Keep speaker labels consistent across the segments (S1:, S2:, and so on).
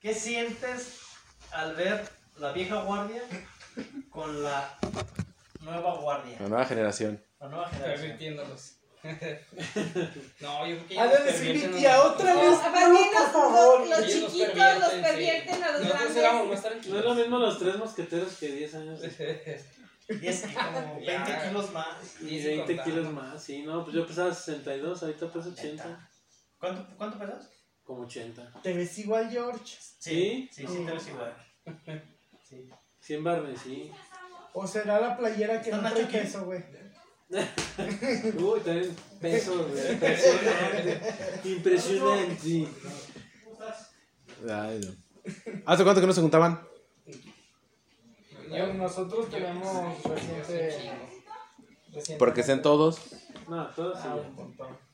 S1: ¿Qué sientes al ver la vieja guardia con la nueva guardia?
S2: La nueva generación.
S1: La nueva generación.
S3: Permitiéndolos. no, yo creo que
S4: A
S3: ellos
S4: ver,
S3: pervierten
S4: Silvia,
S3: a los-
S4: otra
S3: No,
S4: vez.
S5: A partir
S4: por
S5: los,
S4: favor.
S5: los
S3: ellos nos
S5: chiquitos los
S3: sí.
S5: pervierten a los
S3: Nosotros éramos
S5: grandes.
S3: más
S6: No es lo
S3: tranquilos.
S6: mismo los tres mosqueteros que 10 años. de-
S1: 10 kilos, como 20
S3: Ya.
S1: kilos más.
S3: Y
S6: Y
S3: sin
S6: 20
S3: contar.
S6: kilos más. Sí, no, pues yo pesaba 62, ahorita peso
S1: Neta.
S6: 80.
S1: ¿Cuánto, cuánto pesas?
S6: Como 80.
S4: Te ves igual, George.
S1: Sí, sí,
S6: ¿Sí?
S1: sí, te ves igual. Sí.
S6: 100 barbecí.
S4: O será la playera que
S1: ¿Estás
S4: no
S1: más
S4: trae
S1: chiquito?
S4: peso, güey.
S6: Uy, también peso, güey. Impresionante. Impresionante.
S2: Ay, no. ¿Hace cuánto que no se juntaban?
S4: Yo- nosotros tenemos reciente. reciente-
S2: Porque sean todos.
S6: No, todo sí.
S4: Ah, un montón.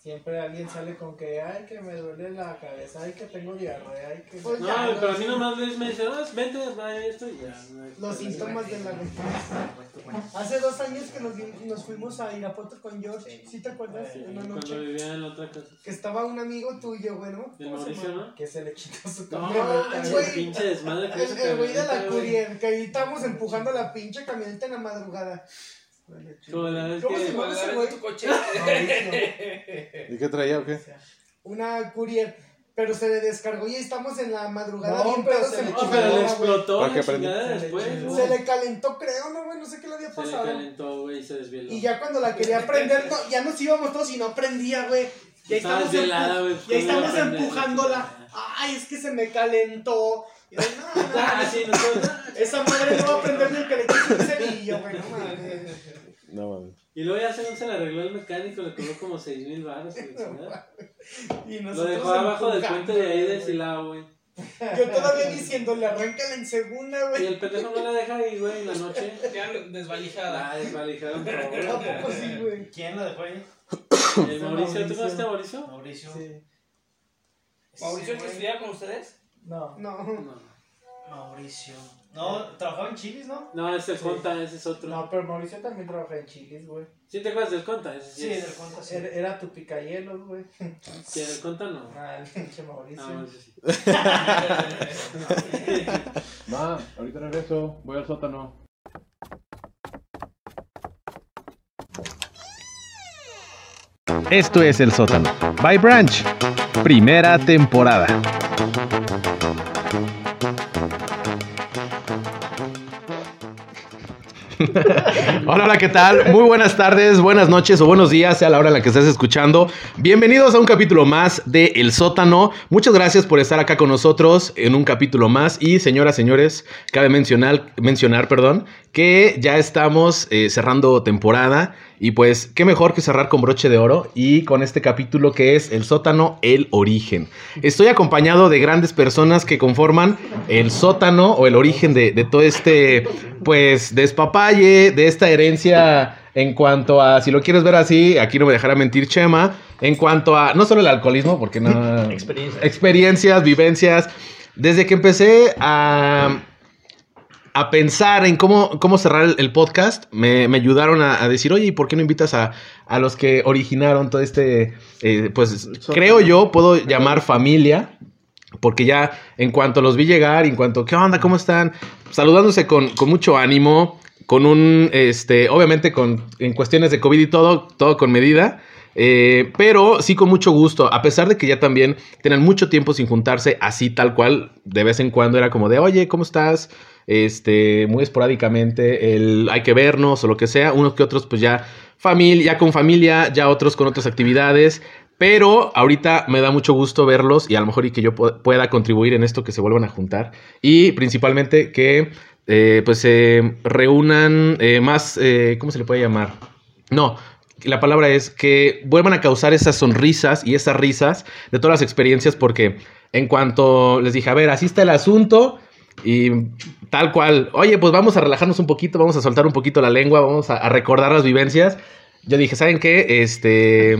S4: Siempre alguien sale con que, ay, que me duele la cabeza, ay, que tengo diarrea, ay, que.
S6: No, pero a mí nomás les mencionas, "Ah, vente, vaya esto y ya.
S4: Los síntomas de la vejez. Hace dos años que nos, di- nos fuimos a Irapuato con George, ¿sí te acuerdas?
S6: Sí,
S4: Una
S6: eh, Cuando
S4: noche.
S6: vivía en la otra casa.
S4: Que estaba un amigo tuyo, güey, ¿no?
S6: El Mauricio, ¿no?
S4: Que se le quitó su
S6: No,
S4: camioneta,
S6: manches,
S4: güey.
S6: pinche desmadre que
S4: El
S6: esa
S4: el güey de la
S6: camioneta, güey.
S4: courier, que ahí estábamos empujando la pinche camioneta en la madrugada.
S6: Como la vez
S4: ¿Cómo
S6: que-
S4: se llama ese güey?
S3: tu coche?
S4: Mauricio.
S2: ¿Y qué traía o qué?
S4: Una courier. Pero se le descargó y estamos en la madrugada
S3: No,
S4: bien
S3: pero
S4: pedos
S3: se
S4: en
S3: le-
S4: el
S6: No,
S4: chingadera,
S6: pero le
S4: güey.
S6: explotó
S2: Para
S6: la
S2: que aprenda.
S6: chingada
S4: Se le
S6: después,
S4: chingó.
S6: güey.
S4: Se le calentó, creo, ¿no, güey? No sé qué le había
S6: Se le
S4: pasado.
S6: calentó, güey, y se desvieló.
S4: Y ya cuando la quería prender, no, ya nos íbamos todos y no prendía, güey. Ya
S6: Estaba
S4: estamos,
S6: desvelada, güey,
S4: empu- ya
S6: pues, ¿cómo iba a
S4: estamos
S6: prender?
S4: empujándola. Ay, es que se me calentó. Y yo, no, no,
S6: Ah, sí, nosotros.
S4: Esa madre no va a prender ni el que le quite un cerillo, güey. No mames.
S2: No, mames.
S6: Y luego ya según se le arregló el mecánico, le cobró como 6 mil baros. güey, chingada.
S4: Y
S6: Lo
S4: nosotros
S6: dejó abajo del
S4: empujando,
S6: puente de ahí de
S4: güey.
S6: Silao, güey.
S4: Yo todavía diciéndole, arráncala en segunda,
S6: Y
S4: güey.
S6: el pendejo no la deja ahí, güey, en la noche.
S3: Quedan desvalijada.
S6: Ah, desvalijaron
S4: ¿A
S6: todo.
S4: poco sí, güey?
S1: ¿Quién la dejó ahí?
S6: El
S4: pues,
S6: Mauricio, ¿tú conoces a Mauricio?
S1: Mauricio.
S4: Sí.
S1: Ese
S3: ¿Mauricio que
S1: güey,
S3: estudiaba con ustedes?
S4: No. No.
S6: No,
S1: Mauricio. No, trabajaba en Chilis, ¿no?
S6: no es el Conta, ese es otro.
S4: No, pero Mauricio también trabaja en Chilis, güey.
S6: ¿Sí te acuerdas del Conta? Ese
S1: Sí,
S6: sí.
S1: del
S6: es-
S1: cuento sí.
S4: Era, era tu picayelo, güey.
S6: Sí, del Conta no.
S4: Ah, el pinche
S6: No,
S4: Mauricio.
S6: ese sí.
S7: Va, ahorita regreso, voy al sótano.
S8: Esto es El Sótano. By Branch. Primera temporada. Hola, hola, ¿qué tal? Muy buenas tardes, buenas noches o buenos días, sea la hora en la que estés escuchando. Bienvenidos a un capítulo más de El Sótano. Muchas gracias por estar acá con nosotros en un capítulo más. Y señoras, señores, cabe mencionar, mencionar perdón, que ya estamos eh, cerrando temporada. Y pues, qué mejor que cerrar con broche de oro y con este capítulo que es El Sótano, el origen. Estoy acompañado de grandes personas que conforman el sótano o el origen de, de todo este, pues, despapalle, de esta herencia en cuanto a, si lo quieres ver así, aquí no me dejará mentir Chema, en cuanto a, no solo el alcoholismo, porque no...
S9: Experiencia.
S8: Experiencias, vivencias. Desde que empecé a, a pensar en cómo, cómo cerrar el, el podcast, me, me ayudaron a, a decir, oye, ¿y por qué no invitas a, a los que originaron todo este, eh, pues creo yo, puedo llamar familia? Porque ya en cuanto los vi llegar, en cuanto, ¿qué onda? ¿Cómo están? Saludándose con, con mucho ánimo, con un, este, obviamente con, en cuestiones de COVID y todo, todo con medida. Eh, pero sí con mucho gusto, a pesar de que ya también tenían mucho tiempo sin juntarse así tal cual, de vez en cuando era como de, oye, ¿cómo estás? Este, muy esporádicamente, el hay que vernos o lo que sea, unos que otros pues ya familia, ya con familia, ya otros con otras actividades, pero ahorita me da mucho gusto verlos y a lo mejor y que yo pu- pueda contribuir en esto que se vuelvan a juntar y principalmente que eh, pues se reúnan eh, más, eh, ¿cómo se le puede llamar? No, la palabra es que vuelvan a causar esas sonrisas y esas risas de todas las experiencias porque en cuanto les dije, a ver, así está el asunto y tal cual, oye, pues vamos a relajarnos un poquito, vamos a soltar un poquito la lengua, vamos a, a recordar las vivencias. Yo dije, ¿saben qué? Este,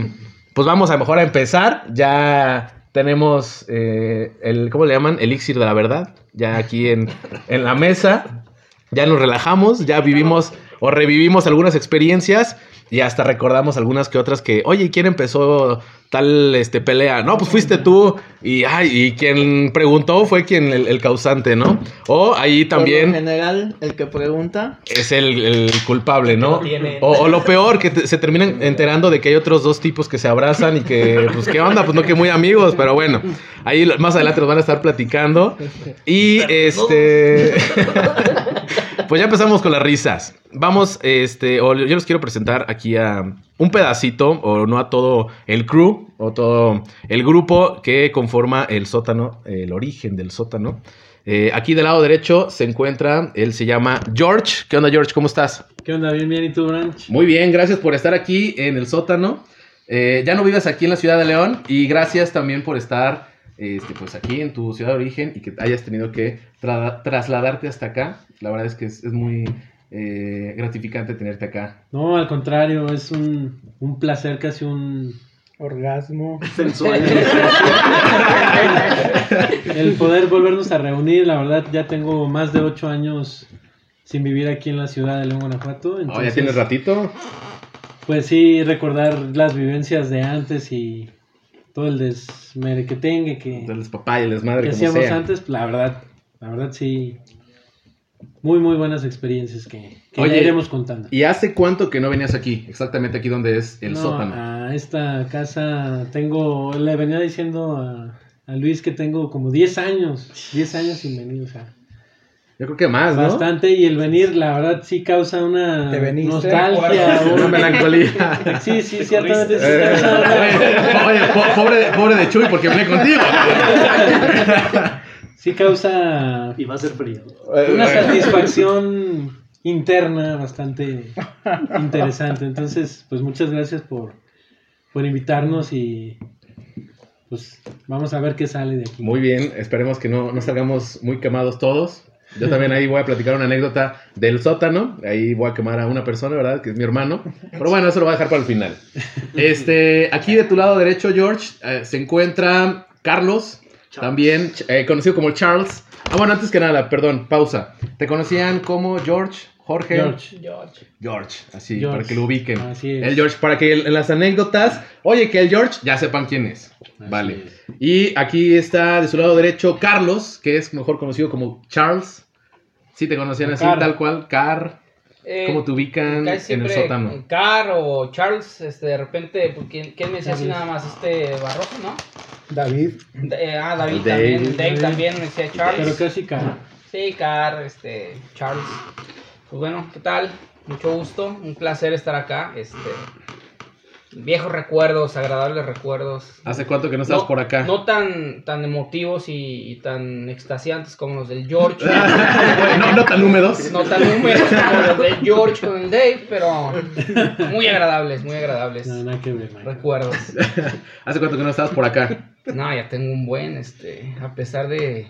S8: pues vamos a lo mejor a empezar, ya tenemos eh, el, ¿cómo le llaman? Elixir de la verdad, ya aquí en, en la mesa, ya nos relajamos, ya vivimos o revivimos algunas experiencias y hasta recordamos algunas que otras que, oye, ¿y ¿quién empezó tal este, pelea? No, pues fuiste tú y, ay, y quien preguntó fue quien el, el causante, ¿no? O ahí
S5: Por lo
S8: también
S5: general, el que pregunta.
S8: es el, el culpable, ¿no?
S1: No tiene-
S8: O, o lo peor, que te- se terminan enterando de que hay otros dos tipos que se abrazan y que, pues, ¿qué onda? Pues no que muy amigos, pero bueno, ahí lo- más adelante nos van a estar platicando. Y este... pues ya empezamos con las risas. Vamos, este, o yo les quiero presentar aquí a un pedacito, o no a todo el crew, o todo el grupo que conforma el sótano, el origen del sótano. Eh, aquí del lado derecho se encuentra, él se llama George. ¿Qué onda, George? ¿Cómo estás?
S6: ¿Qué onda? Bien, bien. ¿Y tú, Branch?
S8: Muy bien, gracias por estar aquí en el sótano. Eh, ya no vives aquí en la ciudad de León y gracias también por estar este, pues aquí en tu ciudad de origen y que hayas tenido que tra- trasladarte hasta acá. La verdad es que es, es muy eh, gratificante tenerte acá.
S6: No, al contrario, es un, un placer, casi un
S4: Orgasmo.
S6: sensual. el poder volvernos a reunir, la verdad, ya tengo más de ocho años sin vivir aquí en la ciudad de León, Guanajuato.
S8: Oh, ya tienes ratito.
S6: Pues sí, recordar las vivencias de antes y todo el desmerequetengue que,
S8: Entonces, papá y el
S6: que
S8: desmadre, como
S6: hacíamos
S8: sea.
S6: antes, la verdad, la verdad sí, muy, muy buenas experiencias que, que ya
S8: Oye,
S6: iremos contando.
S8: ¿Y hace cuánto que no venías aquí? Exactamente aquí donde es el
S6: No,
S8: sótano.
S6: A esta casa tengo, le venía diciendo a, a Luis que tengo como 10 años, 10 años sin venir, o sea,
S8: Yo creo que más, ¿no?
S6: bastante, y el venir, la verdad, sí causa una
S4: ¿Te veniste?
S6: nostalgia.
S8: Una
S6: un-
S8: melancolía.
S6: Sí, sí, ciertamente. sí
S8: Eh,
S6: causa una-
S8: oye, po- pobre, de- pobre de Chuy porque vine contigo.
S6: sí causa
S7: Y va a ser frío.
S2: Eh,
S6: una satisfacción interna bastante interesante. Entonces, pues muchas gracias por, por invitarnos y pues vamos a ver qué sale de aquí.
S8: Muy bien, esperemos que no, no salgamos muy quemados todos. Yo también ahí voy a platicar una anécdota del sótano. Ahí voy a quemar a una persona, ¿verdad? Que es mi hermano. Pero bueno, eso lo voy a dejar para el final. Este, aquí de tu lado derecho, George, eh, se encuentra Carlos, también ch- eh, conocido como Charles. Ah, bueno, antes que nada, perdón, pausa. ¿Te conocían como George, Jorge?
S6: George.
S8: George, así,
S6: George.
S8: para que lo ubiquen.
S6: Así es.
S8: El George, para que en las anécdotas, oye, que el George ya sepan quién es. vale.
S6: es.
S8: Y aquí está de su lado derecho Carlos, que es mejor conocido como Charles. Si te conocían así,
S6: Car.
S8: tal cual, Car.
S3: Eh,
S8: ¿Cómo te ubican
S3: casi
S8: en el
S3: siempre
S8: sótano?
S3: con Car o Charles, este, de repente, pues, ¿quién, quién me decía así nada más? Este Barroso, ¿no?
S4: David.
S3: Eh, ah, David
S8: Dave.
S3: también, Dave
S6: Dave.
S3: también me decía
S6: Pero
S3: Charles.
S6: casi cara.
S3: Sí, Car, este, Charles. Pues bueno, ¿qué tal? Mucho gusto, un placer estar acá. Este, viejos recuerdos, agradables recuerdos.
S8: ¿Hace cuánto que no estás por acá?
S3: No tan, tan emotivos y, y tan extasiantes como los del George.
S8: no, no tan húmedos.
S3: no tan húmedos como los del George con el Dave, pero muy agradables, muy agradables.
S6: No, nada que ver, Mike.
S3: Recuerdos.
S8: ¿Hace cuánto que no estabas por acá?
S3: No, ya tengo un buen, este, a pesar de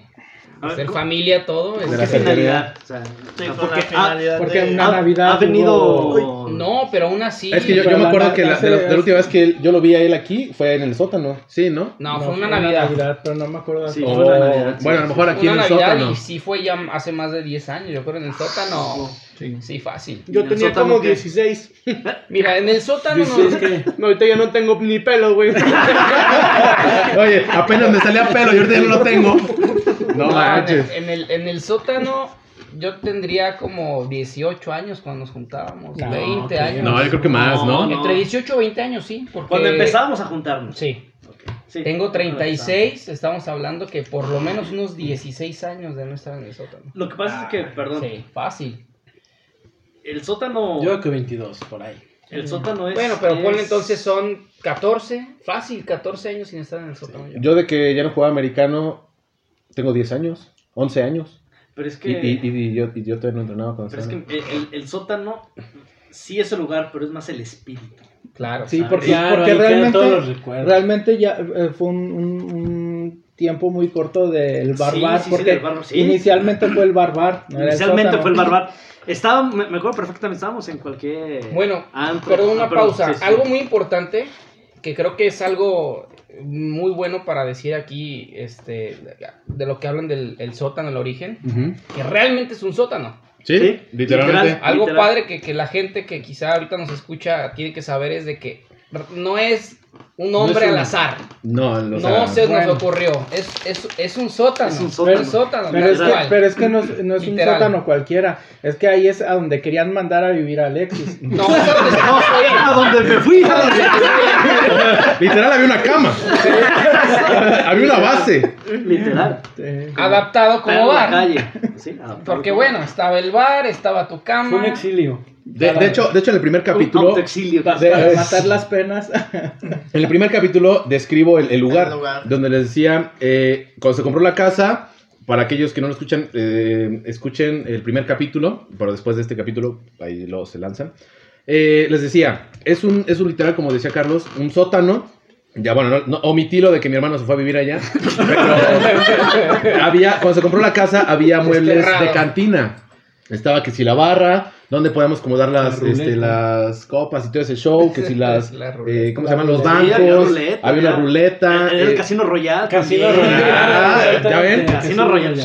S3: ser familia todo,
S8: De la
S3: este,
S8: finalidad?
S7: O sea,
S1: Sí,
S7: no,
S1: con la
S7: porque- ah,
S1: finalidad
S4: porque
S1: de-
S4: una Navidad
S7: ha venido.
S4: hubo-
S3: no, pero aún así.
S8: Es que yo, yo me acuerdo que la, de la, de la última vez que él- yo lo vi a él aquí fue en el sótano. Sí, ¿no?
S3: No,
S4: No,
S3: fue una Navidad.
S4: pero no me acuerdo.
S7: Sí,
S8: O-
S7: fue una Navidad, sí.
S8: bueno, a lo mejor aquí
S3: Una
S8: en el
S3: Navidad
S8: sótano.
S3: y sí fue ya hace más de 10 años, yo creo
S8: Ah,
S3: en el sótano. Sí, fácil.
S7: Yo tenía como
S4: 16.
S3: Mira, en el sótano no,
S6: Dices que
S4: ahorita ya no tengo ni pelo, güey.
S8: Oye, apenas me salía pelo y ahorita ya no lo tengo. No
S3: no, en,
S8: manches.
S3: el, en el- en el sótano yo tendría como 18 años cuando nos juntábamos,
S6: No,
S3: 20
S6: ok.
S3: años.
S8: No, yo creo que más, ¿no?
S7: No,
S3: Entre 18 y 20 años, sí, porque
S7: Cuando empezamos a juntarnos.
S3: Sí.
S7: Sí.
S3: Tengo 36, estamos hablando que por lo menos unos 16 años de no estar en el sótano.
S7: Lo que pasa es que, perdón,
S3: Sí, fácil.
S7: el sótano.
S6: yo que 22, por ahí.
S7: El sótano es.
S3: Bueno, pero ponle
S7: es-
S3: entonces son 14, fácil, 14 años sin estar en el sótano. yo.
S8: Yo de que ya no jugaba americano, tengo 10 años, 11 años.
S7: Pero es que.
S8: Y, y- y- y yo, y yo todavía no entrenaba cuando
S7: Pero es
S8: estaba.
S7: que el, el sótano sí es el lugar, pero es más el espíritu.
S3: Claro.
S4: Sí, porque,
S6: Claro,
S4: porque
S6: ahí quedan todos los
S4: realmente,
S6: recuerdos.
S4: realmente ya eh, fue un, un- un tiempo muy corto del
S7: Sí,
S4: barbar.
S7: sí, sí,
S4: porque
S7: del Barbar, sí.
S4: inicialmente fue el barbar. no era el
S7: Inicialmente
S4: sótano.
S7: fue el barbar. Estaba, me, me acuerdo perfectamente, estábamos en cualquier.
S3: Bueno,
S7: antro.
S3: perdón, una
S7: Ah, perdón,
S3: pausa.
S7: sí, sí.
S3: Algo muy importante que creo que es algo muy bueno para decir aquí este de lo que hablan del el sótano, el origen,
S8: Ujú.
S3: que realmente es un sótano.
S8: Sí,
S10: Sí,
S8: literalmente.
S10: literal.
S3: Algo
S10: Literal.
S3: padre que, que la gente que quizá ahorita nos escucha tiene que saber es de que no es un hombre
S10: un-
S3: al azar.
S8: No,
S3: No
S8: o sea,
S3: se
S9: bueno.
S3: nos ocurrió. Es, es, es un sótano.
S10: Es un sótano.
S3: Un sótano,
S9: Pero
S3: tal
S9: es, que,
S3: cual.
S9: pero es que no, es- no es un
S3: Literal.
S9: sótano cualquiera. Es que ahí es a donde querían mandar a vivir a Alexis.
S3: No, ¿sabes?
S8: a donde me fui. a donde me fui. Literal había una cama. Eh, había una base.
S10: Literal.
S9: Este,
S3: adaptado como
S10: Pero en la
S3: bar.
S10: calle. Sí, adaptado
S3: Porque
S10: como
S3: bueno, estaba el bar, estaba tu
S10: bar. Fue
S3: cama.
S10: un exilio.
S8: De, de hecho, de hecho, en el primer capítulo.
S10: Un exilio.
S9: pa-
S8: De-
S9: para matar las penas.
S8: En el primer capítulo describo el, el lugar,
S5: El lugar.
S8: donde les decía, eh, cuando se compró la casa, para aquellos que no lo escuchan, eh, escuchen el primer capítulo, pero después de este capítulo, ahí lo se lanzan. Eh, les decía, es un, es un literal, como decía Carlos, un sótano. Ya, bueno, no, no, omití lo de que mi hermano se fue a vivir allá. Pero había, cuando se compró la casa, había muebles
S3: Desterrado.
S8: de cantina. Estaba que si la barra, donde podemos acomodar las,
S10: La ruleta.
S8: este, las copas y todo ese show, que si las,
S3: La ruleta.
S8: eh, ¿cómo se llaman los
S10: Sí, había
S8: bancos?
S10: ruleta,
S8: había una
S10: ya.
S7: Ah,
S8: ruleta.
S10: Era
S8: eh,
S10: el Casino Royal.
S8: Ah,
S10: Casino
S8: ¿Ya ven?
S10: Casino Royal.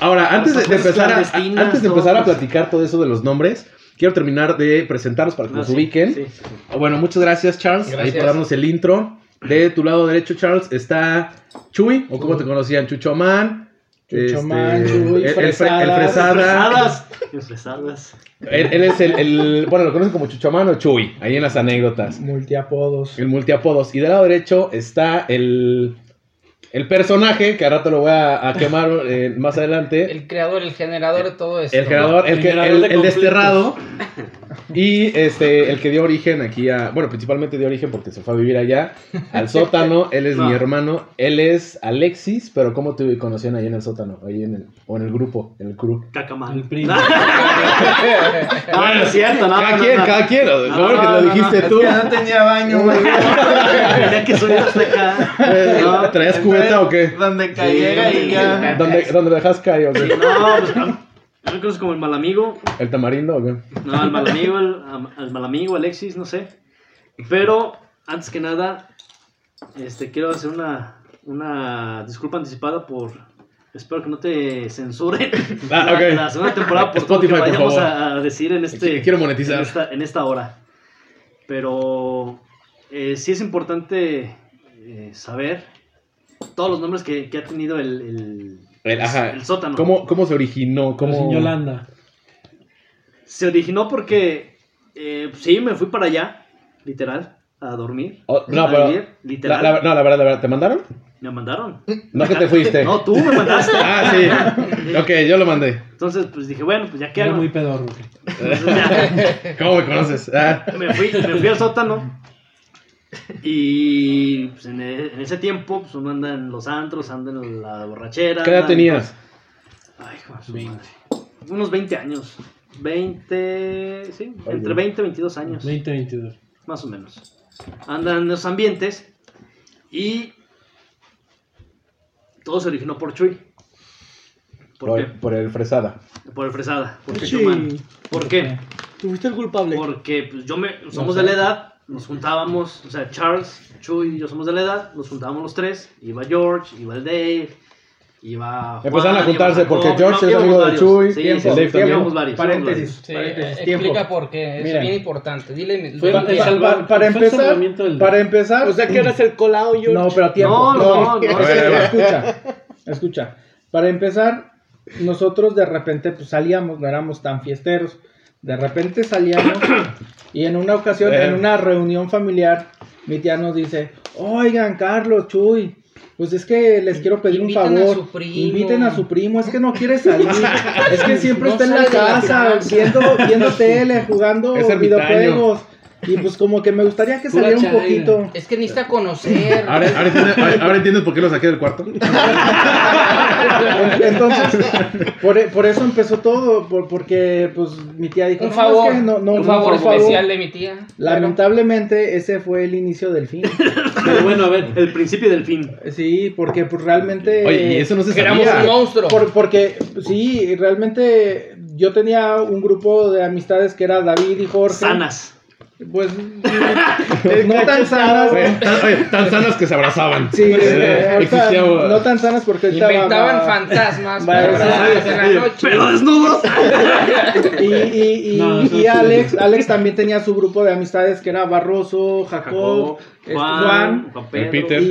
S8: Ahora, antes de,
S10: Las
S8: de empezar a,
S10: clandestinas,
S8: antes de
S10: todo.
S8: empezar a platicar todo eso de los nombres, quiero terminar de presentarlos para que
S10: No,
S8: Pues nos
S10: Ah, sí,
S8: ubiquen.
S10: sí, sí.
S8: Bueno, muchas gracias, Charles, ahí
S3: Gracias.
S8: por darnos el intro. De tu lado derecho, Charles, está Chuy, o como te conocían, Chuchomán.
S9: Chuchomán,
S8: este,
S9: Chuy,
S8: el- el, fre- el
S9: Fresada.
S8: Fresada.
S10: Fresadas. Fresadas.
S8: Él, él es el, el- Bueno, lo conocen como Chuchomán o Chuy, ahí en las anécdotas.
S9: Multiapodos.
S8: El multiapodos. Y del lado derecho está el. El personaje, que a rato lo voy a, a quemar eh, más adelante.
S3: El creador, el generador de todo esto.
S8: El generador, el, que-
S10: El generador
S8: el-
S10: de
S8: el desterrado. Y este, el que dio origen aquí a. Bueno, principalmente dio origen porque se fue a vivir allá. Al sótano. Él es
S10: No.
S8: mi hermano. Él es Alexis. Pero ¿cómo te conocían ahí en el sótano? Ahí en el, o en el grupo, en el crew.
S10: Cacamán.
S9: El
S10: primo. No, no es cierto, no.
S8: cada
S10: no,
S8: quien,
S10: no.
S8: cada quien. Lo
S10: No,
S8: bueno que
S10: no,
S8: lo
S10: no,
S8: dijiste
S10: no.
S8: tú.
S5: no tenía baño, güey.
S10: Tenía que subir hasta acá.
S8: Eh,
S10: No,
S8: ¿Traías cubeta o qué?
S5: Donde
S10: cayera y ya.
S8: ¿Dónde, dónde lo dejas caer o qué?
S10: No, pues no. Yo lo conozco como el mal amigo.
S8: ¿El tamarindo o qué?
S10: No, al mal amigo, el, al mal amigo, Alexis, no sé. Pero, antes que nada, este, quiero hacer una, una disculpa anticipada por. Espero que no te censuren
S8: Ah,
S10: la,
S8: ok.
S10: la segunda temporada por todo lo que
S8: Spotify, por
S10: vayamos
S8: favor.
S10: a, a decir en este.
S8: Qui- Quiero
S10: en
S8: monetizar.
S10: esta, en esta hora. Pero eh, sí es importante eh, saber todos los nombres que, que ha tenido el, el,
S8: El- ajá.
S10: el sótano.
S8: ¿Cómo, cómo se originó? ¿Cómo...
S10: Como- Sin Yolanda. Se originó porque eh, sí, me fui para allá, literal, a dormir.
S8: Oh, no,
S10: a
S8: pero-
S10: vivir,
S8: La-
S10: literal.
S8: la- no, la verdad, la verdad, ¿te mandaron?
S10: Me mandaron.
S8: No que te fuiste.
S10: No, tú me mandaste.
S8: Ah, sí. Ok, yo lo mandé.
S10: Entonces, pues dije, bueno, pues ya que qué hago. hago. Muy...
S9: pedorro.
S8: ¿Cómo me conoces? Ah,
S10: me fui, me fui al sótano. Y pues, en, e- en ese tiempo, pues uno anda en los antros, anda en la borrachera.
S8: ¿Qué edad
S10: anda en-
S8: tenías?
S10: Ay, hijo de su madre. Unos 20 años. 20, sí,
S8: Ay,
S10: entre
S8: güey.
S10: 20 y 22 años,
S9: 2022.
S10: más o menos. Andan en los ambientes y todo se originó por Chuy. ¿Por
S8: Por, por el fresada.
S10: qué? Por el fresada, por
S9: Sí.
S10: Chuchumán. ¿Por qué?
S9: Tú fuiste el culpable.
S10: Porque pues, yo me, somos
S9: sé.
S10: de la edad, nos juntábamos, o sea, Charles, Chuy y yo somos de la edad, nos juntábamos los tres, iba George, iba el Dave, iba... Juan,
S8: Empezaron a
S10: iba
S8: juntarse
S10: Jacob,
S8: porque George
S10: no,
S8: es
S10: íbamos
S8: amigo de
S10: varios,
S8: Chuy.
S10: sí,
S8: el
S10: sí,
S8: Dave
S10: sí,
S8: también.
S10: íbamos varios.
S9: Paréntesis.
S10: íbamos
S3: Sí,
S9: paréntesis,
S3: explica
S9: tiempo.
S3: por qué. Es
S9: Mira.
S3: bien importante. Dile.
S10: Fue-
S3: dile-
S9: Pa- pa- para
S10: Fue el
S9: empezar,
S10: salvamiento del-
S9: para empezar,
S5: O sea que eras el colado, yo.
S9: no, pero a tiempo.
S10: No, no, no, no.
S9: es que
S8: A ver, a ver.
S9: escucha, escucha. Para empezar, nosotros de repente pues, salíamos, no éramos tan fiesteros. De repente salíamos y en una ocasión,
S8: Eh.
S9: en una reunión familiar, mi tía nos dice, oigan, Carlos, Chuy, pues es que les quiero pedir un
S3: Invitan a
S9: favor.
S3: su primo.
S9: Inviten a su primo, es que no quiere salir. es que siempre
S3: No
S9: está en la
S3: sale de la
S9: casa,
S3: casa.
S9: viendo, viendo tele, jugando
S8: Es ermitaño.
S9: videojuegos. Y pues como que me gustaría que
S10: Pura
S9: saliera un
S10: chaira.
S9: poquito.
S3: Es que necesita conocer.
S8: Ahora, ahora entiendes, ahora- ahora entiendes por qué lo saqué del cuarto.
S9: Entonces, por, e- por eso empezó todo, por- porque pues mi tía dijo,
S3: un
S9: "No,
S3: favor.
S9: es que no, no,
S3: un
S9: no,
S3: favor
S9: por favor".
S3: especial de mi tía.
S9: Lamentablemente ese fue el inicio del fin.
S10: Pero bueno, a ver, el principio del fin.
S9: Sí, porque pues realmente...
S8: Oye, y eso no se
S3: Pero éramos un
S8: sabía.
S3: monstruo.
S9: por- porque sí, realmente yo tenía un grupo de amistades que era David y Jorge.
S10: Sanas.
S9: Pues no tan sanas.
S8: Güey, tan- oye, tan sanas que se abrazaban.
S9: Sí, este,
S8: Eh,
S9: ahorita
S8: existía-
S9: no tan sanas porque ahorita va-
S3: Inventaban
S9: va-
S3: fantasmas
S9: va-
S3: para
S9: va-
S3: abrazarse en la noche.
S8: Pero desnudos.
S9: Y, y, y,
S6: No, eso
S9: y
S6: sí.
S9: Alex, Alex también tenía su grupo de amistades que era Barroso, Jacob, este, Juan,
S8: El
S9: y,
S8: Peter.
S9: y,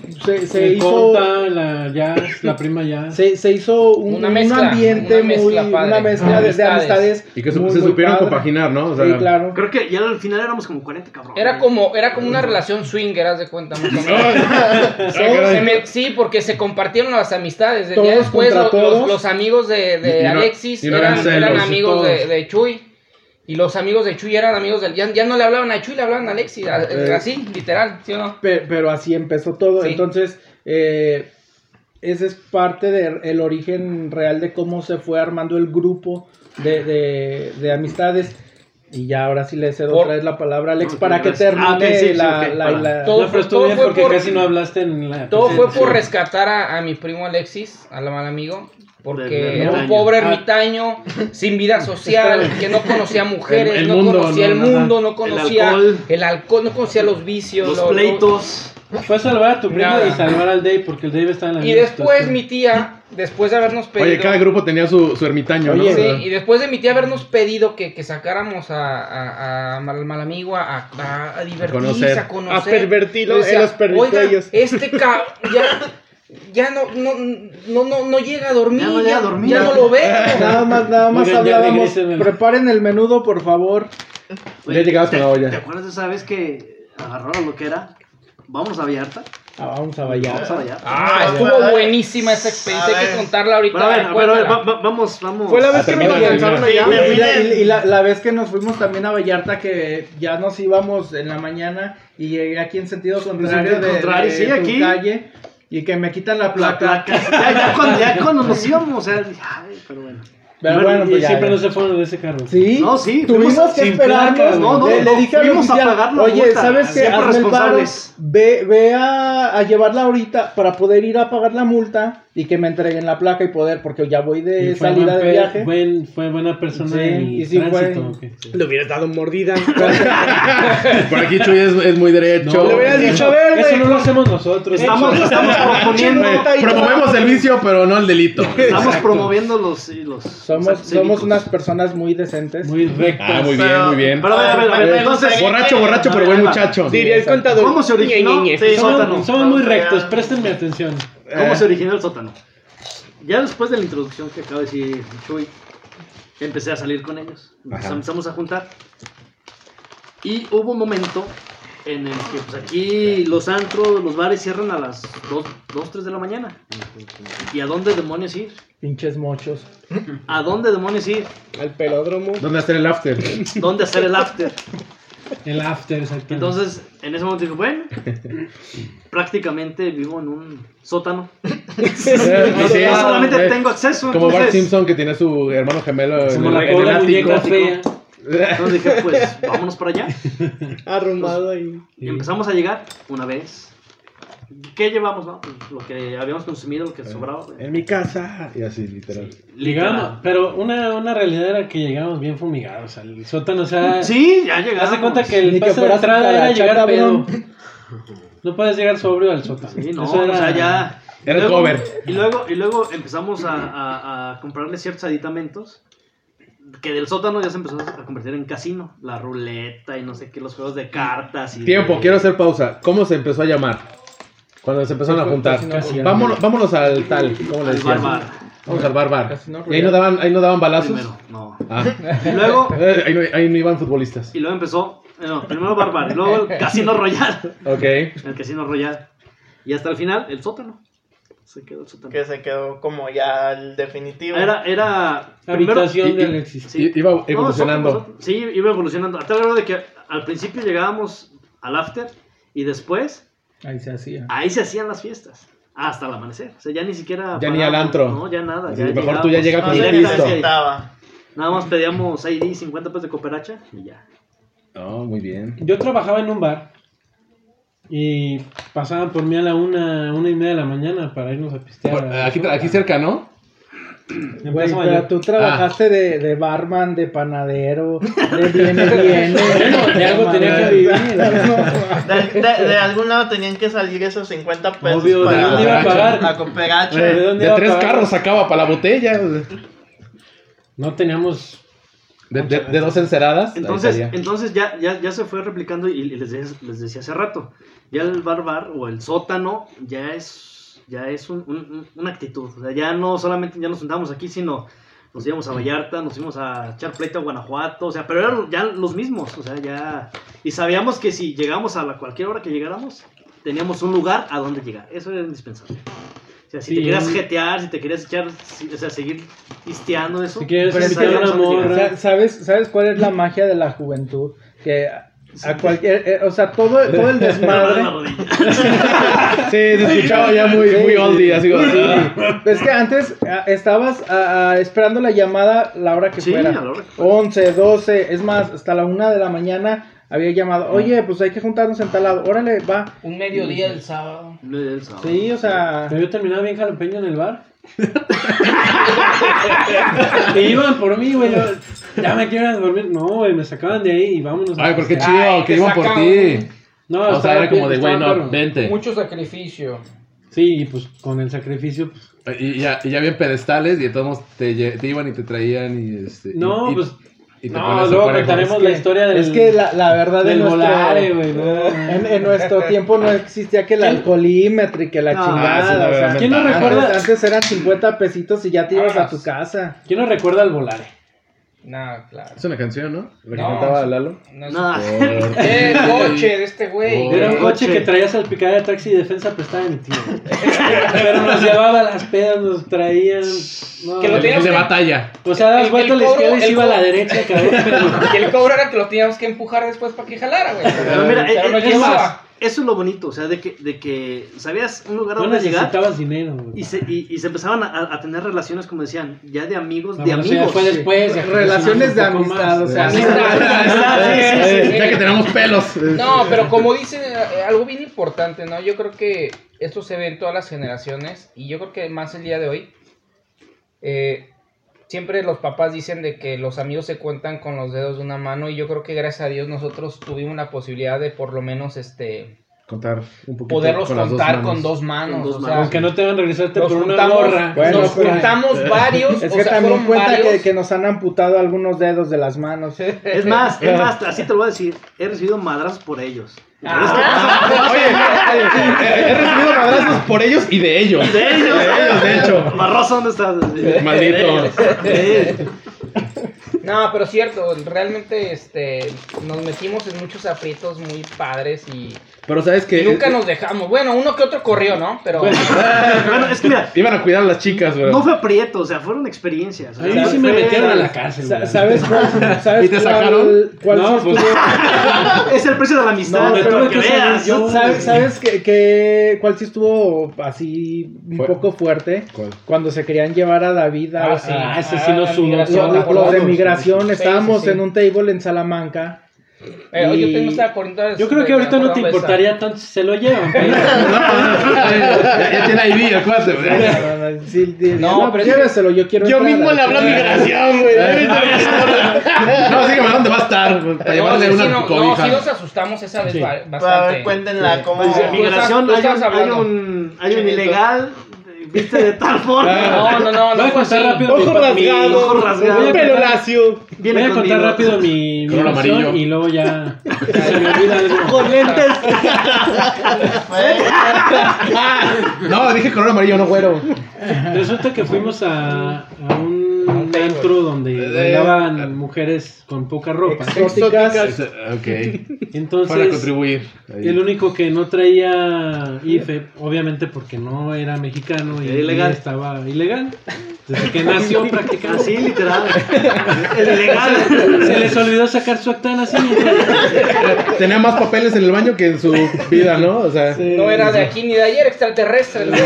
S9: y se, se
S6: El
S9: hizo
S6: Conta, la Jazz, la prima Jazz.
S9: se, se hizo un,
S3: Una
S9: un
S3: mezcla,
S9: ambiente
S3: una mezcla
S9: muy
S3: padre.
S9: una mezcla de, de
S3: Amistades.
S9: amistades
S8: Y que se,
S9: muy,
S8: se
S9: muy
S8: supieron
S9: padre.
S8: compaginar, ¿no? O sea,
S9: Sí, claro.
S10: Creo que ya al final éramos como 40 cabrones.
S3: Era como, era como una relación swinger, haz de cuenta. más o menos.
S8: ah,
S3: Todos
S8: caray.
S3: se me- sí, porque se compartieron las amistades. Ya
S9: Todos
S3: después
S9: contra
S3: lo-
S9: todos.
S3: los, los amigos de, de
S8: Y- y no-
S3: Alexis
S8: y no
S3: eran,
S8: eran celos,
S3: eran amigos de,
S6: todos.
S3: de Chuy. Y los amigos de Chuy eran amigos del. Ya, ya no le hablaban a Chuy, le hablaban a Alexis. a-
S9: Eh.
S3: Así, literal, ¿sí o no?
S9: Pe- Pero, así empezó todo.
S3: Sí.
S9: Entonces, eh, ese es parte del origen real de cómo se fue armando el grupo de, de- de amistades. Y ya ahora sí le cedo
S3: Por-
S9: otra vez la palabra a Alex
S10: Por
S9: para que termine
S10: primera vez. Ah, ok, sí, sí,
S9: la,
S10: ok,
S9: la-
S10: para.
S9: la-
S3: Todo
S6: no, pero
S3: fue-
S6: estuvo
S3: todo
S6: bien
S3: fue
S6: porque
S3: por-
S6: casi no hablaste en la.
S3: Todo fue por
S6: presentación.
S3: rescatar a, a mi primo Alexis, al mal amigo, porque
S10: Del
S3: era un
S10: ermitaño.
S3: pobre
S6: Ah.
S3: ermitaño, sin vida social, que no conocía mujeres,
S6: El- el
S3: no
S6: mundo,
S3: conocía
S6: no,
S3: el
S6: no,
S3: mundo, no
S10: El
S3: conocía el alcohol,
S10: alcohol.
S3: no conocía los vicios,
S10: Los
S3: lo- lo-
S10: pleitos.
S6: Fue salvar a tu primo
S3: Nada.
S6: y salvar al Dave porque el Dave estaba en la
S3: Y
S6: misma
S3: después
S6: situación.
S3: mi tía, después de habernos pedido,
S8: Oye, cada grupo tenía su, su ermitaño, ¿no?
S9: Oye,
S3: Sí,
S8: O sea,
S3: y después de mi tía habernos pedido que, que sacáramos a, a, a mal, mal amigo a, a, a divertirse,
S8: conocer.
S3: a conocer,
S5: A pervertirlo
S3: Yo decía,
S5: en los
S3: "Oiga,
S5: perritos.
S3: este cabrón ya, ya no, no, no, no, no llega a dormir.
S10: Ya no llega a dormir.
S3: ya no lo veo.
S9: Nada más, nada más
S6: Oigan, ya
S9: hablábamos.
S6: regresen.
S9: Preparen el menudo, por favor.
S10: Oye,
S2: llegabas con
S10: ¿te-
S2: la olla.
S10: ¿Te acuerdas de esa vez que agarraron lo que era? Vamos a Vallarta.
S9: Ah, vamos a bailar.
S10: Vamos a Vallarta.
S3: Ah, estuvo buenísima esa experiencia. Hay que contarla ahorita.
S10: Bueno, a ver, a ver, a ver,
S3: Cuéntala.
S10: va- va- vamos, vamos.
S5: Fue la vez que me
S8: termina,
S5: alcanzaron allá.
S9: Y, la, y- y la- la vez que nos fuimos también a Vallarta, que ya nos íbamos en la mañana y llegué aquí en sentido contrario
S10: sentido
S9: de,
S10: contrario,
S9: de
S10: sí,
S9: tu
S10: aquí.
S9: calle y que me quitan la
S10: La
S9: placa.
S10: placa. Ya, ya cuando, ya cuando nos íbamos, o sea, dije, ay, pero bueno.
S9: Pero
S6: Y
S9: bueno, pues
S6: y
S9: ya,
S6: siempre
S9: ya.
S6: no se fueron de ese carro.
S9: Sí,
S10: No, sí,
S9: tuvimos
S10: fuimos
S9: que
S6: sin
S9: esperarnos.
S6: placa, güey.
S10: No, no,
S9: le,
S10: no,
S9: le dije al
S10: fuimos a
S9: oficial,
S10: pagar la
S9: Oye,
S10: multa,
S9: ¿sabes qué?
S10: siempre
S9: Hazme el paro,
S10: responsables.
S9: ve, ve a, a llevarla ahorita para poder ir a pagar la multa y que me entreguen la placa y poder, porque ya voy de
S6: Y fue
S9: salida
S6: buen
S9: de
S6: pe-
S9: viaje.
S6: buen- fue buena persona
S9: Sí,
S6: en
S9: y sí fue-
S6: tránsito, ¿o qué?
S5: Le hubieras dado mordida.
S8: Por aquí Chuy es, es muy derecho.
S6: No,
S5: Le hubieras dicho, a ver,
S6: Eso
S5: güey.
S6: no lo hacemos nosotros.
S10: Estamos, estamos proponiendo,
S8: Güey, Promovemos el vicio, pero no el delito. Ah,
S10: estamos promoviendo los, los
S9: Somos,
S10: cívicos.
S9: somos unas personas muy decentes.
S6: muy rectos.
S8: Ah, muy bien, muy bien.
S10: Pero a ver, a ver, a ver, entonces.
S8: Borracho, borracho, pero buen muchacho.
S5: Diría el contador.
S10: ¿Cómo se originó?
S5: Ñe, Ñe, Ñe.
S10: Sí, sótano.
S6: somos, somos muy
S10: Vamos
S6: rectos,
S10: allá.
S6: préstenme atención.
S10: ¿Cómo
S8: Eh.
S10: se originó el sótano? Ya después de la introducción que acaba de decir Chuy, empecé a salir con ellos. Nos
S8: Ajá.
S10: empezamos a juntar. Y hubo un momento en el que pues, aquí los antros, los bares cierran a las 2, 2 3 de la mañana. ¿Y a dónde demonios ir?
S9: Pinches mochos.
S10: ¿A dónde demonios ir?
S5: Al pelódromo.
S8: ¿Dónde hacer el after?
S10: ¿Dónde hacer el after?
S6: El after, exactamente.
S10: Entonces, en ese momento dije, bueno, prácticamente vivo en un sótano.
S8: Sí, Eh, sí.
S10: no solamente
S8: Güey,
S10: tengo acceso.
S8: Como Bart
S10: entonces-
S8: Simpson que tiene a su hermano gemelo en
S6: como
S8: el,
S6: la
S8: en el
S6: pobre
S8: ático.
S6: muñeca fea.
S10: Entonces dije, pues, vámonos para allá.
S5: Arrumbado ahí.
S10: Y empezamos a llegar una vez. ¿Qué llevamos, no? Pues, lo que habíamos consumido, lo que sobraba.
S9: Eh.
S10: güey.
S2: En mi casa.
S8: Y así, literal.
S6: Llegamos,
S10: Literal.
S6: pero una, una realidad era que llegamos bien fumigados al sótano, o sea,
S10: Sí, ya llegamos.
S6: haz de cuenta que
S9: Ni
S6: el
S9: que
S6: paso de
S9: fueras
S6: entrada era
S9: cucaracha,
S6: llegar pedo.
S9: cabrón.
S6: No puedes llegar sobrio al sótano.
S10: Sí, no,
S6: Eso
S10: o sea, ya.
S8: Era el
S10: Luego-
S8: cover.
S10: Y luego, y luego empezamos a, a- a comprarle ciertos aditamentos. Que del sótano ya se empezó a convertir en casino. La ruleta y no sé qué, los juegos de cartas. Y
S8: Tiempo, quiero hacer pausa. ¿cómo se empezó a llamar? Cuando se empezaron a juntar.
S9: Casino.
S8: Pues, Vámonos, vámonos al tal, ¿cómo le
S10: Al
S8: decían?
S10: barbar.
S8: Vamos al barbar.
S9: Casino
S8: ¿Y ahí
S9: Royale.
S8: no daban, ahí no daban balazos?
S10: Primero, no.
S8: Ah.
S10: Y luego,
S8: Eh, ahí, no, ahí no iban futbolistas.
S10: y luego empezó. eh, No, primero Barbar, y luego el Casino Royal.
S8: Ok.
S10: El Casino Royal. Y hasta el final, el sótano. Se quedó el sótano.
S5: Que se quedó como ya al definitivo.
S10: Era, era. primero-
S6: Habitación
S8: y-
S6: de
S8: y-
S6: Alexis.
S10: Sí.
S8: I- Iba
S10: No,
S8: evolucionando.
S10: nosotros- nosotros- sí, iba evolucionando. A tal grado de que al principio llegábamos al after y después
S9: Ahí se hacía.
S10: ahí se hacían las fiestas. Hasta el amanecer. O sea, ya ni siquiera.
S8: Ya ni
S10: parábamos,
S8: al antro.
S10: No, ya nada.
S8: Sí, mejor tú ya llegas
S5: no
S8: con
S10: llegábamos Ah,
S5: se
S8: el listo.
S10: directamente ahí.
S5: necesitaba.
S10: Nada más pedíamos ID, 50 pesos de cooperacha y ya.
S8: No, muy bien.
S6: Yo trabajaba en un bar y pasaban por mí a la una, una y media de la mañana para irnos a pistear.
S8: Por- aquí, aquí cerca, ¿no?
S9: Güey,
S6: Plaza
S9: pero
S6: Mayor.
S9: tú
S6: Ah.
S9: trabajaste de, de barman, de panadero, de viene, viene.
S6: Bueno, de algo tenía que vivir.
S5: De, de- de algún lado tenían que salir esos 50 pesos
S6: Obvio, ¿de
S5: para
S6: dónde iba a pagar?
S5: la cooperacha.
S6: ¿De dónde
S8: De
S6: iba a
S8: tres
S6: pagar?
S8: carros sacaba para la botella. De,
S6: No teníamos.
S8: de- de dos enceradas. ahí
S10: Entonces,
S8: salía.
S10: entonces ya, ya, ya se fue replicando y, y les, de- les decía hace rato, ya el bar bar o el sótano ya es, ya es un- un- un- una actitud. O sea, ya no solamente ya nos sentamos aquí, sino nos íbamos a Vallarta, nos íbamos a echar pleito a Guanajuato, o sea, pero eran ya los mismos, o sea, ya... Y sabíamos que si llegamos a la, cualquier hora que llegáramos, teníamos un lugar a donde llegar. Eso era indispensable. O sea, si te
S6: Sí,
S10: querías
S6: un-
S10: jetear, si te querías echar, si- o sea, seguir pisteando eso.
S6: Si quieres
S10: pues,
S6: invitar a
S10: sabíamos
S6: una
S10: a dónde llegar.
S6: morra.
S9: Sa- ¿Sabes, ¿Sabes cuál es la magia de la juventud? Que a- a cualquier, eh, o sea, todo, todo el desmadre.
S10: La rodilla.
S8: Sí, se escuchaba ya muy, muy oldie. Así, como, ah.
S9: Es que antes ah, estabas ah, ah, esperando la llamada la hora que
S10: Sí,
S9: fuera.
S10: a la hora que fuera.
S9: 11, 12, es más, hasta la 1 de la mañana había llamado. Oye, pues hay que juntarnos en tal lado. Órale, va.
S3: Un mediodía el sábado.
S10: No era el sábado.
S9: Sí, o sea.
S6: Pero yo terminaba bien jalapeño en el bar. y iban por mí, güey. yo, Ya me quiero ir a dormir. No, güey, me sacaban de ahí y vámonos. a
S8: Ay, pero qué
S6: pistear.
S3: Ay,
S8: chido,
S3: te
S8: que iban por
S3: saca
S8: ti.
S3: un-
S6: No,
S8: O sea,
S6: estaba
S8: era como de,
S6: bien,
S8: güey,
S6: estaba
S8: no,
S6: perro.
S8: vente.
S3: Mucho sacrificio.
S6: Sí, y pues con el sacrificio. pues,
S8: Y ya, y ya habían pedestales y entonces te, lle- te iban y te traían y este. y-
S6: No,
S8: y-
S6: pues,
S8: y te
S6: no,
S8: ponías a
S6: luego
S8: parejas.
S6: contaremos
S9: Es
S6: la
S9: que-
S6: historia del.
S9: Es que la, la verdad en
S6: del
S9: nuestro,
S6: volare, güey. no.
S9: en, en nuestro tiempo no existía que el alcoholímetro y que
S8: Ah,
S9: la
S10: No,
S9: chingada.
S8: eso es la
S9: o sea,
S8: verdad.
S6: ¿Quién no
S9: antes-
S6: recuerda?
S9: Antes eran 50 pesitos y ya te ibas a tu
S3: Vámonos.
S9: casa.
S6: ¿Quién no recuerda el volare?
S3: Nah, claro.
S8: Es una canción, ¿no? La que
S3: No.
S8: cantaba Lalo.
S3: No es-
S6: Ah.
S10: Nada.
S3: ¡Eh, coche de este güey!
S8: Oh.
S6: Era un coche
S10: Coche.
S6: que traía salpicada de taxi y defensa prestada de mi tío. Pero nos llevaba a las pedas, nos traían. No,
S3: Que lo
S8: El-
S3: tenías
S8: el de
S3: que-
S8: batalla.
S6: O sea, das
S3: el-
S6: vuelta a
S3: el
S6: la izquierda y
S3: coro-
S6: se
S3: el
S6: iba a la
S3: coro-
S6: derecha, cabrón.
S3: Y el cobro era que lo teníamos que empujar después para que jalara, güey.
S10: Pero mira,
S3: Pero
S10: eh,
S3: no
S10: eh, eso,
S3: llevaba.
S10: eso es lo bonito, o sea, de que, de que sabías un lugar
S6: No
S10: donde pues, llegar
S6: necesitabas dinero, güey.
S10: y se, y, y se empezaban a, a tener relaciones, como decían, ya de amigos,
S6: No,
S10: de
S6: bueno, eso ya
S10: amigos.
S6: fue después. ya
S9: Relaciones de
S6: un poco
S9: amistad,
S6: más.
S9: o sea,
S8: Eh, Ya que tenemos pelos.
S3: No, pero como dice eh, algo bien importante, ¿no? Yo creo que esto se ve en todas las generaciones y yo creo que más el día de hoy. eh, siempre los papás dicen de que los amigos se cuentan con los dedos de una mano y yo creo que gracias a Dios nosotros tuvimos la posibilidad de por lo menos este
S8: Contar un poquito.
S3: poderlos
S8: con las dos
S3: contar
S8: manos.
S3: con dos manos.
S10: Con dos
S3: o sea,
S10: manos.
S6: Aunque no te van a regresarte
S3: nos
S6: por una
S3: juntamos,
S6: gorra.
S9: Bueno,
S3: nos
S9: pero-
S3: juntamos varios.
S9: Es
S3: o
S9: que
S3: sea,
S9: también
S3: fueron
S9: cuenta que,
S3: varios.
S9: que nos han amputado algunos dedos de las manos.
S10: Es más, es más, así te lo voy a decir, he recibido madrazos por ellos.
S3: Ah,
S8: Oye, oye, eh, he recibido madrazos por ellos y de ellos.
S10: De ellos,
S8: de hecho.
S10: Barroso, ¿dónde estás?
S8: Maldito.
S10: Eh,
S3: No, pero es cierto, realmente este, nos metimos en muchos aprietos muy padres y
S8: Pero sabes
S6: Eh,
S8: que.
S3: nunca nos dejamos. Bueno, uno que otro corrió, ¿no? Pero
S9: pues,
S10: bueno, es que mira,
S8: Iban a cuidar a las chicas, güey.
S10: no fue aprieto, o sea, fueron experiencias. o
S6: A mí
S10: sea,
S6: sí me
S10: fue-
S6: metieron a la
S9: Sa-
S6: cárcel. güey.
S9: pues, ¿Sabes cuál? ¿Sabes
S8: ¿Y te
S9: cuál-
S8: sacaron?
S9: cuál
S6: No,
S9: sí
S6: pues,
S10: Es el precio de la amistad,
S6: No, me
S10: pero
S6: tuve
S10: que
S6: que salir
S10: veas.
S6: yo.
S9: ¿Sabes, sabes qué- qué- cuál sí estuvo así un
S8: Fue-
S9: poco fuerte?
S8: ¿Cuál?
S9: Cuando se querían llevar a David a,
S3: Ah, sí.
S9: a-
S6: Ah, ese sí nos
S3: Ah,
S6: sudó.
S9: los,
S3: migración,
S9: los- los de
S3: acordados.
S9: migración.
S3: Sí,
S9: Estábamos
S3: sí, sí.
S9: en un table en Salamanca.
S3: Eh, oye, usted
S9: Y-
S3: no estaba corriendo.
S6: Yo creo que ahorita no te importaría tanto si se lo llevan. pero-
S8: Ya, ya tiene ID, el cuate, güey.
S9: Sí, di-
S3: No,
S9: no,
S3: pero-
S9: lléveselo, yo quiero entrar".
S8: migración, güey. No, sí que ¿dónde va a estar? Para llevarle
S3: no, sí,
S8: una
S3: no, no,
S8: cobija.
S3: sí nos asustamos esa vez
S6: Sí.
S3: ba-
S5: A
S3: bastante.
S5: ver, cuéntenla cómo.
S3: Pues,
S10: En migración
S3: tú
S10: hay
S3: estabas
S10: un, hay
S3: hablando.
S10: un, hay un ilegal, eh, viste de tal forma.
S3: no, no, no,
S6: Voy
S3: no.
S6: a
S3: fue
S6: contar
S3: así.
S6: rápido. mi- mi-
S10: Ojo rasgado.
S6: Voy a
S5: Pelo
S6: contar-
S5: lacio.
S6: Voy
S10: Viene
S6: a contar
S10: conmigo.
S6: rápido mi mi
S8: Color
S6: versión
S8: amarillo.
S6: y luego ya se me olvida algo.
S5: Con lentes.
S8: No, dije color amarillo, no güero.
S6: Resulta que fuimos a, a un antro donde
S8: Eh,
S6: bailaban mujeres con poca ropa.
S9: Exóticas.
S8: Es, eh, Ok. Para
S6: Entonces,
S8: contribuir. Ahí.
S6: el único que no traía IFE, obviamente porque no era mexicano y,
S10: Era ilegal.
S6: y estaba ilegal, desde que nació prácticamente.
S10: Así, literal. El ilegal.
S6: Se les olvidó sacar su acta de nacimiento.
S8: Tenía más papeles en el baño que en su vida, ¿no? O sea,
S3: No era de aquí ni de ayer, extraterrestre. ¿no?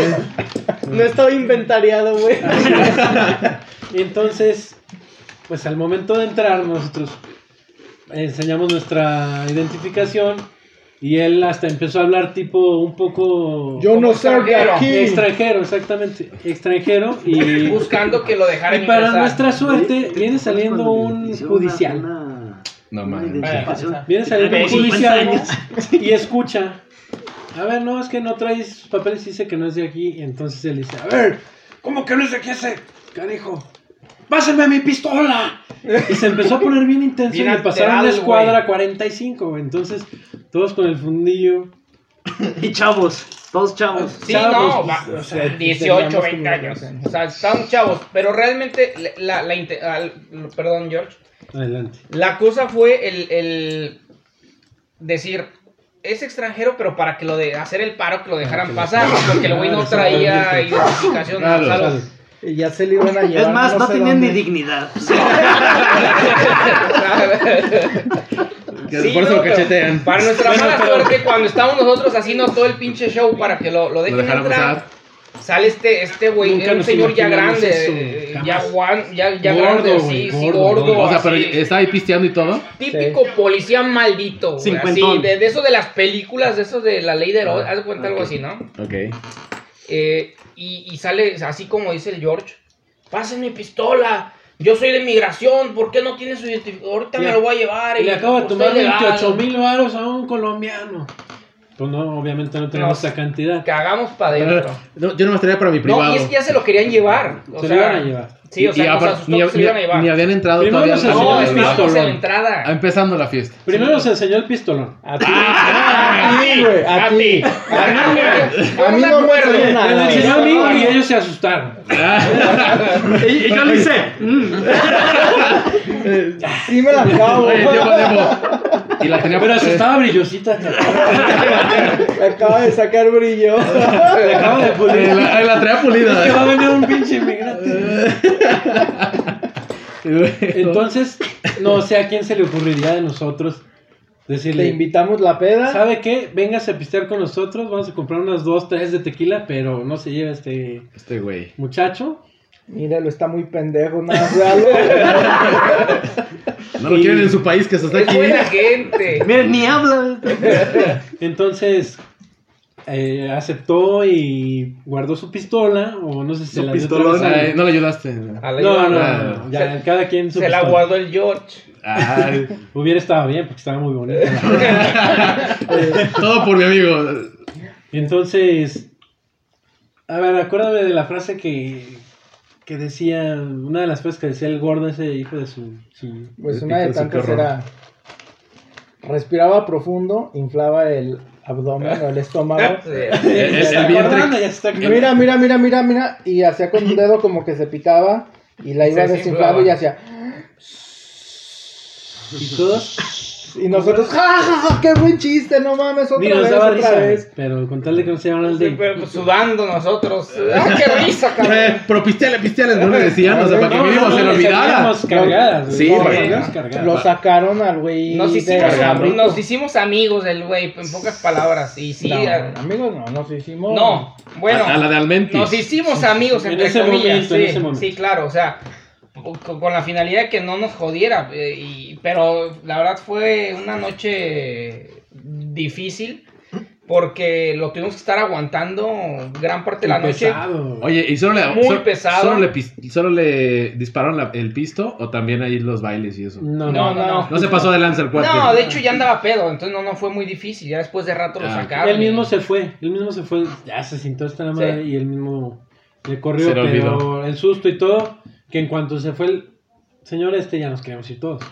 S5: No estaba inventariado, güey.
S6: Entonces, pues al momento de entrar nosotros enseñamos nuestra identificación Y él hasta empezó a hablar tipo un poco...
S9: Yo no soy de aquí.
S6: Extranjero, exactamente. Extranjero y...
S3: Buscando que lo dejaran
S6: Y para
S3: ingresar.
S6: nuestra suerte viene saliendo un judicial.
S8: No
S6: Viene saliendo un
S10: Tiene
S6: judicial
S10: 50
S6: y escucha. A ver, no, es que no traes sus papeles, dice que no es de aquí. Y entonces él dice, a ver, ¿cómo que no es de aquí ese canijo? ¡Pásenme mi pistola! Y se empezó a poner bien intenso
S3: Bien
S6: y le pasaron
S3: alterado,
S6: de escuadra
S3: güey.
S6: 45, güey. Entonces, todos con el fundillo.
S10: Y chavos, todos chavos.
S3: Sí,
S6: Chavos,
S3: no, va-
S6: pues,
S3: o sea,
S6: eh,
S3: 18,
S6: teníamos
S3: 20
S6: como-
S3: años. O sea, están chavos. Pero realmente, la, la inte- al- perdón, George.
S6: Adelante.
S3: La cosa fue el, el decir, es extranjero, pero para que lo de hacer el paro, que lo dejaran pasar. Porque el güey no traía identificación. o sea,
S6: Claro,
S3: algo-
S6: claro.
S9: Y ya se le iban a llevar.
S10: Es más, no
S9: sé
S10: tenían ni
S9: dónde.
S10: dignidad.
S3: Sí,
S8: por eso
S3: no,
S8: lo
S3: pero
S8: cachetean.
S3: Para nuestra mala suerte, cuando estábamos nosotros haciendo todo el pinche show para que lo, lo dejen
S8: Lo dejaron
S3: entrar,
S8: pasar.
S3: sale este, este güey,
S6: Nunca
S3: era un
S6: nos
S3: señor ya
S6: imaginamos
S3: grande,
S6: eso,
S3: eh, ya,
S6: jamás.
S3: guan- ya, ya
S6: Gordo,
S3: grande, sí,
S6: güey,
S3: sí,
S6: gordo,
S3: gordo.
S6: gordo.
S8: O sea, pero
S3: así.
S8: estaba ahí pisteando y todo.
S3: Típico policía maldito, güey, así,
S10: Cincuentón.
S3: de, de eso de las películas, de eso de la ley de Herodes, haz de cuenta algo así, ¿no?
S8: Ok.
S3: Eh, y, y sale así como dice el George, pasen mi pistola, yo soy de migración, ¿por qué no tiene su identificador? Ahorita
S6: Le-
S3: me lo voy a llevar.
S6: Y le acabo de
S3: estoy
S6: tomar
S3: legal".
S6: 28 mil varos a un colombiano. Pues no, obviamente no tenemos
S3: No.
S6: esa cantidad.
S3: Cagamos para adentro.
S8: No, yo no me traía para mi privado.
S3: No, y es que ya se lo querían llevar. O
S6: Se lo
S3: sea,
S6: iban a llevar.
S3: Sí, o
S8: Y- y
S3: sea, nos
S8: apar-
S3: asustó
S8: ni,
S3: que se lo
S8: ni-
S3: iban a llevar.
S8: ni habían entrado
S6: Primero
S8: todavía.
S6: nos
S8: al-
S6: enseñó
S3: no,
S8: al-
S6: el
S8: al-
S3: estábamos en la
S6: pistolón.
S8: Ah,
S3: entrada.
S8: Empezando la fiesta.
S6: Primero se enseñó el pistolón. Ah,
S9: A ti. A ti, güey. A ti.
S3: A
S9: A mí no me
S3: acuerdo.
S9: enseñó nada.
S6: Me la enseñó a mí y ellos se asustaron.
S10: Y, y yo le hice. mm.
S9: Sí me la acabo.
S8: Oye,
S9: Me
S8: tiempo, tiempo. Y la tenía
S6: Pero asustaba brillosita.
S9: acaba de sacar brillo.
S6: Le acabo de pulir.
S8: Eh, la, eh, la
S6: Que va
S8: traía
S6: a
S8: pulida.
S6: venir un pinche inmigrante. Entonces, no sé a quién se le ocurriría de nosotros
S9: Le
S6: decirle,
S9: invitamos la peda.
S6: ¿sabe qué? Véngase a pistear con nosotros, vamos a comprar unas dos, tres de tequila, pero no se lleve este
S8: Este güey.
S6: muchacho.
S9: Míralo, está muy pendejo. Nada, real.
S8: No lo quieren en su país que se está
S3: Es
S8: aquí.
S3: buena gente.
S10: Miren, ni habla.
S6: Entonces, eh, aceptó y guardó su pistola, o no sé si
S8: Su
S6: la dio otra
S8: pistolón.
S6: vez al-
S8: Ay, no le ayudaste.
S3: A la
S6: No, no,
S3: Ivana.
S6: no, no, ya, cada quien su
S3: Se la
S6: pistola.
S3: guardó el George.
S8: Ay,
S6: Hubiera estado bien porque estaba muy bonita.
S8: todo por mi amigo.
S6: Entonces, a ver, acuérdame de la frase que, que decía, una de las frases que decía el gordo, ese hijo de su... su-
S9: Pues una de
S8: Hijo de su
S9: tantas
S8: perro.
S9: era. Respiraba profundo, inflaba el abdomen o el
S6: Ah.
S9: estómago.
S3: Ah, Sí.
S8: El- el
S9: Se está
S8: vientre-
S6: acordando, ya se está-
S9: Mira, mira, mira, mira, mira. Y hacía con un dedo como que se picaba. Y la
S3: Y se
S9: iba
S3: desinflaba.
S9: desinflando y hacía.
S6: Y todos,
S9: Y nosotros, ¡ja, ja, ja! ¡Qué buen chiste! No mames, otra
S6: ni nos
S9: vez,
S6: daba
S9: otra
S6: risa,
S9: vez.
S6: pero con tal de que no se llamaran al
S3: Sí,
S6: de...
S3: pero, pues, sudando nosotros. ¡Ah, qué risa, cabrón!
S8: Eh, pero pisteale, pisteale, no le decían, o sea, para que mínimo se lo
S6: les
S8: olvidara.
S6: salíamos cargadas, güey.
S8: Sí,
S6: Nos
S8: para-
S6: salíamos cargadas.
S9: Lo sacaron al güey.
S3: Nos
S9: de
S3: hicimos,
S8: cargando.
S9: Garrito.
S3: nos hicimos amigos del güey, en pocas palabras. Y sí,
S9: No,
S3: a-
S9: amigos, no, nos hicimos.
S3: no, bueno.
S8: a, a la de Almenti.
S3: Nos hicimos amigos,
S6: En
S3: entre
S6: ese
S3: comillas.
S6: momento,
S3: sí,
S6: en ese momento.
S3: sí, claro, o sea, con, con la finalidad de que no nos jodiera. eh, y- pero la verdad fue una noche difícil porque lo tuvimos que estar aguantando gran parte de la noche.
S6: Pesado.
S8: Oye, ¿y solo le,
S3: Muy
S8: solo,
S3: pesado.
S8: Solo le, pis- solo le dispararon la- el pisto o también ahí los bailes y eso?
S6: No,
S3: No,
S6: no.
S3: no, no.
S8: No se pasó de lanza el cuate.
S3: No, de hecho ya andaba pedo, entonces no, no fue muy difícil. Ya después de rato lo
S8: Ah,
S3: sacaron.
S6: Él mismo se fue, él mismo se fue, ya se sintió hasta la madre
S3: Sí.
S6: y él mismo le corrió,
S8: Se le
S6: pero
S8: olvidó.
S6: el susto y todo, que en cuanto se fue el señor este, ya nos queríamos ir todos.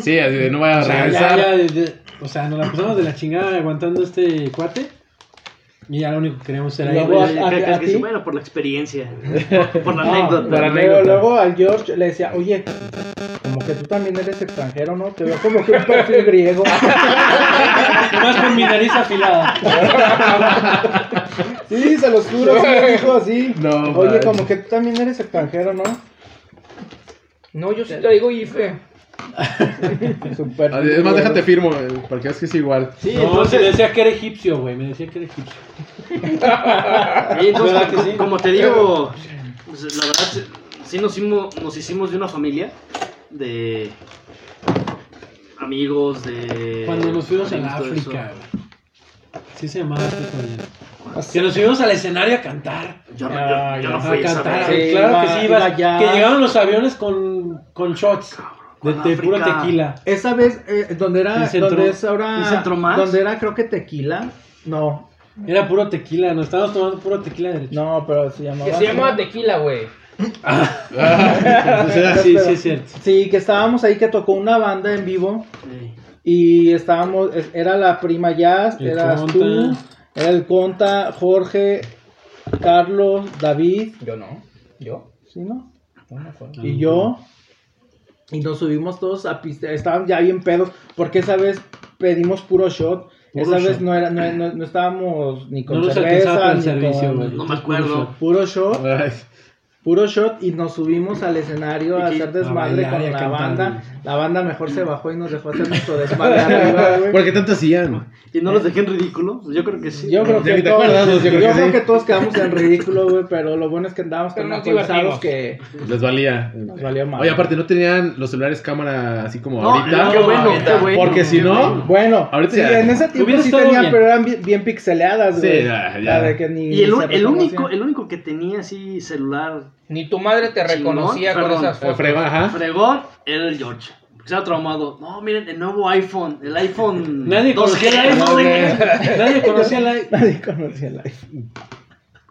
S8: Sí, así de no voy a
S6: O sea,
S8: regresar.
S6: ya- ya de- de- o sea, nos la pasamos de la chingada aguantando este cuate. Y ya lo único que queríamos era ir.
S9: Luego
S6: güey.
S9: a- a-
S10: Que- que-
S9: a
S10: que
S9: ti?
S10: sí, Bueno, por la experiencia. Por, por Ah, la anécdota.
S8: para
S9: Pero
S8: anécdota.
S9: luego al George le decía, oye, como que tú también eres extranjero, ¿no? Te veo como que un perfil griego.
S6: Nomás con mi nariz afilada.
S9: Sí, se los juro, sí me dijo así.
S8: No,
S9: oye,
S8: man.
S9: como que tú también eres extranjero, ¿no?
S3: No, yo sí traigo IFE.
S9: Super.
S8: Así de, Es más, déjate firmo, eh, porque es que es igual.
S9: Sí,
S6: no,
S9: entonces-
S6: me decía que era egipcio, güey. Me decía que era egipcio.
S10: Y entonces,
S6: ¿Verdad que
S10: co-
S6: sí?
S10: como te digo, pues, la verdad, sí- sí nos hicimos, nos hicimos de una familia de amigos, de...
S6: Cuando nos fuimos a
S10: amigos, todo eso.
S6: África, güey. Sí se llamaba este Que nos subimos al escenario a cantar.
S10: Yo
S9: no- yo- yo no fui
S6: Ah, a
S9: esa
S6: cantar.
S9: vez. Sí,
S6: claro que
S9: iba-
S6: sí, ibas-
S9: iba ya.
S6: que llegaban los aviones con, con shots de, de puro tequila.
S9: Esa vez, eh, donde era,
S6: El centro-
S9: donde es ahora,
S6: ¿El centro más?
S9: donde era creo que tequila, no.
S6: Era puro tequila, nos estábamos tomando puro tequila derecho.
S9: No, pero se llamaba.
S3: Que se llamaba tequila, güey.
S6: sí, sí, es cierto.
S9: Sí, que estábamos ahí que tocó una banda en vivo y estábamos, es- era la prima jazz,
S6: El
S9: eras
S6: Conta.
S9: tú, era el Conta, Jorge, Carlos, David,
S3: Yo no. ¿Yo?
S9: ¿sí no?
S3: No me acuerdo.
S6: Ah,
S9: Y yo. Y nos subimos todos a pista, estaban ya bien pedos, porque esa vez pedimos puro shot. esa
S6: Puro
S9: vez
S6: shot.
S9: no, era, no, no- no estábamos ni con
S6: No nos alcanzaba
S9: cerveza,
S6: para
S9: ni
S6: el servicio,
S9: con-
S6: güey.
S10: No me acuerdo.
S9: Puro shot, puro shot y nos subimos al escenario
S10: ¿Y
S9: a
S10: qué?
S9: hacer desmadre
S6: A bailar y
S9: con
S6: a
S9: la
S6: cantar,
S9: banda.
S6: güey.
S9: La banda mejor se bajó y nos dejó hacer nuestro desmadre arriba, güey.
S8: ¿Por qué tanto hacían?
S10: ¿Y no los dejé en ridículo? Yo creo que sí.
S9: Yo creo
S8: Ya
S9: que
S8: ni te
S9: todos,
S8: acuerdas,
S9: yo
S8: yo creo que
S9: creo
S8: sí.
S9: que todos quedamos en ridículo, güey, pero lo bueno es que andábamos
S3: Pero
S9: tan
S3: nos
S9: alcoholizados
S3: divertimos.
S9: que
S8: Les valía. Eh,
S9: nos valió mal.
S8: Oye, aparte, no tenían los celulares cámara así como
S10: No,
S8: ahorita.
S10: qué bueno, qué bueno.
S8: Porque si
S10: qué
S8: no.
S10: bueno.
S9: Bueno,
S8: Ahorita
S9: sí,
S8: ya-
S9: en ese tiempo
S6: Hubiera
S9: sí
S6: estado
S9: tenían,
S6: bien.
S9: pero eran bien, bien pixeleadas,
S8: Sí,
S9: güey.
S8: ya, ya.
S9: La de que ni
S10: Y el,
S9: se
S10: el único,
S9: reconocían.
S10: el único que tenía así celular
S3: Ni tu madre te
S10: Chingón,
S3: reconocía con
S10: perdón.
S3: esas
S8: eh,
S3: fotos.
S8: Frega, ajá.
S10: fregón era el George. porque Estaba traumado. No, miren, el nuevo iPhone. El iPhone.
S6: Nadie
S10: 2G,
S6: conocía el iPhone,
S10: güey.
S6: güey. Nadie conocía el iPhone.
S9: Nadie conocía el iPhone.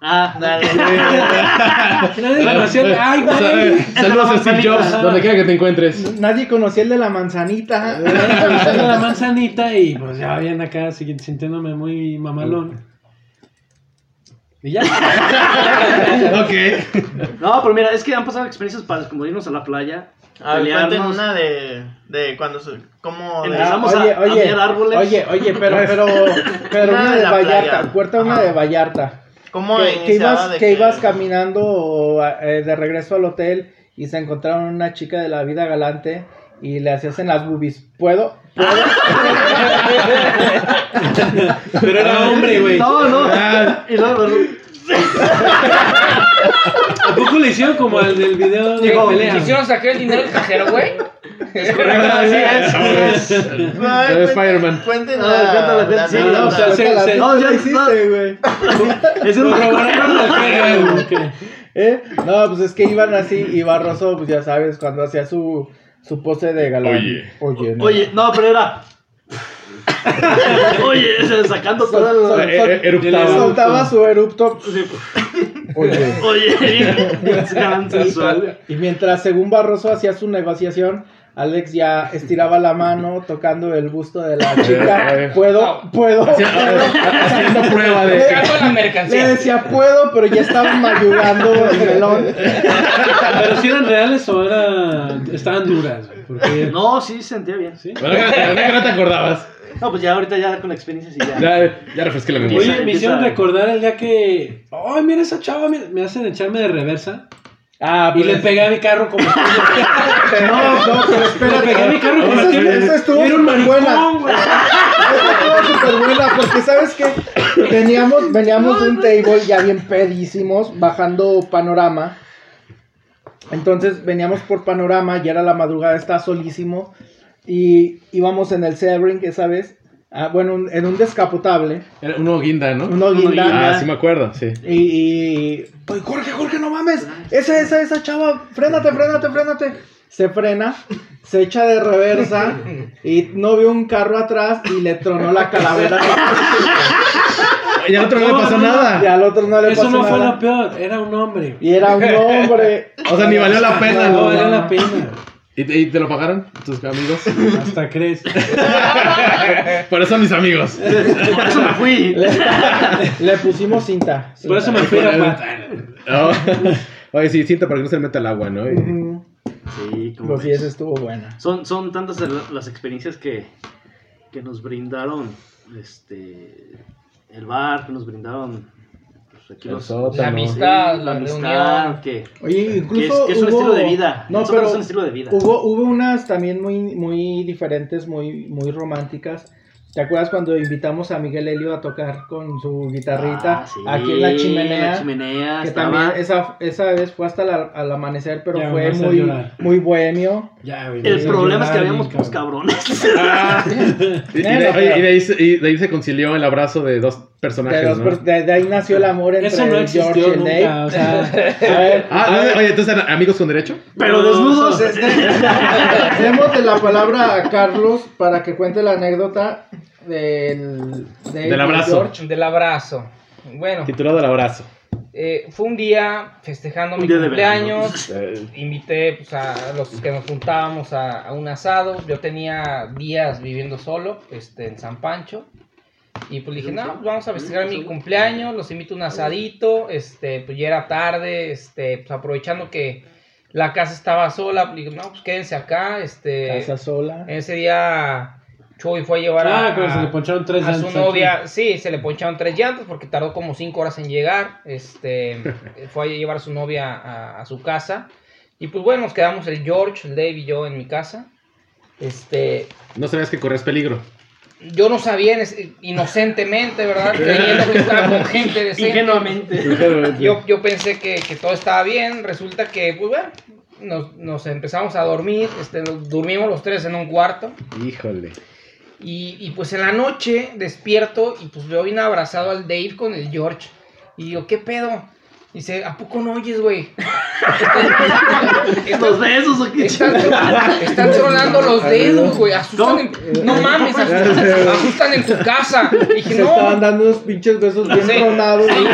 S10: Ah, dale.
S6: Nadie conocía el
S8: Ay,
S6: iPhone.
S8: güey. eh, Saludos a Steve Jobs, donde quiera que te encuentres.
S9: Nadie conocía el de la manzanita.
S10: Eh,
S6: Estaba la manzanita y pues ya bien acá sigui- sintiéndome muy mamalón. Y ya.
S8: Ok.
S10: No, pero mira, es que han pasado experiencias para como irnos a la playa.
S5: A ver,
S10: Pelearnos.
S5: cuenten una de, de cuando se, cómo de-
S10: Empezamos. Vamos a- a mirar árboles.
S9: Oye, oye, pero, pero, pero
S5: Una
S9: una
S5: de
S9: de
S5: la
S9: Vallarta,
S5: playa.
S9: cuarta una
S5: Ajá.
S9: de Vallarta.
S5: cómo
S9: que, que
S5: iniciaba
S9: ibas,
S5: de
S9: que ibas caminando eh, de regreso al hotel y se encontraron una chica de la vida galante y le hacías en las boobies. ¿Puedo?
S6: Pero era hombre, güey.
S10: No, no. Y luego,
S6: ¿A poco le hicieron como al del video de
S10: Digo,
S6: pelea?
S3: Quisieron sacar el dinero del cajero, güey.
S5: Así es, así es. Ay,
S8: Pero
S5: cuen-
S8: Spider-Man.
S5: Cuenten
S10: No,
S5: la,
S10: cuéntala,
S5: la
S10: sí, no,
S5: anécdota.
S6: o sea,
S9: Ahorita
S6: se-
S9: la
S6: se-
S9: vi,
S10: no,
S9: ¿tú
S10: ya-
S9: la hiciste, güey.
S10: es
S6: Lo
S10: un
S6: robaron al perro, güey, que-
S9: ¿Eh? No, pues es que iban así y Barroso, pues ya sabes, cuando hacía su, su pose de galán.
S8: Oye.
S9: Oye, no.
S10: Oye, no, pero era. Oye, sacando
S9: Sol-
S10: todo
S9: sol-
S10: el. pues,
S9: sol-
S8: Eh, eh, Eruptaba.
S9: soltaba su erupto. Oye.
S10: Oye, es gran sensual.
S9: Y mientras, según Barroso hacía su negociación, Alex ya estiraba la mano tocando el busto de la
S8: Eh, eh.
S9: chica. Puedo, puedo.
S8: Haciendo prueba
S3: Le
S8: de.
S3: la
S9: Le
S3: mercancía.
S9: decía puedo, pero ya estaba mayugando el melón.
S6: Pero si eran reales o era... estaban duras, güey. Porque...
S10: No, sí, sentía bien.
S6: ¿Sí?
S8: Bueno, que- que no te acordabas.
S10: No, pues ya ahorita ya con experiencias y ya.
S8: Ya, ya refresqué la memoria.
S6: Oye, me hicieron recordar el día que. ¡Ay, mira esa chava! mira", Me hacen echarme de reversa.
S9: Ah,
S6: Y le pegué a mi carro como.
S9: No, no, pero
S6: Le pegué a mi
S9: espérate.
S6: carro como.
S9: Esa- esa estuvo
S6: Era un
S9: súper buena.
S6: maricón, güey.
S9: Esa estaba súper buena, porque sabes que veníamos, veníamos de un table ya bien pedísimos, bajando panorama. Entonces veníamos por panorama, ya era la madrugada, estaba solísimo. Y íbamos en el Sebring esa vez. Ah, bueno, un- en un descapotable,
S8: Era uno guinda, ¿no?
S9: un guinda.
S8: Ah, sí me acuerdo, sí.
S9: Y, y- Oye, Jorge, Jorge, no mames. Esa, esa, esa chava. Frénate, frénate, frénate. Se frena, se echa de reversa y no vio un carro atrás y le tronó la calavera.
S8: Y al otro no le pasó
S9: Y
S8: nada.
S9: al otro no le
S6: Eso
S9: pasó
S6: no fue
S9: nada.
S6: lo peor, era un hombre.
S9: Y era un hombre.
S8: O sea, ni valió la pena,
S6: No
S8: ¿no?
S6: valió la pena.
S8: ¿Y te, y te lo pagaron tus amigos?
S6: Hasta crees.
S8: Por eso mis amigos.
S10: Por eso me fui.
S9: Le, le pusimos cinta.
S6: Por eso me fui a Irapuato.
S8: No. Oye, sí, siento para que no se le meta el agua, ¿no? Y-
S9: Ujú.
S10: Sí, como.
S9: Pues sí, esa estuvo buena.
S10: Son, son tantas la- las experiencias que, que nos brindaron este el bar, que nos brindaron pues, aquí
S8: El
S10: los-
S8: sótano.
S3: La amistad,
S10: Sí,
S3: la
S10: amistad,
S3: reunión.
S10: que,
S9: Oye,
S10: que es,
S9: incluso.
S10: que es un
S9: hubo-
S10: estilo de vida.
S9: No,
S10: Nosotros
S9: pero.
S10: es un estilo de vida.
S9: Hubo, hubo unas también muy, muy diferentes, muy, muy románticas. ¿Te acuerdas cuando invitamos a Miguel Helio a tocar con su guitarrita
S10: Ah, sí,
S9: aquí en la chimenea?
S10: la chimenea,
S9: que
S10: estaba-
S9: también esa, esa vez fue hasta la- al amanecer, pero
S10: Ya me
S9: fue
S10: vas a
S9: muy,
S10: llorar.
S9: muy bohemio.
S10: El problema es que habíamos pocos cabrones.
S8: Y, y de, oye, y de ahí, se- y de ahí se concilió el abrazo de dos personajes.
S9: De, los
S8: ¿no?
S9: per- de- de ahí nació el amor entre
S6: Eso no existió
S9: George y el
S6: nunca,
S9: Dave.
S6: o sea.
S9: A ver,
S8: Ah, no, oye, entonces eran amigos con derecho.
S10: Pero desnudos.
S6: Ah,
S9: Démosle la palabra a Carlos para que cuente la anécdota del, de
S8: Del abrazo.
S9: George.
S3: Del abrazo. Bueno,
S8: Titulado el abrazo.
S3: eh, fue un día festejando
S8: Un
S3: mi
S8: día de
S3: cumpleaños.
S8: verano.
S3: Invité pues, a los que nos juntábamos a, a un asado. Yo tenía días viviendo solo este, en San Pancho. Y pues dije, no, pues, vamos a festejar mi cumpleaños, los invito a un asadito, este, pues ya era tarde, este, pues aprovechando que la casa estaba sola, pues, dije, no, pues quédense acá, este.
S9: Casa sola.
S3: Ese día Chuy fue a llevar a.
S6: Ah, cuando se le poncharon tres
S3: a su
S6: llantas
S3: novia, sí, se le poncharon tres llantas porque tardó como cinco horas en llegar. Este, fue a llevar a su novia a, a su casa. Y pues bueno, nos quedamos el George, el Dave y yo en mi casa. Este,
S8: No sabías que corrías peligro.
S3: yo no sabía en ese- inocentemente, ¿verdad? Creyendo que estaba con gente decente.
S10: Ingenuamente.
S3: Yo, yo pensé que, que todo estaba bien. Resulta que, pues bueno, nos, nos empezamos a dormir. Este, nos- durmimos los tres en un cuarto.
S8: Híjole.
S3: Y, y, pues en la noche despierto y pues veo bien abrazado al Dave con el George. Y digo, ¿qué pedo? Dice, ¿a poco no oyes, güey?
S10: ¿Los besos o qué
S3: Están, están tronando los dedos, güey. Asustan en- No mames, asustan, asustan en tu casa. Y
S9: Se
S3: dije, no.
S9: estaban dando unos pinches besos bien
S3: Sí.
S9: tronados.
S3: Sí.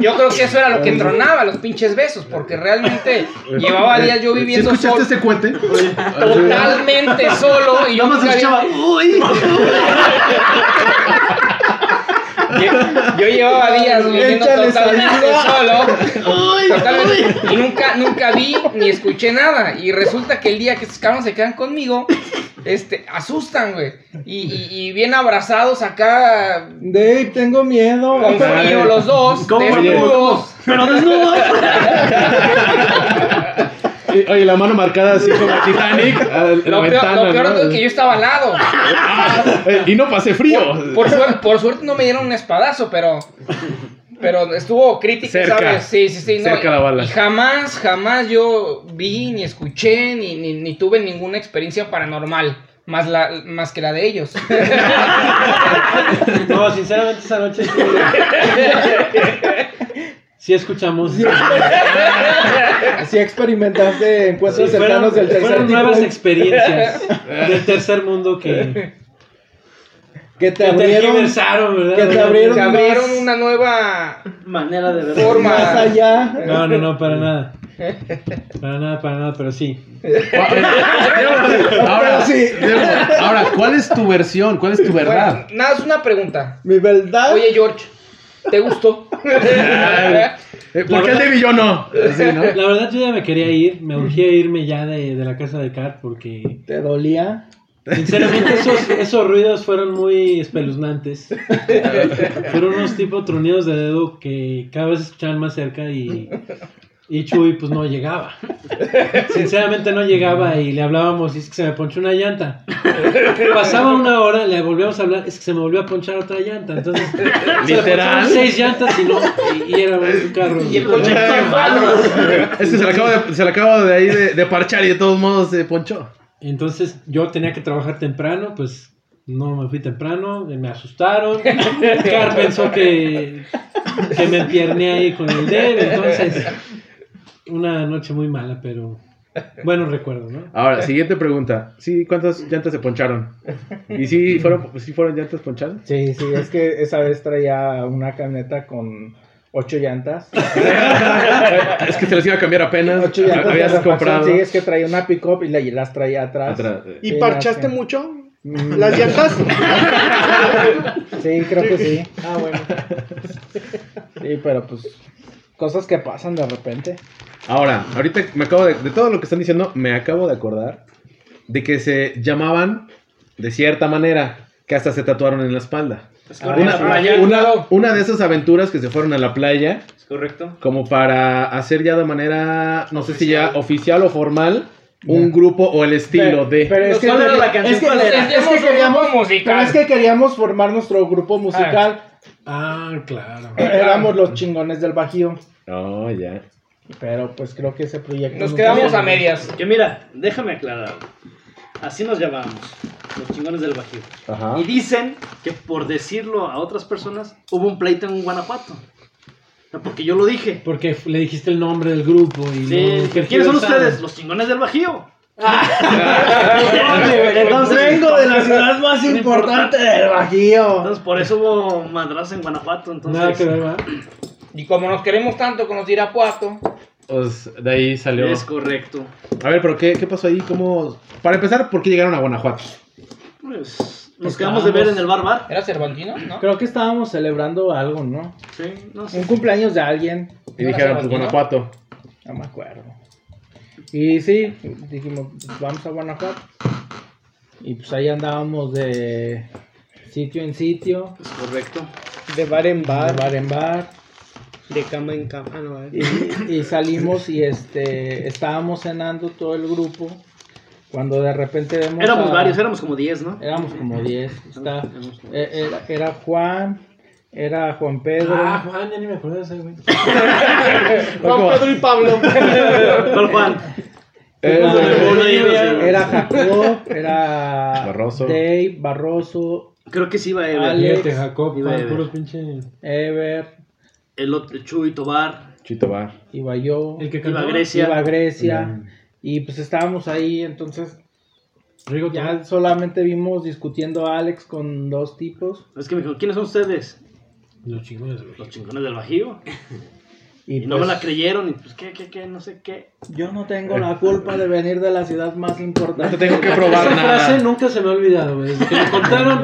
S3: Yo creo que eso era lo que tronaba, los pinches besos, porque realmente
S9: Eh,
S3: llevaba días yo viviendo
S8: ¿Sí escuchaste
S3: sol-
S8: ese cuente?
S3: totalmente solo y yo
S10: Nada más
S3: nunca había-
S10: escuchaba, uy.
S3: Yo llevaba días viviendo
S9: Échale
S3: totalmente solo.
S10: Uy,
S3: Totalmente- Y nunca, nunca vi ni escuché nada. Y resulta que el día que estos cabrones se quedan conmigo, este, asustan, güey. Y, y- y bien abrazados acá,
S9: Dave, tengo miedo.
S3: con frío los dos,
S10: ¿Cómo?
S3: desnudos.
S10: Pero desnudos.
S8: Y- Oye, la mano marcada así como Titanic. a la- la
S3: Lo peor,
S8: ventana,
S3: lo peor
S8: ¿no?
S3: es que yo estaba al lado.
S8: Eh, Y no pasé frío.
S3: Por, suer- por suerte no me dieron un espadazo, pero. Pero estuvo crítica,
S8: Cerca.
S3: ¿sabes? Sí, sí, sí. no,
S8: Cerca la bala.
S3: Y jamás, jamás yo vi, ni escuché, ni, ni, ni tuve ninguna experiencia paranormal. Más, la, más que la de ellos.
S6: No, sinceramente esa noche sí, sí escuchamos.
S9: Si experimentaste encuentros cercanos
S6: fueron
S9: del tercer
S6: fueron
S9: tipo
S6: nuevas experiencias del tercer mundo que,
S9: que te
S6: que
S9: abrieron
S6: tergiversaron, ¿verdad?
S9: que te abrieron
S3: Se
S9: más-
S3: abrieron una nueva
S10: Manera de ver.
S3: forma.
S9: más allá.
S6: No, no, no, para nada. Para nada, para nada, pero sí.
S8: Ahora
S9: Pero sí.
S8: Debo, Ahora, ¿cuál es tu versión? ¿Cuál es tu
S3: Bueno,
S8: verdad?
S3: nada, es una pregunta.
S9: Mi verdad.
S3: Oye, George, ¿te gustó?
S8: Eh, ¿Por qué el David y yo no? Sí, ¿no?
S6: La verdad yo ya me quería ir, me urgía irme ya de, de la casa de Car porque
S9: ¿Te dolía?
S6: sinceramente esos, esos ruidos fueron muy espeluznantes. Fueron unos tipo tronidos de dedo que cada vez se escuchaban más cerca y, y Chuy pues no llegaba. Sinceramente no llegaba y le hablábamos y es que se me ponchó una llanta. Pasaba una hora, le volvíamos a hablar, es que se me volvió a ponchar otra llanta. Entonces, se le poncharon seis llantas y no, y, y era un carro.
S3: Y el coche está en barro.
S8: Es que se la acabo de, se la acabo de ahí de, de parchar y de todos modos se ponchó.
S6: Entonces yo tenía que trabajar temprano, pues no me fui temprano, eh, me asustaron. Car pensó que, que me empierné ahí con el dedo, entonces una noche muy mala, pero bueno recuerdo, ¿no?
S8: Ahora, siguiente pregunta. Sí, ¿cuántas llantas se poncharon? ¿Y si fueron, si fueron llantas ponchadas?
S9: Sí, sí, es que esa vez traía una camioneta con ocho llantas.
S8: Es que se las iba a cambiar apenas.
S9: Ocho llantas de
S8: Habías
S9: refacción,
S8: comprado.
S9: Sí, es que traía una pick-up y la- y las traía atrás.
S8: Atrás, eh.
S9: Sí,
S11: ¿Y parchaste
S9: las-
S11: mucho?
S9: Mm,
S11: ¿Las llantas?
S9: Sí, creo que sí.
S11: Ah, bueno.
S9: Sí, pero pues cosas que pasan de repente.
S8: Ahora, ahorita me acabo de, de todo lo que están diciendo, me acabo de acordar de que se llamaban de cierta manera, que hasta se tatuaron en la espalda. Una,
S6: Ah,
S8: una- una de esas aventuras que se fueron a la playa,
S10: Es correcto.
S8: como para hacer ya de manera, no sé si ya oficial o formal, un grupo o el estilo de.
S9: Pero es que, quería- es que- es que queríamos, pero es que queríamos formar nuestro grupo musical. Eh,
S6: Ah, claro.
S9: Éramos los chingones del Bajío.
S8: No, ya.
S9: Pero pues creo que ese proyecto.
S3: Nos
S9: nunca-
S3: quedamos a medias.
S10: Que mira, déjame aclarar. Así nos llamábamos, los chingones del Bajío.
S8: Ajá.
S10: Y dicen que por decirlo a otras personas, hubo un pleito en Guanajuato. O sea, Porque yo lo dije.
S6: Porque f- le dijiste el nombre del grupo y
S10: Sí,
S6: no-
S10: dije, ¿Quiénes son
S6: tergiversaron.
S10: ustedes? Los chingones del Bajío.
S9: Ah. Entonces, Pues vengo de la ciudad más
S10: No importa.
S9: importante del Bajío.
S10: Entonces por eso hubo madras en Guanajuato.
S6: Nada que
S10: Entonces
S6: ver, ¿verdad?
S3: Y como nos queremos tanto con los de Irapuato,
S8: Pues de ahí salió.
S10: es correcto.
S8: A ver, pero ¿qué, qué pasó ahí? ¿Cómo.? Para empezar, ¿por qué llegaron a Guanajuato?
S10: Pues nos quedamos de ver en el bar bar.
S3: ¿era Cervantino? ¿No?
S9: Creo que estábamos celebrando algo, ¿no?
S10: Sí, no sé.
S9: Un cumpleaños de alguien.
S8: Y dijeron, pues Guanajuato.
S9: No me acuerdo. Y sí, dijimos, vamos a Guanajuato. Y pues ahí andábamos de sitio en sitio,
S10: Es correcto.
S4: De bar en
S9: de
S4: bar,
S9: bar en bar.
S4: de cama en cama. Ah, no, eh.
S9: Y, y salimos y este estábamos cenando todo el grupo. Cuando de repente vemos.
S10: Éramos
S9: a-
S10: varios, éramos como 10, ¿no?
S9: Éramos como 10. Está,
S10: Éramos como
S9: eh, era, era Juan, era Juan Pedro.
S6: Ah, Juan, ya ni me acuerdo de ese, güey.
S4: Juan Pedro y Pablo.
S10: ¿Cuál Juan?
S9: era,
S10: Uno y dos, sí.
S9: era Jacob, era
S8: Barroso.
S9: Dave, Barroso,
S10: Creo que sí iba a
S9: Ale-
S10: Ever.
S6: Fíjate, Jacob,
S10: Iba a
S6: Juan,
S10: ver.
S6: puro pinche.
S9: Ever,
S10: El otro, Chuy Tobar.
S8: Chito Bar.
S9: iba yo,
S6: El que
S10: Iba
S6: cantaba.
S9: iba
S10: Grecia.
S9: Grecia.
S6: Mm.
S9: Y pues estábamos ahí, entonces
S6: Rigo,
S9: ya solamente vimos discutiendo a Alex con dos tipos.
S10: Es que me dijo, ¿quiénes son ustedes?
S6: Los chingones, güey.
S10: Los chingones del Bajío.
S9: Y,
S10: Y no me
S9: pues,
S10: la creyeron. Y pues, ¿qué, qué, qué? No sé qué.
S9: yo no tengo la culpa de venir de la ciudad más
S8: No te
S9: importante.
S8: tengo que
S6: Esa
S8: probar
S6: frase
S8: nada.
S6: nunca se me ha olvidado, güey. Desde que me contaron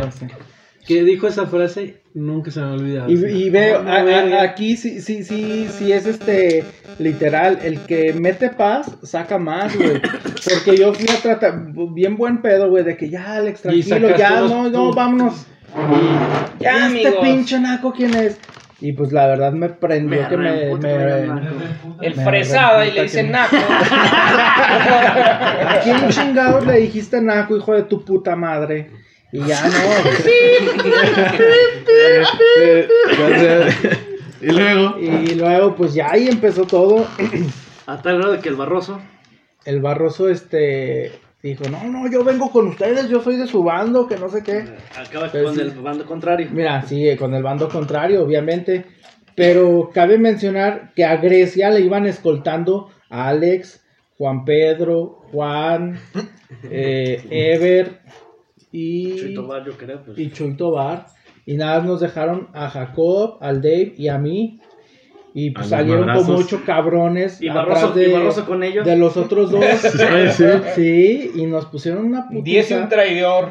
S6: que dijo esa frase, nunca se me ha olvidado.
S9: Y, y veo,
S6: No,
S9: a- a-
S6: verga.
S9: aquí sí, sí, sí, sí es este literal, el que mete paz saca más, güey. Porque yo fui a tratar, bien buen pedo, güey, de que ya, Alex, tranquilo,
S6: sacaste
S9: ya,
S6: unos
S9: no, no,
S6: putos.
S9: vámonos. Y, ya, este
S3: amigos.
S9: pinche naco, ¿quién es? Y pues la verdad me prendió
S10: Me
S9: que me...
S10: reemputa,
S9: me-
S10: me reemputa.
S3: El fresada y le dicen naco.
S9: ¿A quién chingados le dijiste naco, hijo de tu puta madre? Y ya no, güey.
S8: Eh, entonces, y luego.
S9: Y luego, pues ya ahí empezó todo.
S10: A tal grado que el Barroso.
S9: el Barroso este dijo, no, no, yo vengo con ustedes, yo soy de su bando, que no sé qué.
S10: eh, Acaba
S9: Pero
S10: con
S9: Pues sí.
S10: el bando contrario.
S9: Mira, sí, eh, con el bando contrario, obviamente. Pero cabe mencionar que a Grecia le iban escoltando a Alex, Juan Pedro, Juan, eh, Ever
S10: Chuy
S9: y,
S10: Tobar, yo creo. Pues.
S9: y Chuy Tobar. Y nada más nos dejaron a Jacob, al Dave y a mí. Y pues
S8: los
S9: salieron como
S8: madrazos.
S9: ocho cabrones.
S10: Y
S9: atrás
S10: Barroso,
S9: de-
S10: y Barroso con ellos.
S9: de los otros dos.
S8: Sí, sí.
S9: Sí, y nos pusieron una putiza.
S3: 10 y un traidor.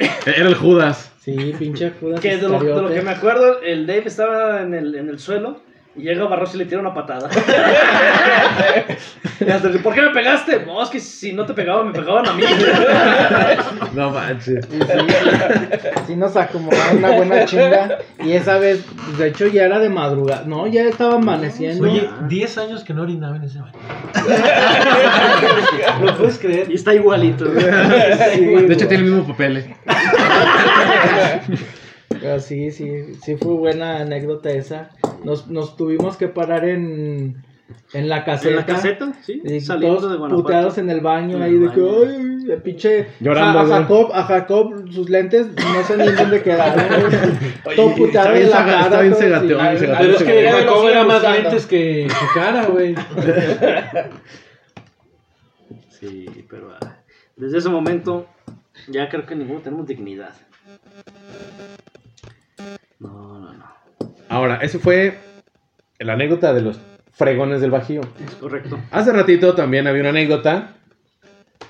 S8: Eh, Era el Judas.
S9: Sí, pinche Judas
S10: Que de lo, de lo
S9: Iscariote.
S10: que me acuerdo, el Dave estaba en el, en el suelo y llega Barroso y le tira una patada. Y hasta dice, ¿Por qué me pegaste? No, es que si no te pegaban, me pegaban a mí.
S8: No manches.
S9: Y sí, sí nos acomodaron una buena chinga. Y esa vez, pues, de hecho, ya era de madrugada. No, ya estaba amaneciendo.
S6: Oye, 10 años que no orinaba en ese baño. ¿Lo puedes creer?
S10: Y está igualito.
S8: De hecho, tiene el mismo papel. eh.
S9: Pero sí, sí, sí fue buena anécdota esa. Nos, nos tuvimos que parar en, en la
S10: En
S9: caseta.
S10: la caseta, sí,
S9: Y
S10: saliendo
S9: todos
S10: de
S9: puteados
S10: Guanajuato.
S9: en el baño
S10: En
S9: ahí
S10: el
S9: de que
S10: baño.
S9: ay, de pinche
S8: Llorando,
S9: a, a
S8: güey.
S9: Jacob, a Jacob sus lentes no sé ni en dónde quedaron. güey. todo puteado
S8: Está
S9: de
S8: bien,
S9: la
S8: saga-
S9: cara.
S8: está bien
S9: todo
S8: segateón,
S9: así.
S8: segateón.
S6: Pero es que
S3: Ya me lo
S6: Jacob
S3: sigue
S6: era más
S3: gustando.
S6: lentes que su cara, güey.
S10: Sí, pero ah, desde ese momento ya creo que ninguno tenemos dignidad. No, no, no.
S8: Ahora, eso fue la anécdota de los fregones del Bajío.
S10: Es correcto.
S8: Hace ratito también había una anécdota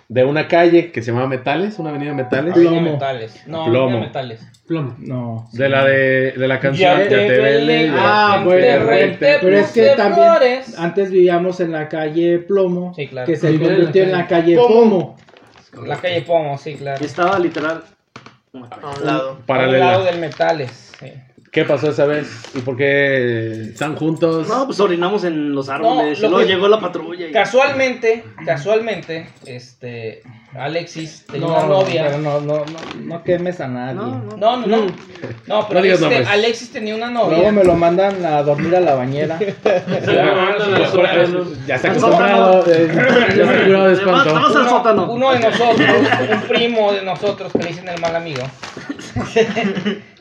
S8: de una calle que se llamaba Metales, una avenida Metales.
S9: Plomo.
S3: Avenida Metales. No,
S8: Plomo.
S3: Avenida Metales.
S6: Plomo.
S9: No.
S8: De la de, de la canción.
S3: Ya te
S8: velé,
S3: velé,
S8: ya
S9: Ah,
S8: te
S9: bueno,
S8: velé,
S9: bueno,
S8: te-
S9: Pero es que
S3: puse
S9: también Ah,
S3: flores.
S9: antes vivíamos en la calle Plomo,
S3: Sí, claro.
S9: que se
S6: Vivía en la
S9: convirtió en la calle Pomo.
S3: La calle Pomo, sí, claro.
S10: Estaba literal
S4: A un lado.
S3: Al
S8: Paralela.
S3: lado del Metales. sí.
S2: ¿Qué pasó esa vez? ¿Y por qué están juntos?
S10: No, pues orinamos en los árboles.
S3: No, lo
S10: y luego
S3: que-
S10: llegó la patrulla. y-
S3: Casualmente, casualmente, este, Alexis tenía una novia.
S9: pero no, no, no, no quemes a nadie.
S3: No, no, no. No, pero
S9: No digas
S3: este,
S9: nombres.
S3: Alexis tenía una
S9: Luego
S3: novia.
S9: me lo mandan a dormir a la bañera.
S2: Ya está
S9: Al
S2: acostumbrado.
S9: sótano.
S2: eh, Ya está curado de espanto.
S3: Uno- Uno de nosotros, un primo de nosotros que le dicen el mal amigo.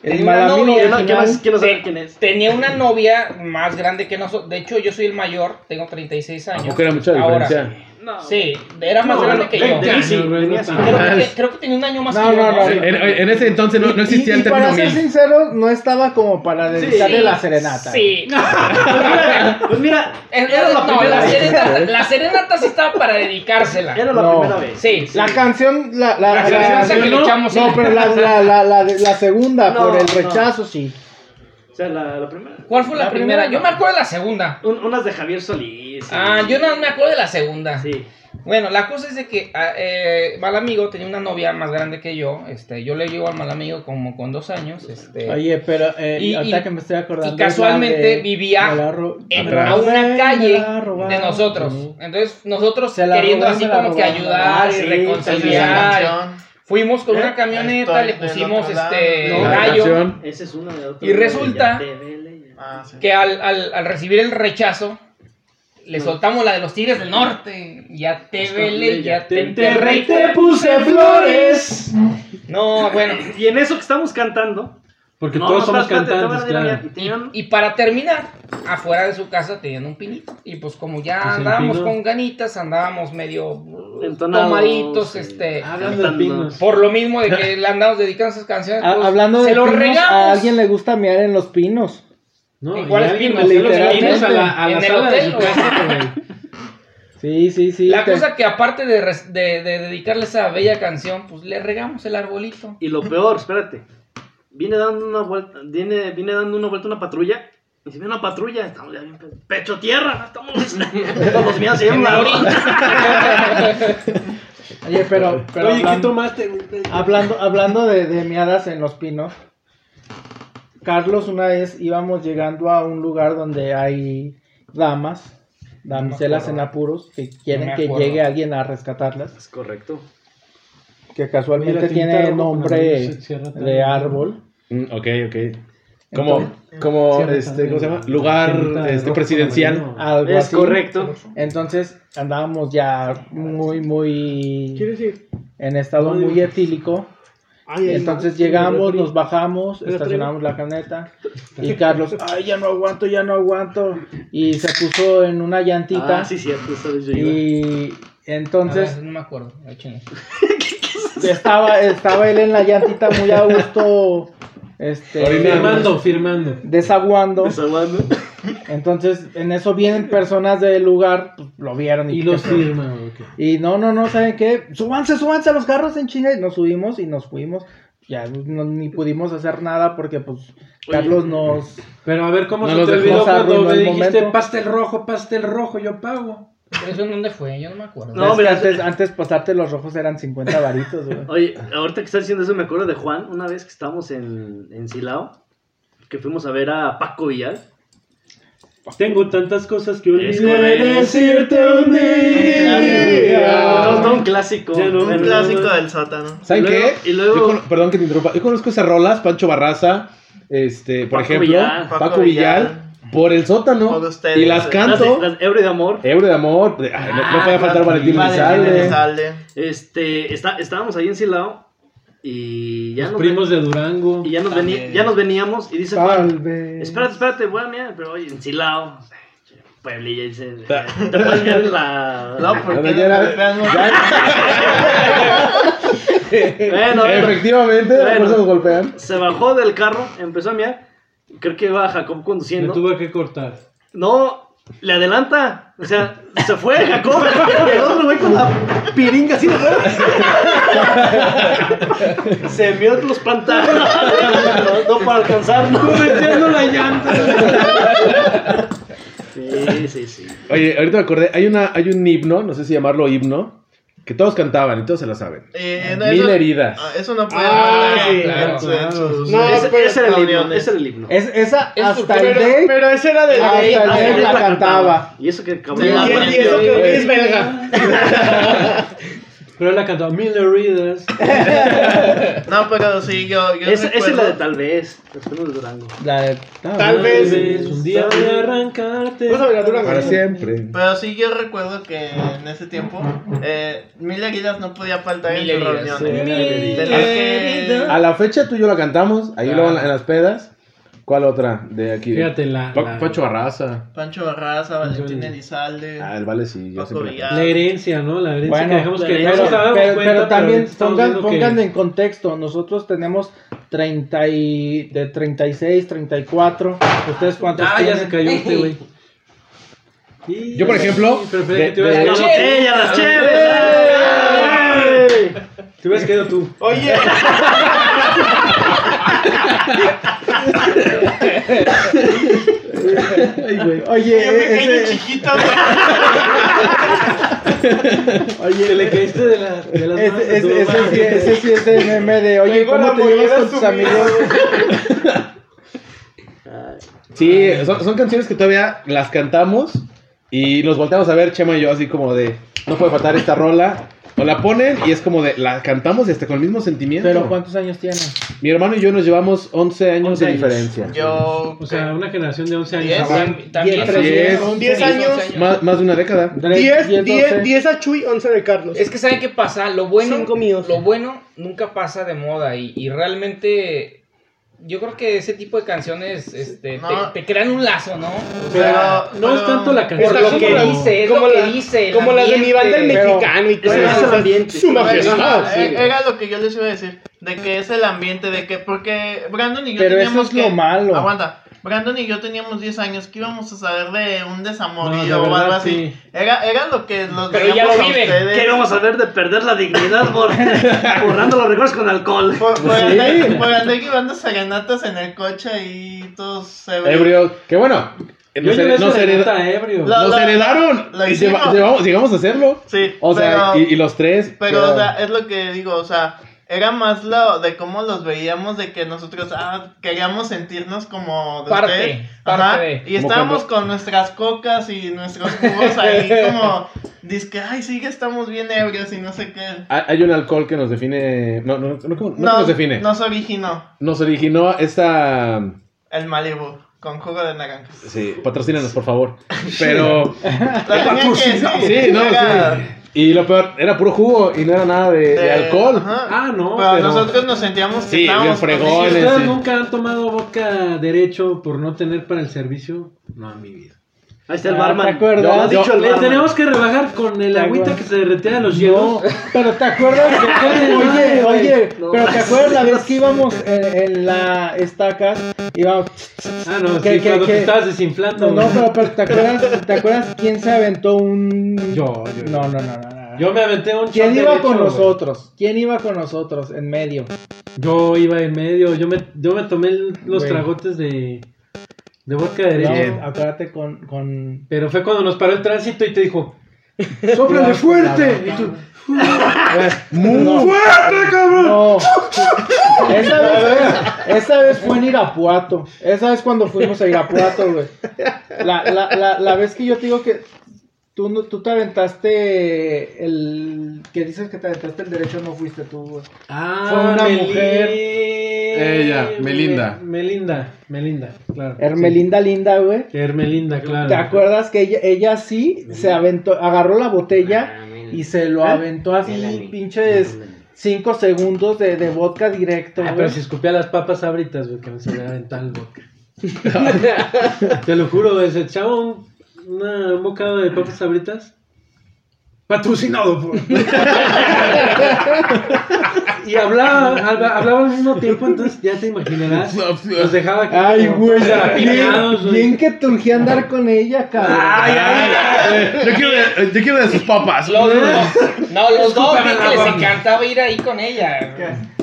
S9: El mal amigo original. Quiero- quiero
S3: saber quién es. Tenía una novia más grande que nosotros. De hecho, yo soy el mayor, tengo 36 años.
S2: Tampoco era mucha
S3: Ahora,
S2: diferencia.
S3: Sí, era más
S2: No,
S3: grande
S2: no,
S3: que yo.
S2: veinte años, Sí, güey, no tanto.
S3: creo, que, creo que tenía un año más
S9: No,
S3: que yo.
S9: no, no.
S2: En, en ese entonces no, no existía
S9: Y
S2: el término
S9: para ser
S2: mil.
S9: sincero, no estaba como para dedicarle
S3: Sí.
S9: la serenata.
S3: Sí.
S10: Pues mira,
S3: era
S9: la primera
S3: la
S9: vez.
S3: serenata, la serenata sí estaba para dedicársela. Era
S9: la No. primera vez.
S3: Sí, sí.
S9: La canción, la, la,
S3: La canción esa que le
S9: no,
S3: echamos,
S9: no,
S3: sí.
S9: pero la, la, la, la, de- la segunda,
S3: No,
S9: por el
S3: no.
S9: rechazo, sí.
S10: O sea, la, la primera.
S3: ¿Cuál fue la, primera? Yo me acuerdo de la segunda.
S10: unas de Javier Solís.
S3: Ah, yo no me acuerdo de la segunda.
S10: Sí.
S3: Bueno, la cosa es de que ah, eh, mal amigo tenía una novia más grande que yo. Este, yo le llevo al mal amigo como con dos años.
S9: Pues,
S3: Este,
S9: Oye, pero eh,
S3: Y-
S9: ahorita
S3: y-
S9: que me estoy acordando.
S3: y casualmente
S9: es la de-
S3: vivía
S9: me la ro-
S3: en
S9: me la
S3: a una
S9: robé,
S3: calle
S9: me la robaron.
S3: de nosotros. Entonces, nosotros
S9: la
S3: queriendo
S9: robé,
S3: así
S9: me la
S3: como que
S9: robaron.
S3: ayudar
S9: Ah,
S3: y
S9: sí, Eh,
S3: reconciliar. Fuimos con una camioneta, le
S10: del
S3: pusimos
S10: otro lado.
S3: este
S10: No, la
S3: gallo.
S10: canción. Ese es uno de otro.
S3: Y resulta Ah.
S10: Ya te vele, ya.
S3: que al, al- al recibir el rechazo, le soltamos la de los Tigres del Norte. Ya te vele, ya te enterré y te puse flores. No, bueno.
S10: Y en eso que estamos cantando.
S6: Porque
S10: No,
S6: todos
S10: no,
S6: somos
S10: espérate, espérate,
S6: cantantes,
S10: espérate,
S6: claro.
S10: mira, mira, y tenían-
S3: Y para terminar, afuera de su casa tenían un pinito. Y pues como ya
S6: Pues el
S3: andábamos
S6: pino.
S3: con ganitas, andábamos medio uh,
S10: Entonados,
S3: tomaditos, este.
S9: Ah.
S6: Hablando de pinos.
S3: Por lo mismo de que le andamos dedicando esas canciones.
S9: Ha-
S3: pues,
S9: Ah, hablando
S3: se
S9: de
S3: lo
S9: pinos, a
S3: regamos.
S9: alguien le gusta mear en los pinos.
S6: No,
S3: ¿En cuáles
S6: y alguien
S3: pinos?
S6: metió
S3: ¿En los
S6: los
S3: pinos?
S6: pinos a la, a la
S3: ¿En el
S6: sala
S3: hotel
S6: de su
S3: o en-
S6: casa, güey.
S9: Sí, sí, sí.
S3: La
S9: te-
S3: cosa que aparte de, res- de- de dedicarle esa bella canción, pues le regamos el arbolito.
S10: Y lo peor, espérate. Viene dando una vuelta, viene, viene dando una vuelta una patrulla. Y si viene una patrulla, estamos ya bien pe- pecho tierra, ¿no? estamos con los míos en la
S9: Oye, pero, pero
S6: Oye, ¿qué
S9: hablando-
S6: tomaste?
S9: Ah, Hablando, hablando de, de miadas en los pinos, Carlos una vez íbamos llegando a un lugar donde hay damas, damiselas en apuros, que quieren
S10: No me
S9: que
S10: acuerdo.
S9: llegue alguien a rescatarlas,
S10: Es correcto.
S9: que casualmente
S6: Mira, tinta
S9: tiene
S6: roja,
S9: nombre
S6: no se cierra tan
S9: de
S6: bien.
S9: árbol.
S2: Mm, Ok, ok. Como, como
S6: Cierra
S2: este, ¿cómo se llama?
S6: también.
S2: Lugar
S6: Cierra
S2: este,
S6: rojo,
S2: presidencial.
S6: amarillo.
S9: Algo
S10: Es
S9: así.
S10: correcto.
S9: Entonces andábamos ya muy, muy
S6: ¿Quieres ir?
S9: en estado
S6: Ay,
S9: muy
S6: Dios.
S9: etílico.
S6: Ay, ay,
S9: Entonces
S6: no,
S9: llegamos,
S6: refri.
S9: nos bajamos,
S6: Pero
S9: estacionamos la camioneta y Carlos, ay, ya no aguanto, ya no aguanto. Y se puso en una llantita
S10: Ah, sí, cierto, esa vez yo iba.
S9: y
S3: Entonces,
S9: entonces
S3: no me acuerdo. la chinga.
S9: estaba, estaba él en la llantita muy a gusto, este,
S6: Firmando, firmando.
S9: desaguando.
S10: Desaguando.
S9: Entonces en eso vienen personas del lugar, pues, lo vieron y,
S6: Y los firma, güey. ok.
S9: Y no, no, no, ¿saben qué? Súbanse, súbanse a los carros en China. Y nos subimos y nos fuimos. Ya no, ni pudimos hacer nada porque, pues, Carlos nos.
S6: Pero a ver cómo
S2: No
S6: se
S2: los
S6: te
S2: dejó.
S6: olvidó
S9: Nos
S6: cuando
S9: arruinó
S6: me
S9: el
S6: dijiste
S9: momento.
S6: pastel rojo, pastel rojo, yo pago.
S3: ¿Pero eso en dónde fue? Yo no me acuerdo.
S10: No,
S9: Es que
S10: mira, eh.
S9: antes, antes pasarte los rojos eran 50 varitos, güey.
S10: Oye, ahorita que estás diciendo eso, me acuerdo de Juan, una vez que estábamos en, en Silao, que fuimos a ver a Paco Villal.
S6: Tengo tantas cosas que
S10: Es
S6: olvidé
S10: correcto.
S6: decirte un
S10: Ah, No,
S6: día.
S10: no, un clásico.
S6: Ya Ah. no.
S5: Un clásico del sótano.
S2: ¿Saben
S10: Luego-
S2: qué?
S10: y luego-
S2: Yo cono- perdón que te interrumpa. Yo conozco esas rolas, Pancho Barraza, este, por
S10: Paco
S2: ejemplo,
S10: Villal.
S2: Paco,
S5: Paco
S2: Villal, por el sótano.
S5: Por ustedes.
S2: y las canto.
S10: Las, las Ebre de Amor.
S2: Euro de amor. de- ay, no,
S5: Ah,
S2: no podía faltar Valentín Elizalde.
S5: Salde.
S10: Este, está, estábamos ahí en Silao y ya
S6: Los
S10: nos
S6: primos de Durango.
S10: Y ya nos, veni- ya nos veníamos y dice Juan,
S9: Tal vez.
S10: espérate, espérate, voy a mirar, pero oye, en Silao, pueblilla, dice, eh, te puedes mirar en la... pues,
S5: No, porque
S2: Ya era-
S10: Bueno, bueno.
S9: eh.
S2: Efectivamente, de
S10: Bueno.
S2: fuerza nos golpean.
S10: se bajó del carro, empezó a mirar, creo que iba Jacob
S6: Me
S10: conduciendo,
S6: tuve que cortar.
S10: no, le adelanta, o sea, se fue Jacob, y el otro güey con la piringa así de fuera. se vio los pantalones, no, no para alcanzarnos, metiendo la llanta. Sí, sí, sí.
S2: Oye, ahorita me acordé, hay, una, hay un himno, no sé si llamarlo himno,
S8: Que todos cantaban y todos se la saben.
S5: Eh,
S8: Mil
S5: eso-
S8: heridas.
S5: ah, Eso no puede
S8: Ah,
S5: hablar
S8: sí,
S5: en-
S8: claro,
S5: en su-
S8: claro,
S5: en sus-
S8: sí. No,
S5: Ese-
S9: pero-
S5: ese era el himno,
S9: reuniones.
S5: ese era el himno.
S9: Es, esa
S5: Es
S9: hasta el
S5: pero-
S9: day.
S5: pero ese era de
S9: hasta el
S5: Ah,
S9: day
S5: sí,
S9: la cantaba.
S10: Y eso que
S5: Y-
S10: cabrón.
S5: y- y eso que
S10: güey.
S5: es belga.
S6: Pero él la cantó Miller Readers.
S5: No, pero sí, yo, yo
S10: Esa esa es la de
S5: recuerdo-
S10: tal vez. Los Frenos de Durango.
S3: La de-
S5: Tal vez.
S6: Un día voy a arrancarte.
S9: Vamos a bailar Durango.
S8: Para siempre.
S5: Pero sí, yo recuerdo que en ese tiempo, eh, Mil Heridas no podía faltar
S3: Mil
S5: en tus
S3: Heridas,
S5: reuniones. Tenía
S8: A
S5: que...
S8: la fecha tú y yo la cantamos. Ahí
S3: Claro.
S8: luego en la- en las pedas. ¿Cuál otra? De aquí.
S6: Fíjate la.
S8: Pa-
S6: la-
S8: Pacho Barraza.
S5: Pancho Barraza, Valentín Elizalde.
S8: Ah, el Vale sí. Yo
S5: Paco
S8: siempre la
S5: Villar.
S6: La herencia, ¿no? La herencia
S9: Bueno,
S6: que dejamos
S10: la
S6: que
S10: herencia.
S6: no nos
S9: Pero,
S6: dábamos
S9: pero
S6: cuenta,
S9: también
S6: ahorita estamos
S9: pongan,
S6: viendo que-
S9: pongan en contexto, nosotros tenemos 30 y, de 36, 34. ¿Ustedes cuántos
S6: Ah, ya
S9: tienen?
S6: se cayó este, güey. Y-
S8: Yo, por ejemplo,
S6: Sí, pero espera que
S8: de-
S6: te hubieras
S8: de-
S6: quedado-
S10: ¡Ella, las chéveres! ¡Ay!
S6: Te hubieras quedado tú.
S5: Oye,
S9: Oye,
S5: yo me caí de
S9: ese-
S5: chiquito, güey.
S6: Te le caíste de, la, de las manos
S9: ese,
S6: a tu
S9: ese,
S6: mamá.
S9: ese sí, ese sí es de meme de, oye,
S5: Tengo
S9: ¿cómo
S5: la
S9: te llevas
S5: mollera
S9: con tus
S5: subida,
S9: amigos?
S8: Sí, son, son canciones que todavía las cantamos y nos volteamos a ver Chema y yo así como de, no puede faltar esta rola. O la ponen y es como de, la cantamos y hasta con el mismo sentimiento.
S9: Pero ¿cuántos años tienes?
S8: Mi hermano y yo nos llevamos 11 años
S10: 11
S8: de
S10: años.
S8: diferencia.
S5: Yo...
S6: O sea, una generación de 11 años.
S5: Diez.
S6: ahora.
S9: Diez,
S3: También.
S8: Así es.
S9: once,
S11: 10 años.
S3: once
S8: Más, más de una década.
S9: tres,
S11: 10,
S9: diez,
S11: 10,
S9: doce.
S11: 10 a Chuy, 11 de Carlos.
S3: Es que ¿saben qué pasa? Lo bueno,
S11: Cinco míos.
S3: lo bueno nunca pasa de moda y, y realmente yo creo que ese tipo de canciones este,
S5: No.
S3: te, te crean un lazo, ¿no?
S6: Pero
S5: Pero-
S6: no es
S5: pero-
S6: tanto la canción.
S3: Por
S11: Está
S3: lo
S11: como
S3: que
S11: la-
S3: dice, es
S11: como
S3: lo que
S11: la-
S3: dice. el
S11: Como las de mi
S3: ambiente.
S11: banda el
S3: Pero-
S11: mexicano y todo
S10: Ese es
S11: eso.
S10: el ambiente. Eh,
S11: Su majestad.
S5: Ajá,
S11: sí.
S5: e- Era lo que yo les iba a decir, de que es el ambiente, de que porque Brandon y yo
S9: Pero eso
S5: teníamos
S9: es lo
S5: que-
S9: malo.
S5: Aguanta, Brandon y yo teníamos 10 años, que íbamos a saber de un
S6: No,
S5: desamorillo
S6: la
S5: o algo
S6: verdad,
S5: así.
S6: sí.
S5: Era, era lo que los
S3: Pero ya
S5: veíamos
S3: lo
S5: a
S3: viven.
S5: ustedes.
S10: ¿Qué vamos a ver de perder la dignidad por borrando los recuerdos con alcohol?
S5: Por, por, andar, por andar llevando serenatas en el coche y todos
S9: Eh,
S5: ebrios.
S8: Ebrio. Que bueno.
S6: Yo llevé
S8: Nos, hered-
S6: esa
S8: nos
S6: de
S8: hereda-
S6: nota ebrio.
S5: La-
S8: nos
S5: lo-
S8: heredaron.
S5: lo
S8: y
S5: hicimos.
S8: lleva- llevamos- llegamos a hacerlo.
S5: Sí,
S8: O sea,
S5: pero-
S8: y, y los tres.
S5: Pero, o sea, es lo que digo, o sea, era más lo de cómo los veíamos, de que nosotros ah, queríamos sentirnos como de
S3: Parte,
S5: ustedes.
S3: parte
S5: Ajá,
S3: de.
S5: Y
S8: Como
S5: estábamos
S8: cuando-
S5: con nuestras cocas y nuestros jugos ahí, como, dizque, ay, sí, que estamos bien ebrios y no sé qué.
S8: hay hay un alcohol que nos define. No, no, no, no, ¿cómo- no que nos define.
S5: nos originó
S8: Nos originó esta.
S5: el Malibu con jugo de naranja.
S8: Sí, patrocínanos, por favor. Pero.
S5: La tenía que decir,
S8: Sí, no,
S5: era-
S8: sí. Y lo peor, era puro jugo y no era nada de, de
S5: de-
S8: alcohol.
S5: Eh, ajá.
S6: Ah, no,
S5: Pero,
S6: pero-
S5: nosotros nos sentíamos que
S8: Sí, bien
S5: estábamos con-
S8: fregones.
S6: Ustedes
S8: sí.
S6: nunca han tomado vodka derecho por no tener para el servicio. No, en mi vida.
S10: Ahí está el
S9: Ah, ¿Te
S10: barman.
S9: acuerdas?
S10: Lo ha dicho el
S6: Le
S10: barman.
S6: tenemos que rebajar con el
S9: Ya,
S6: agüita
S9: güey.
S6: que se derretía de los
S9: No,
S6: hielos.
S9: pero te acuerdas que- oye, oye, pero te acuerdas la vez que íbamos en, en la estacas, íbamos,
S6: Ah, no,
S9: ¿Qué,
S6: sí,
S9: qué,
S6: cuando
S9: qué?
S6: te estabas desinflando.
S9: no, no,
S6: güey.
S9: pero, pero te acuerdas, te acuerdas quién se aventó un
S6: Yo, yo, yo.
S9: No, no, no, no, no.
S6: Yo me aventé un
S9: ¿Quién
S6: shot
S9: iba
S6: derecho,
S9: con
S6: güey.
S9: nosotros? ¿Quién iba con nosotros en medio?
S6: Yo iba en medio, yo me, yo me tomé el- los
S9: Güey.
S6: tragotes de, de vodka derecho.
S9: No, acuérdate con, con...
S6: Pero fue cuando nos paró el tránsito y te dijo,
S9: ¡Sóplale fuerte!
S6: y tú,
S9: ¡Muy fuerte, cabrón! No. Esa vez, esa vez fue en Irapuato. Esa vez cuando fuimos a Irapuato, güey. La, la, la, la vez que yo te digo que tú, no- tú te aventaste el... Que dices que te aventaste el derecho, no fuiste tú, güey.
S6: ah,
S9: Fue una
S6: Meli-
S9: mujer.
S8: Ella, Melinda.
S6: Me- Melinda, Melinda, claro.
S9: Hermelinda Linda, güey.
S6: Sí. Hermelinda, claro.
S9: ¿Te acuerdas que ella, ella sí se aventó, agarró la botella y se lo aventó así, pinches 5 segundos de, de vodka directo,
S6: Ah,
S9: güey.
S6: pero si escupía las papas abritas, güey, que no se le aventaba el vodka. te lo juro, güey, se echaba un, una- un bocado de papas abritas. Patrocinado por. y hablaba, habla- hablaba al mismo tiempo, entonces ya te imaginarás. Nos dejaba aquí
S9: Ay,
S6: como
S9: güey,
S6: todos
S9: bien,
S6: arapiñados, güey.
S9: bien que te urgía andar con ella, cabrón.
S8: Eh, yo, quiero de, yo quiero de sus papas.
S3: Los dos. No, los dos
S6: Escúpame
S3: vi
S6: la
S3: que les
S6: banda.
S3: encantaba ir ahí con ella.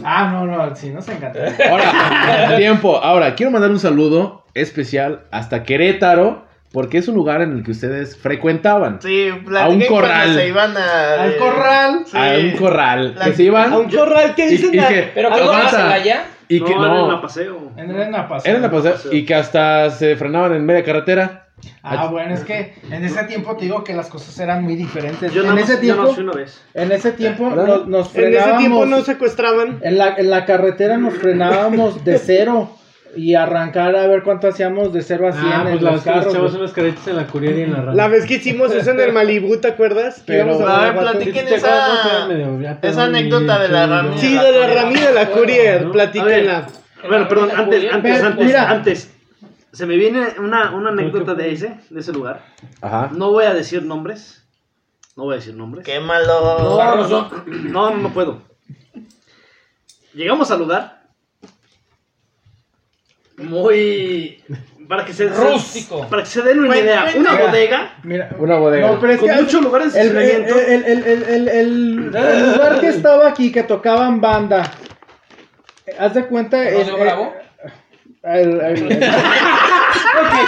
S9: Ah, no, no, sí, nos encantó.
S8: Ahora, tiempo. Ahora, quiero mandar un saludo especial hasta Querétaro.
S2: Porque es un lugar en el que ustedes frecuentaban.
S5: Sí,
S2: A un
S5: platiqué
S2: corral.
S5: cuando se iban a...
S2: Al corral.
S5: Sí.
S2: A un corral.
S5: La-
S2: que se iban.
S4: A un corral que
S2: Y-
S4: dicen.
S2: y
S4: la-
S2: que-
S3: Pero que
S2: Algo
S3: no
S2: más
S3: pasan
S2: a-
S3: allá.
S2: Y que
S10: era en
S2: no.
S10: la paseo.
S3: En la paseo.
S2: Eran a paseo. Y que hasta se frenaban en media carretera.
S9: Ah, bueno, es que en ese tiempo te digo que las cosas eran muy diferentes.
S10: Yo
S9: en
S10: nada
S9: ese
S10: más, yo
S9: tiempo,
S10: nada más fui una vez.
S9: en ese tiempo
S2: ¿Verdad?
S9: nos, nos
S4: En
S9: frenábamos.
S4: ese tiempo no secuestraban.
S9: En la, en la carretera nos frenábamos de cero y arrancar a ver cuánto hacíamos de cero a 100
S6: Ah,
S9: en
S6: pues
S9: los
S6: las las
S9: carros.
S6: echamos
S9: güey.
S6: unas caretas en la curiería y en la radio.
S4: La vez que hicimos eso en el Malibú, ¿te acuerdas? Que
S9: Pero-
S4: íbamos a
S5: A ver,
S4: Guanajuato.
S5: platiquen
S6: ¿Te acuerdas?
S5: esa...
S6: No, medio- ya,
S5: esa
S6: perdón,
S5: anécdota
S6: y-
S5: de la
S6: y-
S5: Ramírez.
S4: Sí, de la Ramírez, la Courier,
S6: ¿no?
S4: platíquenla.
S10: Bueno, perdón, antes, antes,
S9: Pero,
S10: antes,
S9: mira.
S10: antes. Se me viene una, una anécdota de ese, de ese lugar.
S2: Ajá.
S10: No voy a decir nombres. No voy a decir nombres.
S5: Quémalo.
S10: No, no, no puedo. Llegamos al lugar. Muy. Para que se.
S3: Rústico.
S10: Para que se den una
S5: Güey,
S10: idea.
S5: güey,
S10: Una
S9: mira.
S10: bodega.
S9: Mira,
S2: Una bodega.
S9: no, pero es
S10: Con
S9: que
S10: muchos lugares de
S9: el, el,
S10: estacionamiento.
S9: el, eh, el, el, el- el- el lugar que estaba aquí, que tocaban banda, haz de cuenta... el-
S3: ¿Rodrigo
S9: el-
S3: Bravo?
S9: el- el- el- Ah,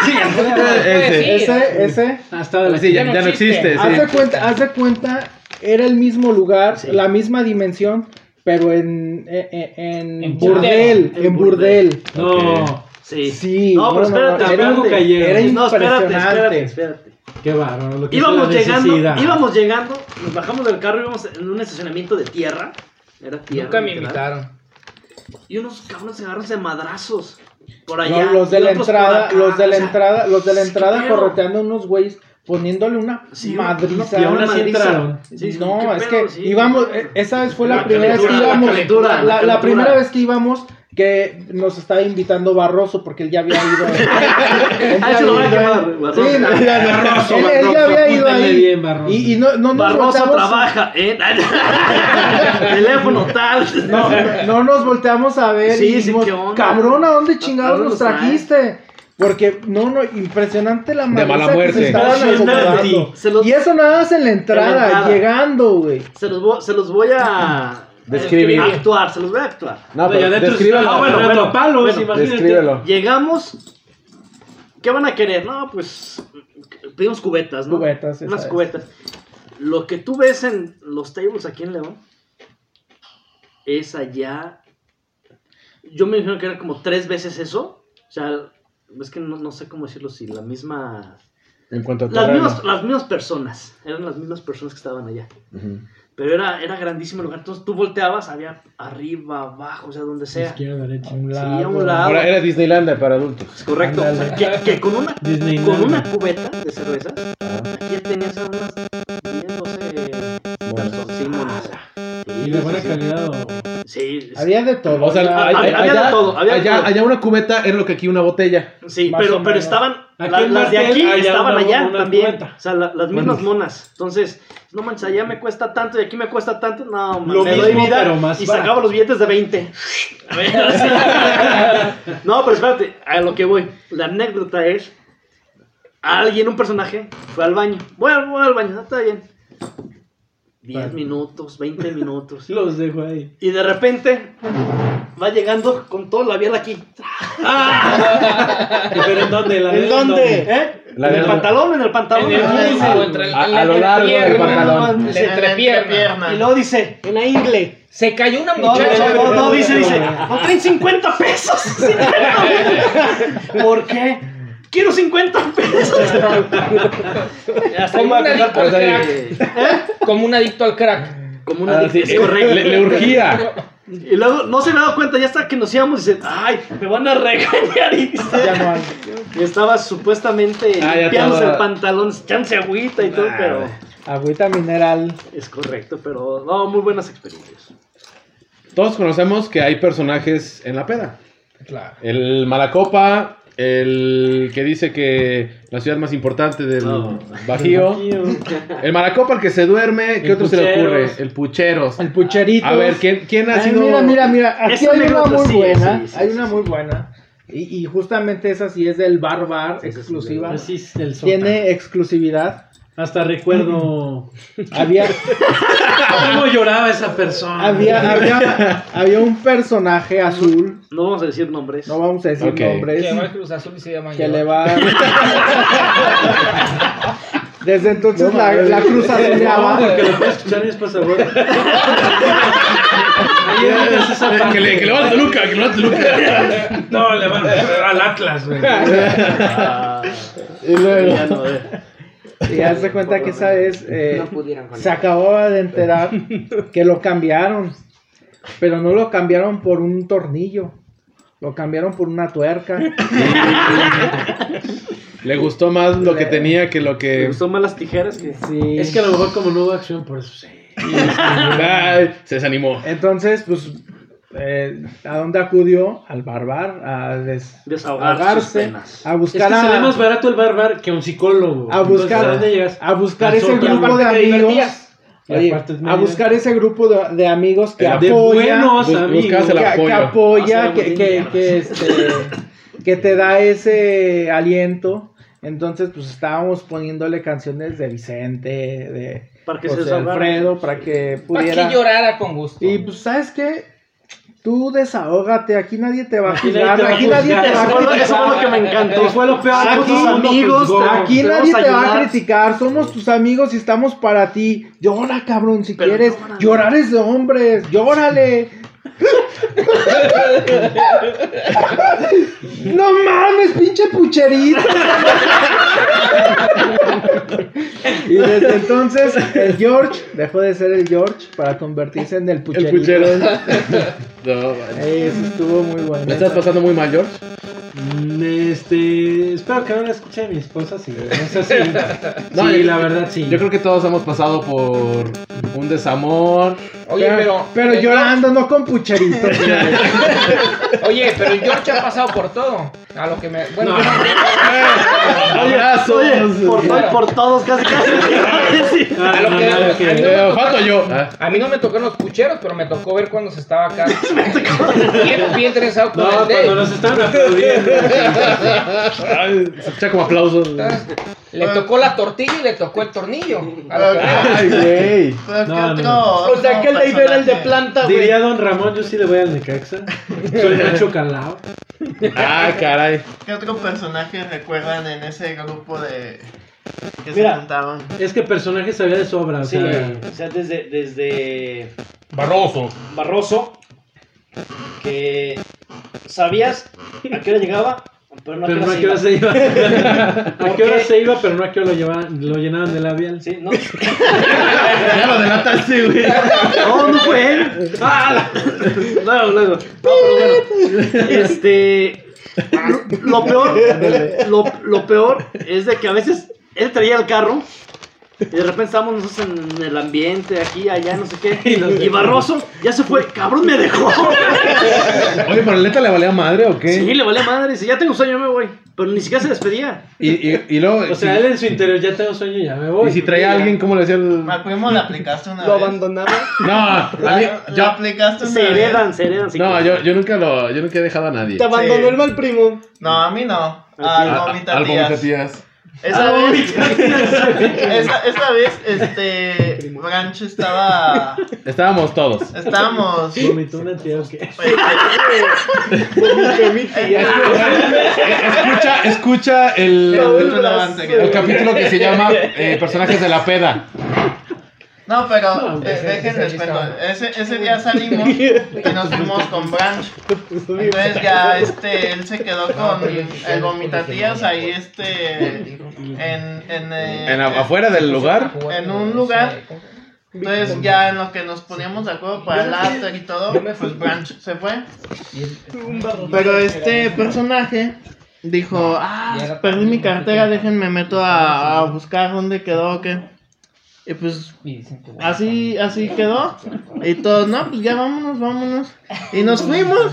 S2: Ese.
S9: ese, ese...
S6: Hasta de Ah, la
S2: Sí, ya,
S3: pues, Ya no
S2: ya no existe.
S3: existe.
S9: Haz de
S2: sí.
S9: cuenta, haz de cuenta, era el mismo lugar, la misma dimensión, pero en, en, en,
S3: En
S9: burdel,
S10: En
S9: en burdel.
S6: No.
S10: Sí.
S9: Sí,
S10: No,
S9: no,
S10: pero
S9: no,
S10: espérate,
S9: no,
S6: era algo
S10: espérate.
S6: callejero.
S9: Era
S10: No, espérate,
S9: impresionante.
S10: espérate, espérate.
S6: Qué bárbaro. lo que es
S10: Íbamos
S6: la
S10: llegando,
S6: necesidad.
S10: íbamos llegando, nos bajamos del carro, íbamos en un estacionamiento de tierra. Era tierra.
S3: Nunca me
S10: literal.
S3: invitaron.
S10: Y unos cabrones se agarran de madrazos. Por
S9: No,
S10: allá.
S9: los de
S10: y
S9: la
S10: otros por
S9: entrada,
S10: acá,
S9: los de la
S10: o sea,
S9: entrada, los de la
S10: sí,
S9: entrada
S10: pero-
S9: correteando unos güeyes, poniéndole una
S10: Sí,
S9: madriza.
S6: Y aún así
S10: madriza.
S6: entraron.
S10: Sí,
S9: no,
S10: ¿qué
S9: es
S10: pedo?
S9: que
S10: Sí.
S9: íbamos, eh, esa vez fue la,
S10: La
S9: primera vez que
S10: calentura, la
S9: íbamos,
S10: calentura, la
S9: la- la
S10: calentura.
S9: primera vez que íbamos que nos estaba invitando Barroso porque él ya había ido. Él ya
S10: Ah, ese lo van a
S9: había ido-
S10: quemar, Barroso.
S9: eh. Sí, no,
S6: Barroso,
S9: él, él ya
S6: Barroso,
S9: había ido
S6: apúntenle
S9: ahí.
S6: bien, Barroso.
S9: Y, y no, no nos
S10: Barroso
S9: volteamos-
S10: trabaja en teléfono tal.
S9: No, no nos volteamos a ver
S10: Sí,
S9: y
S10: sí,
S9: dijimos,
S10: ¿qué onda?
S9: cabrón, ¿a dónde chingados
S10: ¿A dónde
S9: nos
S10: nos traes?"
S9: trajiste? Porque, no, no, impresionante la
S2: mala
S9: madriza que
S2: muerte.
S9: se estaban
S10: Sí, espérate.
S9: acomodando.
S10: Se los-
S9: Y eso nada más en la entrada,
S10: entrada.
S9: llegando, güey.
S10: Se los, vo- se los voy a
S2: Describir.
S10: a actuar, se los voy a actuar.
S2: No,
S6: Oye,
S2: pero
S6: adentro
S2: descríbelo.
S6: estaba-
S10: Ah, bueno,
S6: Reto
S10: bueno,
S6: palos,
S10: bueno,
S6: imagínate.
S2: descríbelo.
S10: Llegamos. ¿Qué van a querer? No, pues pedimos cubetas, ¿no?
S9: Cubetas, esa
S10: Unas
S9: es.
S10: cubetas. Lo que tú ves en los tables aquí en León es allá. Yo me imagino que era como tres veces eso. O sea, es que no, no sé cómo decirlo, si la misma.
S2: En cuanto a
S10: Las
S2: terreno.
S10: mismas, las mismas personas. Eran las mismas personas que estaban allá.
S2: Ujú.
S10: Pero era, era grandísimo el lugar. Entonces tú volteabas, había arriba, abajo, o sea, donde sea.
S9: Pues
S10: Sí,
S6: Izquierda, derecha.
S10: a un lado.
S2: Ahora era Disneylandia para adultos.
S10: Es correcto.
S6: Ándale.
S10: Que, que con, una,
S6: Disneyland.
S10: con una cubeta de cerveza, aquí tenías a unas 10, 12 personas. Sí, monos.
S6: Y de buena calidad. o-
S10: Sí, sí,
S9: Había de todo.
S2: O sea,
S9: ya.
S2: a- a-
S10: había de
S2: allá,
S10: todo, había de
S2: allá-
S10: todo.
S2: allá una cubeta era lo que aquí una botella.
S10: sí,
S9: más o
S10: pero, pero
S9: menos.
S10: estaban,
S6: Aquí
S10: la-
S6: en
S10: las de
S6: Martel
S10: aquí
S6: hay
S10: estaban
S6: una-
S10: allá
S6: una
S10: también.
S6: cubeta.
S10: O sea, la- las mismas
S6: Bueno.
S10: monas. Entonces, no manches, allá me cuesta tanto y aquí me cuesta tanto. No, man,
S6: Lo
S10: me doy
S6: mismo,
S10: vida
S6: pero más
S10: y
S6: barato.
S10: sacaba los billetes de 20. A ver, así. no, pero espérate, a lo que voy. La anécdota es, alguien, un personaje, fue al baño. Bueno, voy al baño, ah, está bien. 10 minutos, 20 minutos.
S6: Los dejo ahí.
S10: Y de repente va llegando con todo el labial aquí.
S6: ¿Pero en dónde? ¿La
S4: ¿En
S6: de-
S4: dónde?
S10: ¿Eh?
S2: La
S10: ¿En
S2: de-
S10: el pantalón? ¿En el pantalón?
S3: En el
S10: Ah,
S3: muslo,
S10: sí.
S3: entre el-
S2: A-
S3: en la
S2: a lo largo del
S3: entrepierna.
S2: pantalón.
S3: En la entrepierna.
S10: Y luego dice,
S4: En la ingle.
S3: Se cayó una
S10: no,
S3: muchacha.
S10: no, no, no, dice, dice, no traen 50 pesos. 50. ¿Por qué? Quiero 50 pesos. Hasta ahí
S3: Como
S10: voy a
S3: un
S10: contar
S3: adicto al
S10: porque-
S3: crack.
S10: ¿Eh?
S3: Como un adicto al crack.
S10: Como una
S2: Ah, sí,
S10: adicción, es
S2: eh,
S10: correcto.
S2: le, le urgía.
S10: Y luego no se me ha dado cuenta, ya hasta que nos íbamos, dice, ay, me van a regañar. Y,
S9: Ya no hay.
S10: y estaba supuestamente
S2: Ah, ya
S10: limpiándose
S2: estaba-
S10: el pantalón, echándose agüita y todo,
S2: Ah,
S10: pero
S9: Agüita mineral.
S10: es correcto, pero no, muy buenas experiencias.
S2: Todos conocemos que hay personajes en la peda.
S3: Claro.
S2: El Malacopa, el que dice que la ciudad más importante del
S10: No.
S2: Bajío. El Malacopa, el que se duerme. ¿Qué
S6: El
S2: otro se le
S6: Pucheros.
S2: ocurre? El Pucheros.
S9: El pucherito.
S2: A ver, ¿quién, quién ha
S9: Ay,
S2: sido...?
S9: Mira, mira, mira. Aquí
S10: Esa
S9: hay una
S10: anécdota,
S9: muy
S10: sí,
S9: buena.
S10: sí, sí,
S9: hay
S10: sí,
S9: una
S10: sí.
S9: muy buena. Y, y justamente esa sí es del Bar Bar,
S10: Sí, esa sí es
S9: exclusiva.
S6: Así es el sótano.
S9: Tiene exclusividad.
S6: Hasta recuerdo.
S9: Había-
S6: ¿Cómo lloraba esa persona?
S9: Había, había, había un personaje azul,
S10: No vamos a decir nombres.
S9: no vamos a decir
S2: Ok.
S9: nombres,
S3: Que va al Cruz Azul y se llama
S9: que
S3: Joao.
S9: le va. Desde entonces la, la cruz
S6: No,
S9: azuleaba.
S6: porque lo puedes escuchar en favor. Ahí es esa parte.
S2: Que le, que le va a Toluca, que le va a Toluca.
S6: No, le van a- al Atlas, güey.
S10: Ah,
S9: Y luego,
S10: ya no, eh.
S9: y haz de cuenta que esa es. eh,
S11: No pudieron con
S9: se
S11: él.
S9: acababa de enterar que lo cambiaron, pero no lo cambiaron por un tornillo, lo cambiaron por una tuerca.
S2: Le gustó más lo que
S9: Le-
S2: tenía que lo
S10: Me
S2: que.
S10: gustó más las tijeras que.
S9: Sí.
S6: Es que a lo mejor como no hubo acción, por eso sí.
S2: Ay, se desanimó.
S9: Entonces, pues, eh, ¿a dónde acudió? Al barbar, a des-
S10: Desahogar sus
S9: ahogarse,
S10: penas.
S9: a
S6: Es que
S9: buscar
S6: sale más
S9: a,
S6: barato el barbar que un psicólogo.
S9: a buscar,
S6: Entonces, ¿a dónde llegas?
S9: a buscar
S6: Al
S9: ese
S6: sótano.
S9: grupo de
S6: Aparte te
S9: amigos,
S6: divertías.
S9: oye,
S6: Y aparte es
S9: a
S6: medio-
S9: buscar ese grupo de, de amigos que
S2: De
S9: apoya,
S6: buenos
S2: Bus-
S6: amigos.
S2: buscabas el
S9: que, que
S2: apoyo.
S9: apoya,
S10: Hacer
S9: que, que,
S10: buenas
S9: que, este, que te da ese aliento. Entonces, pues estábamos poniéndole canciones de Vicente, de
S10: Para que se
S9: José
S10: desahogaran.
S9: Alfredo, para que
S3: Para
S9: pudiera.
S3: que llorara con gusto.
S9: Y pues, ¿sabes qué? Tú desahógate, aquí nadie te va a
S6: Aquí nadie
S9: juzgar,
S6: te va a
S9: aquí nadie
S6: juzgar.
S9: te va a
S10: Eso fue, lo, eso fue lo que
S9: criticar.
S10: me encantó.
S6: Fue lo peor.
S9: Aquí,
S6: Todo el mundo
S10: amigos,
S6: juzgó.
S9: Aquí
S10: Te
S9: nadie
S10: vamos a
S9: te va a
S10: ayudar.
S9: criticar, somos tus amigos y estamos para ti. Llora, cabrón, si
S10: Pero
S9: quieres.
S10: llórale.
S9: Llorar es de hombres, llórale. no mames, pinche pucherito. y desde entonces el George dejó de ser el George para convertirse en el
S2: El
S9: pucherito.
S2: puchero. No, man.
S9: Eso estuvo muy bueno.
S2: ¿La estás pasando muy mal, George?
S6: Mm, Este, espero que no la escuche mi esposa, sí. O sea, sí.
S2: No,
S6: sí,
S2: yo-
S6: la verdad sí.
S2: Yo creo que todos hemos pasado por un desamor.
S3: Oye, pero.
S9: Pero
S3: el
S9: llorando, no con pucherito.
S3: George- Oye, pero el George ha pasado por todo. A lo que me. Bueno, yo no-
S2: Abrazos.
S10: Oye, por, to- por todos, casi casi. Sí.
S6: Ah,
S3: a lo
S6: no,
S3: que-
S6: no, no, que-
S3: a mí no-
S2: Eh, Falto yo. Ah.
S3: A mí no me tocaron los pucheros, pero me tocó ver cuando se estaba acá. bien, bien interesado con
S6: No,
S3: el
S6: cuando
S3: dedo.
S6: nos están aplaudiendo.
S2: Ay, se escucha como aplausos.
S3: Le tocó la tortilla y le tocó el tornillo. A lo que-
S9: Ah,
S2: Ay, güey.
S5: Pero ¿qué
S6: No, no,
S5: otro-
S6: no.
S5: otro personaje?
S11: planta,
S6: Diría don Ramón, yo sí le voy al Necaxa. Soy Nacho Calao.
S2: Ah, caray.
S5: ¿Qué otro personaje recuerdan en ese grupo de que
S10: Mira.
S5: se juntaron?
S6: Es que personajes había de sobra, o
S10: Sí,
S6: sea.
S10: o sea, desde, desde
S1: Barroso.
S10: Barroso, que sabías a qué hora llegaba, pero no a qué
S6: Pero no
S10: hora
S6: a qué hora
S10: se iba.
S6: se iba. a qué hora
S10: Porque-
S6: se iba, pero no a qué hora lo, llevaban, lo llenaban de labial.
S10: Sí, no,
S2: Ya lo delataste, güey.
S10: no, no fue él. Ah, la- Luego, luego. No, pero bueno. Este. Lo peor, lo, lo peor es de que a veces él traía el carro y de repente estábamos nosotros en el ambiente, aquí, allá, no sé qué. Y Barroso ya se fue, cabrón, me dejó.
S2: Oye, pero neta le valía madre o qué?
S10: Sí, le vale madre. Dice, ya tengo sueño, yo me voy. Pero ni siquiera se despedía.
S2: Y, y, y luego.
S6: O sea,
S2: si,
S6: él en su interior ya tengo sueño, ya me voy.
S2: y si traía a alguien, ¿cómo le decía el.?
S5: Al primo le aplicaste una
S11: Lo
S5: vez.
S11: abandonaba.
S2: No, a
S8: Ah,
S2: mí-
S5: Le- le
S2: yo,
S5: aplicaste una
S10: Se
S5: vez.
S10: heredan, se heredan. sí.
S2: no yo, yo nunca lo. Yo nunca he dejado a nadie.
S11: Te abandonó el mal primo.
S5: No, a mí no.
S10: A
S5: Al
S2: Al
S5: vomitatías.
S2: vomitatías.
S5: Esa
S10: Al
S5: vez, esa, esa vez, este, Branch estaba,
S2: Estábamos todos.
S5: estábamos,
S6: Vomitó una tía, ¿o qué?
S11: Porque mi tía.
S2: Escucha, escucha el,
S11: Todo el
S2: el,
S11: brazo.
S2: capítulo que se llama eh, Personajes de la Peda.
S5: no, pero,
S6: No,
S5: eh,
S3: ese-
S5: déjenles
S3: ese
S5: cuento,
S3: estaba.
S5: ese, ese día salimos y nos fuimos con Branch, entonces ya, este, él se quedó con el vomitatías ahí, este, en, en, eh,
S2: En, a- afuera del lugar.
S5: en un lugar. Entonces ya en lo que nos poníamos de acuerdo para el after y todo, pues Branch se fue. Pero este personaje dijo, ah, perdí mi cartera, déjenme meto a, a buscar dónde quedó o qué. Y pues así, así quedó. Y todos, no, pues ya vámonos, vámonos. Y nos fuimos.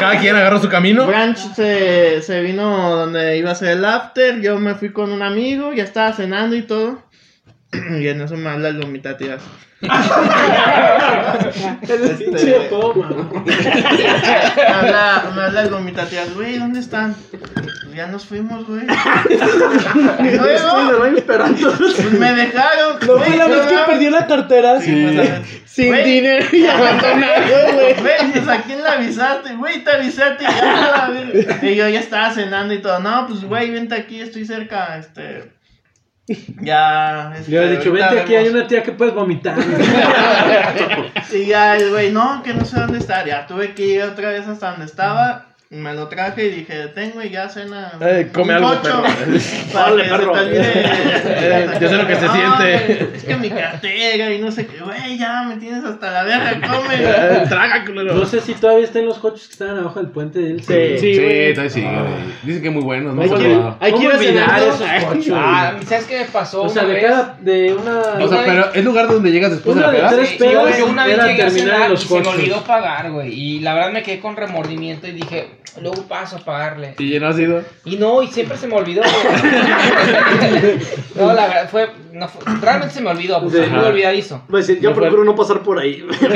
S2: Cada quien agarró su camino.
S5: Branch se, se vino donde iba a ser el after, yo me fui con un amigo, ya estaba cenando y todo. Y en eso me habla el vomitativas. Este,
S6: Sí, toma.
S5: me habla, me habla el vomitativas, güey, ¿dónde están? ya nos fuimos, güey. Y luego, pues me dejaron.
S6: No
S5: güey,
S6: fue la vez que
S5: luego-
S6: perdió la cartera. Sin
S5: pues, Güey.
S6: dinero y abandonado, güey.
S5: Güey, pues a quién le avisaste, güey, te avisaste y ya, la verga. Y yo ya estaba cenando y todo. No, pues güey, vente aquí, estoy cerca, este. Ya, este.
S6: Le había dicho,
S5: ahorita
S6: vente aquí, hay
S5: vemos".
S6: una tía que puedes vomitar.
S5: Y ya, el güey, no, que no sé dónde está. Ya tuve que ir otra vez hasta donde estaba. y Me lo traje y dije, tengo y ya cena.
S8: Eh, come
S5: un
S8: algo,
S5: pocho,
S8: perro.
S5: Para
S8: Dale,
S5: que
S8: perro.
S5: se te olvide.
S8: Eh, yo sé lo que se siente.
S5: güey, "Ah, Es que mi cartera y no sé qué, güey, ya me tienes hasta la verga, come.
S8: Eh, Traga, culero.
S6: No sé si todavía están los coches que estaban abajo del puente de él.
S8: Sí, sí,
S6: güey.
S8: todavía sigue, güey. Dicen que muy buenos, ¿no?
S6: Hay
S8: Bueno,
S6: que-
S8: no.
S6: hay que ir a cenar esos coches,
S3: Ah,
S6: güey.
S3: ¿Sabes qué me pasó?
S6: O sea,
S3: una
S6: de
S3: vez?
S6: cada. de una.
S8: O sea, pero es lugar donde llegas después de
S6: Una de
S8: la peda.
S6: tres
S3: Sí,
S6: pedas
S3: yo, yo una vez
S6: era
S3: llegué a
S6: terminar en
S3: cenar y
S6: los
S3: se me
S6: coches.
S3: olvidó pagar, güey. Y la verdad me quedé con remordimiento y dije, luego paso a pagarle.
S8: Y no ha sido.
S3: Y no, y siempre se me olvidó. güey. no, la verdad, fue, no fue- Realmente se me olvidó, pues,
S10: Sí.
S3: se me olvidadizo.
S10: Voy a decir, yo procuro no pasar por ahí.
S8: No me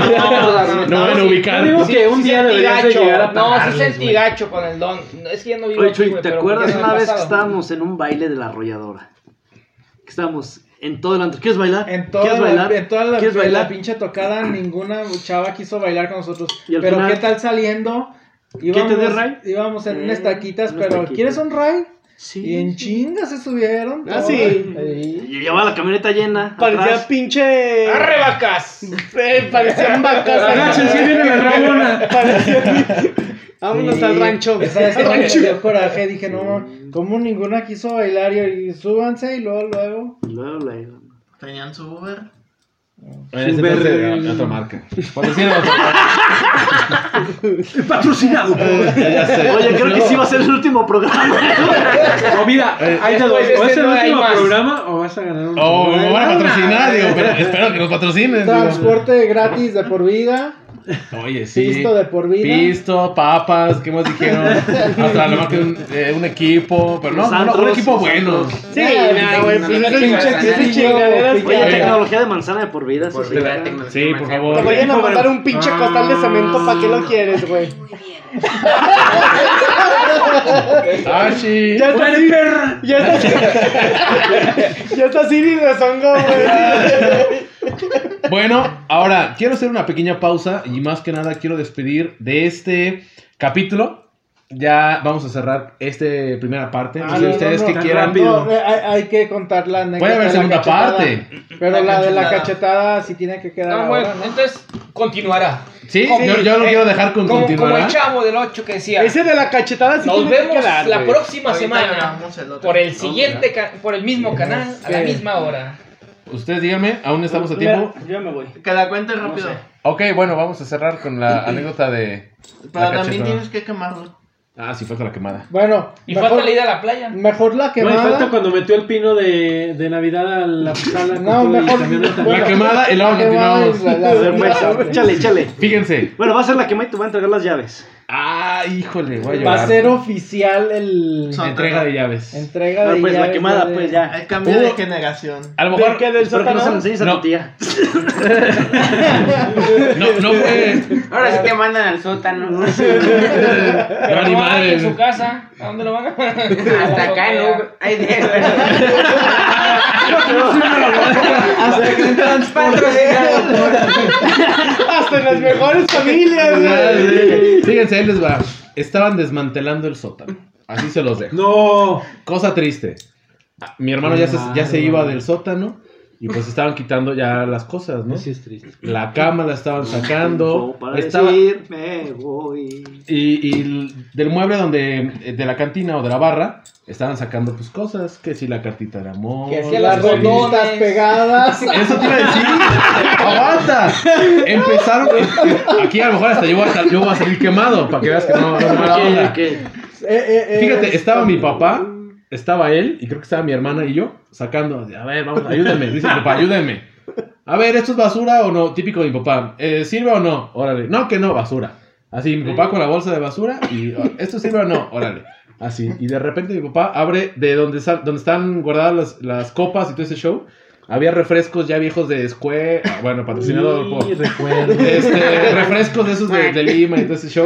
S8: van a ubicar.
S6: Yo digo que un
S3: Sí
S6: día
S3: sentí
S6: deberías de
S3: gacho.
S6: llegar a
S3: No, sí
S6: pagarles,
S3: sentí
S6: güey.
S3: gacho con el don. No, Es que ya no vivo
S10: Oye,
S3: aquí,
S10: Chuy,
S3: güey,
S10: ¿te
S3: pero
S10: acuerdas
S3: ya me
S10: una
S3: ha
S10: vez que
S3: pasado.
S10: estábamos en un baile de la arrolladora? Que estábamos en todo el antro. ¿Quieres bailar?
S9: En
S10: ¿Quieres
S9: toda,
S10: bailar?
S9: la, en toda la,
S10: ¿Quieres
S9: la
S10: bailar?
S9: pinche tocada, ninguna chava quiso bailar con nosotros.
S10: Y al
S9: Pero
S10: final-
S9: qué tal saliendo.
S10: te dé ray?
S9: Íbamos en
S10: Mm,
S9: unas taquitas,
S10: unas
S9: pero
S10: taquitas.
S9: ¿quieres un ray? Y
S10: Sí.
S9: en chinga se subieron.
S8: Ah,
S9: todos.
S8: sí.
S9: Ahí.
S10: Yo llevaba la camioneta llena.
S6: Parecía
S10: atrás.
S6: pinche.
S3: ¡Arre, vacas!
S6: Parecían vacas. Agáchense, viene la rabona. Vámonos
S9: Sí.
S6: al rancho.
S9: Esa vez que me dio coraje, dije, no, como ninguna quiso bailar y, y súbanse y luego, luego.
S10: Y luego la-
S5: Tenían su Uber.
S8: En ese
S6: Uber.
S8: entonces era de otra marca. Patrocina otra
S10: Patrocinado.
S8: Ya sé.
S10: Oye, creo que sí va a ser el último programa.
S6: O mira, hay de dos.
S3: Después de
S6: O es
S3: este
S6: el
S3: no hay
S6: último
S3: más.
S6: programa o vas a ganar un.
S8: O me van a
S2: Ah.
S8: patrocinar,
S9: no,
S8: digo, pero espero que nos patrocinen. digo.
S9: Transporte gratis de por vida,
S8: Oye, sí.
S9: pisto de por vida.
S8: Pisto, papas, ¿qué más dijeron? Hasta la marca de un, eh, un equipo, pero no,
S10: Los
S8: no, un
S10: antros,
S8: equipo
S10: los
S8: bueno.
S10: antros.
S9: Sí, nada, güey, pues esas pinches- esas chingaderas,
S10: Oye,
S9: güey.
S10: tecnología de manzana de por vida. eso sí.
S8: Sí, por favor.
S12: Te vayan a mandar un pinche costal de cemento, ¿para qué
S6: Ah.
S12: lo quieres, güey?
S8: Ah, sí.
S12: Ya está así, ya está así, ya está así ni rezongo, güey.
S8: Bueno, ahora quiero hacer una pequeña pausa y más que nada quiero despedir de este capítulo. Ya vamos a cerrar esta primera parte. No sé
S9: Ah, no,
S8: ustedes
S9: no,
S8: que
S9: no,
S8: quieran.
S9: No, eh, hay, hay que contar la anécdota.
S8: Puede
S9: de
S8: haber
S9: la
S8: segunda
S9: cachetada,
S8: parte.
S9: Pero la,
S13: La
S9: de la
S13: cachetada.
S9: cachetada sí tiene que quedar.
S3: No,
S9: ahora,
S3: Ah, bueno,
S9: ¿no?
S3: entonces continuará.
S8: Sí,
S3: Como-
S8: yo, yo lo
S3: eh,
S8: quiero dejar con
S3: como, como
S8: continuidad.
S3: el chavo del 8 que decía.
S12: Ese de la cachetada sí
S3: Nos
S12: tiene que
S3: vemos
S12: quedar,
S3: la
S12: güey.
S3: próxima
S5: Ahorita
S3: semana
S5: grabamos el otro.
S3: por el siguiente ca- por el mismo canal a la
S9: Sí.
S3: misma hora.
S8: Ustedes díganme, aún estamos a tiempo.
S10: Yo ya me voy.
S5: Que la cuentes rápido.
S10: No sé.
S8: Ok, bueno, vamos a cerrar con la anécdota de.
S5: Pero
S8: La
S5: también
S8: cachetada.
S5: tienes que quemarlo.
S8: Ah, sí, falta la quemada.
S9: Bueno,
S3: Y
S9: mejor,
S3: falta la ida a la playa.
S9: mejor la
S6: No, y
S9: quemada.
S6: falta cuando metió el pino de, de Navidad a la sala. con
S9: No,
S6: todo y
S9: mejor-
S6: camioneta.
S9: bueno,
S8: la quemada y luego
S9: la quemada
S8: continuamos.
S9: y la- la-
S10: Bueno, Pues, Échale, échale.
S8: Fíjense.
S10: Bueno, va a ser la quema y te voy a entregar las llaves.
S8: Ah, híjole,
S9: Va
S8: voy a llorar.
S9: a ser oficial el
S5: Son-
S8: entrega de llaves.
S9: entrega
S10: Bueno,
S9: de
S10: pues la
S9: llaves
S10: quemada,
S9: de-
S10: pues ya.
S5: Hay cambio de
S8: Uh.
S5: generación.
S8: A lo
S12: ¿De
S8: mejor
S12: qué? ¿Del
S10: Espero que no se lo
S12: sótano?
S10: enseñes a
S8: No.
S10: tu tía.
S8: no, no fue.
S14: Ahora sí te mandan al sótano.
S8: No,
S3: Pero
S8: ni
S3: no van
S8: madre.
S3: en su casa. ¿A dónde lo van?
S14: Hasta acá, ¿no? Ay, de Patrocinado.
S12: Hasta en las mejores familias,
S8: Ah,
S12: güey.
S8: sí. Fíjense, ahí les va. Estaban desmantelando el sótano. Así se los dejo.
S6: No.
S8: Cosa triste. Ah, Mi hermano ya se, ya se iba del sótano y pues estaban quitando ya las cosas, ¿no?
S6: Sí, es triste.
S8: La cama la estaban sacando.
S10: No, para
S8: Estaba, y,
S10: decir, me voy.
S8: y el- del mueble donde eh, de la cantina o de la barra estaban sacando pues cosas, que si la cartita de amor,
S9: Que hacía
S8: la
S9: Oh, las
S8: revista.
S9: revistas pegadas.
S8: Eso te iba a decir. Aguanta. Empezaron. Aquí a lo mejor hasta yo voy a, sal- yo voy a salir quemado para que veas que no, no es mala
S10: Ok,
S8: onda.
S10: ok.
S9: Eh, eh, eh,
S8: Fíjate, estaba mi papá, estaba él y creo que estaba mi hermana y yo sacando. A ver, vamos, ayúdenme. Dice mi papá, ayúdenme. A ver, ¿esto es basura o no? Típico de mi papá. "Eh, ¿Sirve o no? Órale. No, que no, basura. Así, mi papá con la bolsa de basura y "Ah, ¿esto sirve o no? Órale. Así. Y de repente mi papá abre de donde, sal- donde están guardadas las, las copas y todo ese show. Había refrescos ya viejos de escuela. Bueno, patrocinado por
S6: Sí, recuerdo.
S8: este, refrescos de esos de, de Lima y todo ese show.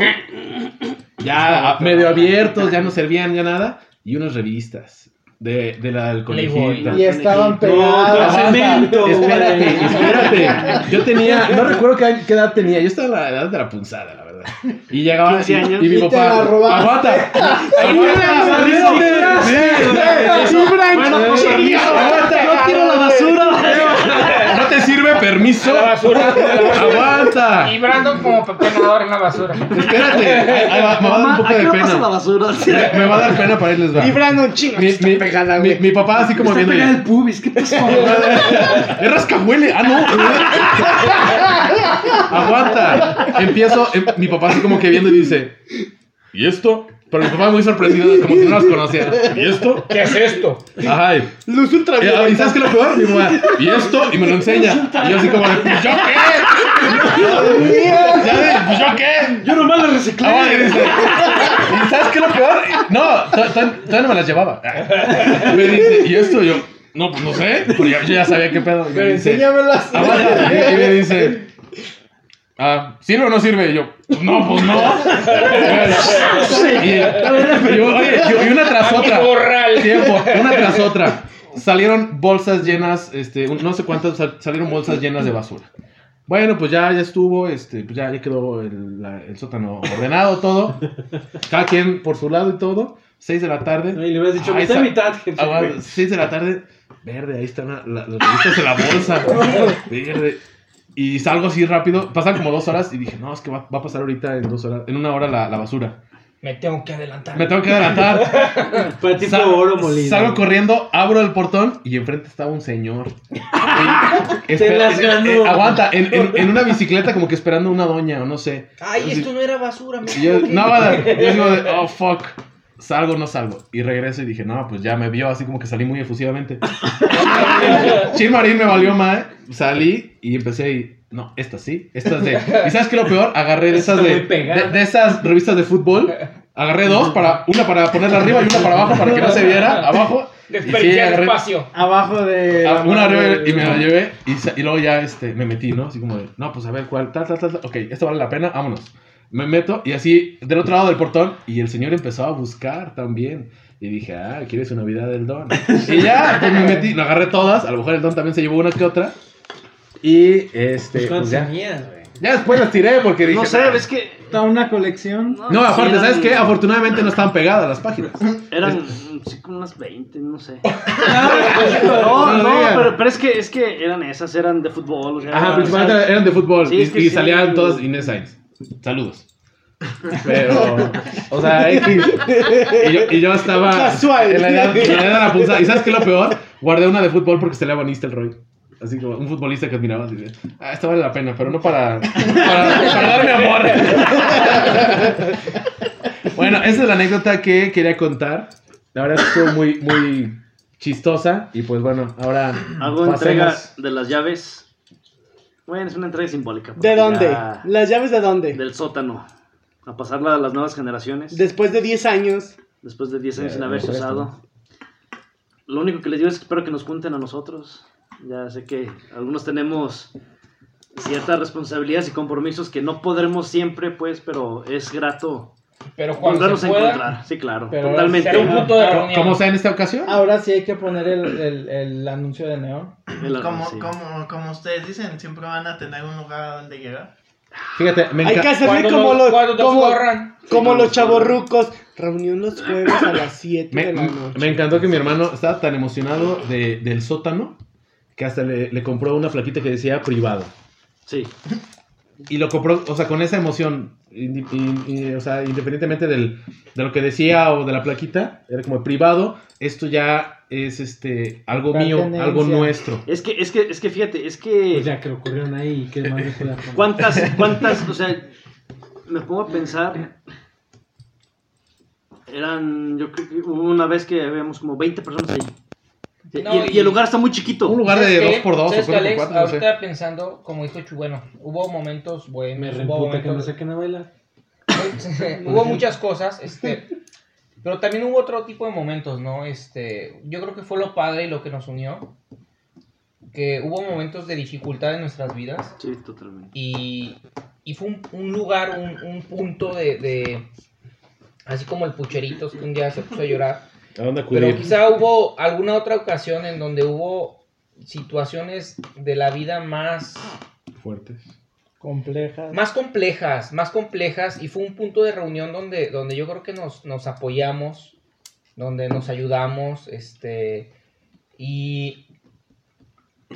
S8: Ya a- medio abiertos, ya no servían ya nada. y unas revistas. De, de la del
S9: Playboy.
S8: conejito.
S9: Y estaban pegadas.
S8: No,
S9: Cemento, güey.
S8: espérate, espérate. Yo tenía, no recuerdo qué, qué edad tenía. Yo estaba en la edad de la punzada, la verdad. Y llegaba
S9: 15
S8: y-
S9: años.
S8: y mi
S9: Y te
S8: papá.
S9: la robaste.
S8: Aguanta.
S9: Ahí me la
S8: Aguanta. Sí, sí,
S9: Sí, Frank.
S8: Bueno, pues,
S9: Sí,
S8: permiso.
S9: aguanta.
S8: No tiro la basura. No te sirve permiso. Aguanta.
S3: Y Brandon como pepenador en la basura.
S8: Espérate, ahí- ahí va, me va a dar un poco de pena. Me, me va a dar pena para irles va.
S15: Y
S8: Brandon, chingo. Mi, mi- mi- mi papá así como
S6: Está
S8: viendo.
S6: pegada
S8: ya.
S6: el pubis, ¿qué pasó?
S8: Es rascahuele. Ah, no. Aguanta. Empiezo. em- mi papá así como que viendo y dice. ¿Y esto? Pero mi papá muy sorprendido, como si no las conociera. ¿Y esto?
S3: ¿Qué es esto?
S8: Ay.
S15: Luz
S8: Eh, ¿Y sabes qué es lo peor? Mi mamá, ¿y esto? Y me lo enseña. Y yo así como, de, ¿yo qué? Ya de, ¿Yo qué? Yo nomás lo reciclé. ¿Y sabes qué es lo peor? No, to- to- todavía no me las llevaba. Me dice, ¿y esto? Y Yo, no, pues no sé. Pero yo, yo ya sabía qué pedo. Y me
S9: Pero
S8: dice,
S9: enséñamelas.
S8: "Aguanta". Y y me dice, ah, ¿sirve o no sirve? Y yo, no, pues no. Y, y yo, oye, yo- y una tras otra. Tiempo, una tras otra. Salieron bolsas llenas, este, un- no sé cuántas sal- salieron bolsas llenas de basura. Bueno, pues ya, ya estuvo, este, pues ya, ya quedó el, la- el sótano ordenado, todo. Cada quien por su lado y todo. 6 de la tarde. Y le hubieras
S6: dicho, mitad, mitad, jefe.
S8: Ah, 6 de la tarde. Verde, ahí están la- la- las revistas en la bolsa. Verde. Y salgo así rápido. Pasan como dos horas y dije, no, es que va, va a pasar ahorita en dos horas, en una hora la- la basura.
S3: Me tengo que adelantar.
S8: Me tengo que adelantar. Sal-
S6: oro molido.
S8: Salgo corriendo, abro el portón y enfrente estaba un señor.
S6: Te
S8: Espera-
S6: las ganó.
S8: eh, aguanta, en, en- en una bicicleta como que esperando una doña o no sé.
S3: Ay, esto no era basura, me
S8: Y yo,
S3: equivoqué.
S8: no, va a dar. Yo digo de, oh, fuck. Salgo o no salgo. Y regreso y dije, no, pues ya me vio así como que salí muy efusivamente. Chin Marín me valió mal. Salí y empecé y, no, esta sí, esta es de... ¿Y sabes qué es lo peor? Agarré de esas
S6: Está
S8: de,
S6: muy pegada.
S8: de- de esas revistas de fútbol. Agarré dos, para, una para ponerla arriba y una para abajo para que no se viera. Abajo. Y sí,
S3: Desperdiciar
S8: agarré-
S3: espacio.
S9: Abajo de.
S8: Ah, una arriba y me la llevé y, sa- y luego ya este, me metí, ¿no? Así como de, no, pues a ver cuál, tal, tal, tal, tal. ok, esto vale la pena, vámonos. Me meto y así del otro lado del portón y el señor empezó a buscar también. Y dije, ah, ¿quieres una vida del don? Y ya, pues me metí, lo agarré todas, a lo mejor el don también se llevó una que otra. Y este, pues ya. Ya después las tiré porque dije,
S9: No sé,
S8: "Nah".
S9: ves
S10: que.
S9: Está una colección.
S8: No, aparte, ¿sabes qué? Afortunadamente no estaban pegadas las páginas.
S10: Eran mm, sí, como unas 20, no sé.
S8: No
S10: No,
S8: lo
S10: no,
S8: digan.
S10: pero, pero es, que, es que eran esas, eran de fútbol. O sea,
S8: Ajá, principalmente
S10: o sea,
S8: eran de fútbol
S10: Sí,
S8: y,
S10: es que
S8: y
S10: sí.
S8: salían todas Inés Sainz. Saludos. Pero, o sea, eh, X. Y yo, y yo estaba.
S15: Casual.
S8: En la edad, en la edad de la punzada. ¿Y sabes qué es lo peor? Guardé una de fútbol porque se le aboniste el Roy. Así como un futbolista que admiraba. Así de, ah, esta vale la pena, pero no para, para, para darme amor. Bueno, esa es la anécdota que quería contar. La verdad es que estuvo muy, muy chistosa. Y pues bueno, ahora.
S10: Hago entrega
S8: pasemos.
S10: de las llaves. Bueno, es una entrega simbólica. porque
S9: pues,
S15: ¿De dónde?
S10: ya-
S15: ¿Las llaves de dónde?
S10: Del sótano. A pasarla a las nuevas generaciones.
S15: Después de 10 años.
S10: Después de 10 años
S15: Eh,
S10: sin haberse
S15: me presto.
S10: usado. Lo único que les digo es que espero que nos junten a nosotros. Ya sé que algunos tenemos ciertas responsabilidades y compromisos que no podremos siempre, pues, pero es grato
S3: Pero cuando
S10: volvernos
S3: se
S10: a
S3: pueda,
S10: encontrar. Sí, claro,
S3: pero
S10: totalmente.
S3: será un punto de reunión.
S8: ¿Cómo sea en esta ocasión?
S9: Ahora sí hay que poner el, el, el anuncio de neón.
S5: Como, como, como ustedes dicen, siempre van a tener un lugar a donde llegar.
S8: Fíjate, me
S15: Hay
S8: enca-
S15: que hacerle
S8: Cuando
S15: como
S8: nos-
S15: los,
S8: cuando nos
S15: como,
S8: corran.
S15: como
S8: Sí,
S15: los
S8: cuando nos
S15: chavorrucos. Reunión los jueves a las 7
S8: Me,
S15: de la noche.
S8: me encantó que mi hermano estaba tan emocionado de- del sótano que hasta le, le compró una plaquita que decía privado.
S10: Sí.
S8: Y lo compró, o sea, con esa emoción, indi- in- in- o sea, independientemente del- de lo que decía o de la plaquita, era como privado, esto ya es este algo mío, algo nuestro.
S10: Es que, es que, es que fíjate, es que.
S6: Pues Ya que lo corrieron ahí, ¿qué más le puede hacer?
S10: ¿Cuántas, cuántas, o sea, me pongo a pensar, eran, yo creo que hubo una vez que habíamos como 20 personas ahí. Y-
S3: No,
S10: y, el- y
S3: y-
S10: el lugar está muy chiquito. Un
S8: lugar
S3: ¿Sabes qué?
S8: dos por dos,
S3: ¿Sabes
S8: o
S3: qué,
S8: cuatro por
S3: Alex?
S8: cuatro, no sé.
S3: Ahorita pensando, como dijo Chubueno, hubo momentos
S6: Me
S3: buenos, hubo
S6: reputa que me
S3: momentos...
S6: saquen a bailar.
S3: hubo muchas cosas, este... Pero también hubo otro tipo de momentos, ¿no? Este, yo creo que fue lo padre y lo que nos unió. Que hubo momentos de dificultad en nuestras vidas.
S10: Sí, totalmente.
S3: Y, y fue un, un lugar, un, un punto de, de- Así como el pucheritos que un día se puso a llorar.
S2: ¿A dónde
S3: Pero
S2: acudir?
S3: quizá hubo alguna otra ocasión en donde hubo situaciones de la vida más
S2: Fuertes.
S11: Complejas.
S3: más complejas, más complejas, y fue un punto de reunión donde, donde yo creo que nos, nos apoyamos, donde nos ayudamos, este, y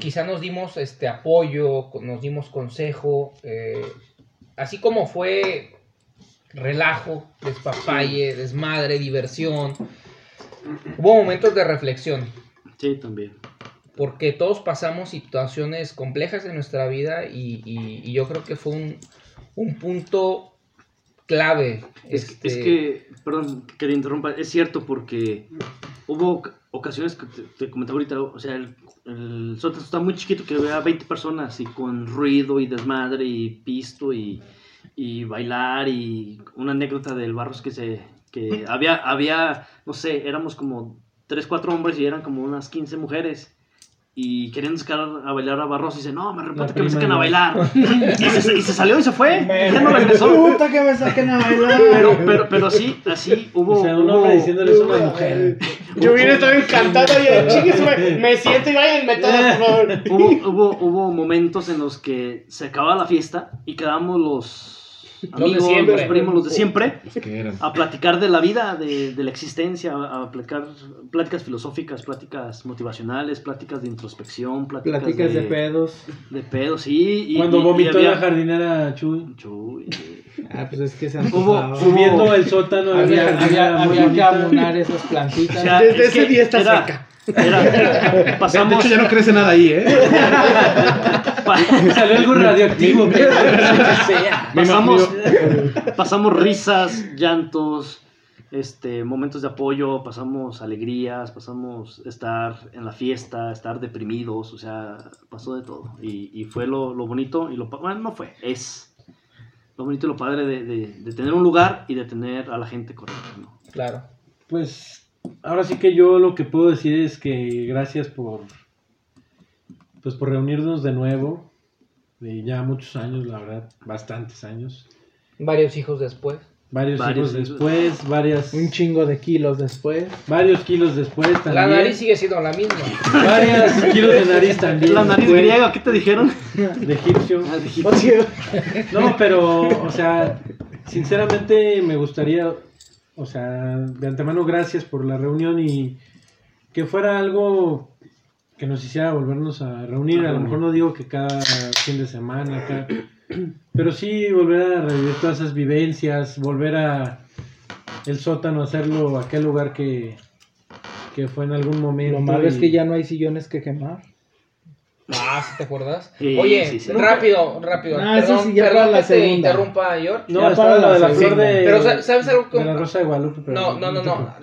S3: quizá nos dimos este apoyo, con- nos dimos consejo, eh, así como fue relajo, despapalle, desmadre, diversión, hubo momentos de reflexión.
S10: Sí, también.
S3: Porque todos pasamos situaciones complejas en nuestra vida y, y- y yo creo que fue un, un punto clave.
S10: Es,
S3: este,
S10: es que, perdón que te interrumpa, es cierto porque hubo oc- ocasiones que te, te comentaba ahorita, o sea, el, el sótano está muy chiquito que vea 20 personas y con ruido y desmadre y pisto y, y bailar y una anécdota del Barros que se que había había no sé, éramos como 3 4 hombres y eran como unas 15 mujeres. Y querían sacar a bailar a Barros y dice, no, me repente que me
S11: prima
S10: saquen a
S11: de-
S10: bailar. y, se, y se salió y se fue. y ya no regresó.
S11: Puta que me saquen a bailar.
S10: Pero, pero, pero sí, así hubo.
S6: O sea, un hombre diciéndole eso a una mujer.
S11: Yo hubiera estado encantado y chingues, me, me siento y váyanme todos, por favor.
S10: Hubo, hubo, hubo momentos en los que se acababa la fiesta y quedábamos los
S3: de
S10: amigos,
S3: siempre.
S10: los primos, los de siempre,
S2: ¿Qué eran?
S10: a platicar de la vida, de, de la existencia, a a platicar pláticas filosóficas, pláticas motivacionales, pláticas de introspección, pláticas,
S6: Pláticas de pedos.
S10: De pedos, sí. y-
S6: Cuando
S10: y- y
S6: vomitó
S10: había-
S6: la jardinera Chuy.
S10: Chuy.
S11: Ah, pues es que se
S6: Hubo-
S11: antojaba.
S6: subiendo el sótano de
S11: Había,
S6: una jardinera
S11: había,
S6: muy
S11: había que
S6: bonita.
S11: abonar esas plantitas.
S6: O sea,
S11: Desde
S6: es
S11: ese
S6: que
S11: día está
S6: era-
S11: seca.
S10: Era,
S2: De
S10: pasamos,
S2: hecho, ya no crece nada ahí, ¿eh?
S6: Salió algo radioactivo. pero-
S10: pasamos, pasamos risas, llantos, este, momentos de apoyo, pasamos alegrías, pasamos estar en la fiesta, estar deprimidos, o sea, pasó de todo. Y, y fue lo, lo bonito y lo pa- bueno, no fue, es lo bonito y lo padre de, de- de tener un lugar y de tener a la gente correcta. ¿no?
S3: Claro.
S6: Pues ahora sí que yo lo que puedo decir es que gracias por pues por reunirnos de nuevo. De ya muchos años, la verdad, bastantes años.
S3: Varios hijos después.
S6: Varios,
S10: Varios
S6: hijos
S10: hijos.
S6: después, varias
S11: Un chingo de kilos después.
S6: varios kilos después también.
S3: La nariz sigue siendo la misma.
S6: Varias kilos de nariz también.
S10: La nariz
S6: después,
S10: griega, ¿qué te dijeron?
S6: de egipcio.
S10: Ah, de
S11: O sea,
S6: No, pero, o sea, sinceramente me gustaría, o sea, de antemano gracias por la reunión y que fuera algo que nos hiciera volvernos a reunir. A lo mejor no digo que cada fin de semana, cada- pero sí volver a revivir todas esas vivencias, volver a el sótano, hacerlo aquel lugar que, que fue en algún momento.
S11: Lo malo es
S6: y-
S11: que ya no hay sillones que quemar.
S3: Ah, ¿sí ¿te acuerdas?
S10: Sí,
S3: Oye,
S10: sí, sí.
S3: rápido, rápido.
S11: Ah, eso
S3: perdón
S11: sí, ya
S3: perdón
S11: para la
S3: que te
S11: segunda.
S3: interrumpa, George.
S6: No,
S11: Ya
S6: estaba
S11: para
S6: lo de la
S11: la
S6: flor
S11: segunda.
S6: de,
S3: Pero sa- ¿sabes algo que-
S6: de la Rosa de Guadalupe? pero-
S3: No, no, no, no.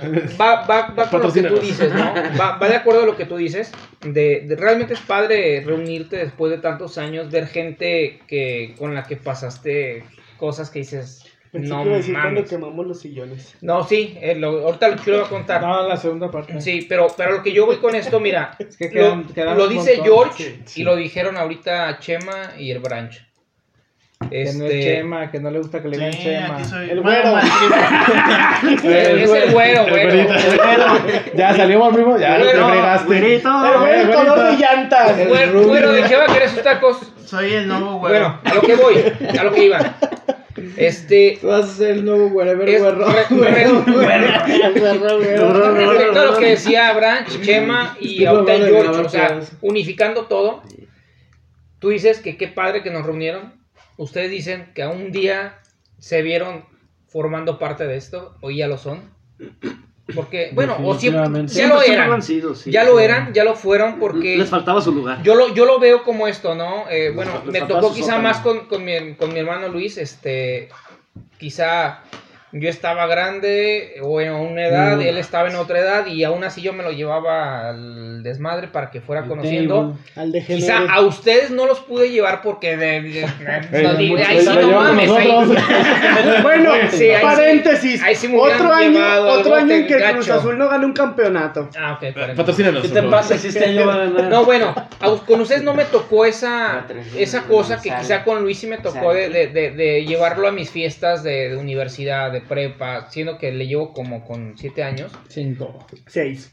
S3: Va, va, va con lo que tú
S2: Patrocínanos.
S3: dices, ¿no? Va, va de acuerdo a lo que tú dices. De, de- realmente es padre reunirte después de tantos años, ver gente que con la que pasaste cosas que dices,
S11: Pensé
S3: no
S11: que iba a decir cuando
S3: mames.
S11: quemamos los sillones.
S3: No, sí, eh, lo- ahorita lo quiero contar.
S11: No, en la segunda parte.
S3: Sí, pero, pero lo que yo voy con esto, mira,
S11: que
S3: lo-
S11: quedan-
S3: lo,
S11: quedan un
S3: dice
S11: montón.
S3: George
S11: Sí, sí.
S3: y lo dijeron ahorita Chema y el Branch.
S11: Que
S3: Este,
S11: no es Chema, que no le gusta que le digan
S5: Sí,
S11: Chema.
S5: aquí soy-
S11: El güero.
S5: Bueno,
S3: es, es el güero, güero.
S2: Ya salimos, primo. Ya
S3: Güero,
S2: te
S10: "Ah,
S2: fregaste.
S10: Güerito.
S11: El güero, el color de llantas.
S3: Güero, güero de Chema, ¿quieres sus tacos?
S5: Soy el nuevo güey.
S3: Bueno, a lo que voy, a lo que iba. Este.
S11: Tú vas a ser el nuevo wherever
S3: es-
S11: güero.
S3: re- re-
S11: Güero, güero.
S3: Respecto a lo que decía Branch, Chema
S11: Es
S3: y
S11: lo
S3: ahorita
S11: malo de
S3: George,
S11: grabar
S3: o sea,
S11: pedos.
S3: unificando todo, tú dices que qué padre que nos reunieron. Ustedes dicen que a un día se vieron formando parte de esto, o ya lo son. Porque, bueno, o siempre,
S6: Definitivamente.
S3: ya lo
S10: Siempre- siempre
S3: eran.
S10: han sido, sí.
S3: Ya lo eran, ya lo fueron porque...
S10: Les faltaba su lugar.
S3: Yo lo, yo lo veo como esto, ¿no? Eh,
S10: Los-
S3: bueno,
S10: los
S3: me
S10: papás
S3: tocó
S10: se
S3: quizá
S10: sopan.
S3: más con, con, mi, con mi hermano Luis, este, quizá yo estaba grande o en una edad,
S6: Mm.
S3: él estaba en otra edad y aún así yo me lo llevaba al desmadre para que fuera
S6: El
S3: conociendo.
S6: table.
S11: Al de
S3: Quizá
S11: género.
S3: a ustedes no los pude llevar porque de, de- no
S2: Eh,
S3: digo,
S2: mucho-
S3: "Ay, sí,
S2: la
S3: no
S2: llevamos
S3: mames, ahí-
S2: nosotros.
S11: Bueno,
S3: Sí, ahí sí.
S11: paréntesis.
S3: Ahí sí me hubieran
S11: otro año,
S3: llevado al
S11: otro año en
S3: bote,
S11: que
S3: gacho.
S11: Cruz Azul no gana un campeonato.
S3: Ah, ok, espérame.
S2: Patrocínanos.
S6: ¿Qué
S2: por
S6: te
S2: favor.
S6: pasa si este año va a ganar?
S3: No, bueno, a- con ustedes no me tocó esa,
S16: Patrocinio,
S3: esa cosa que
S16: sal.
S3: quizá con Luis sí me tocó
S16: Sal.
S3: de, de- de- de llevarlo a mis fiestas de, de universidad, de prepa, siendo que le llevo como con siete años.
S9: Cinco.
S3: Seis.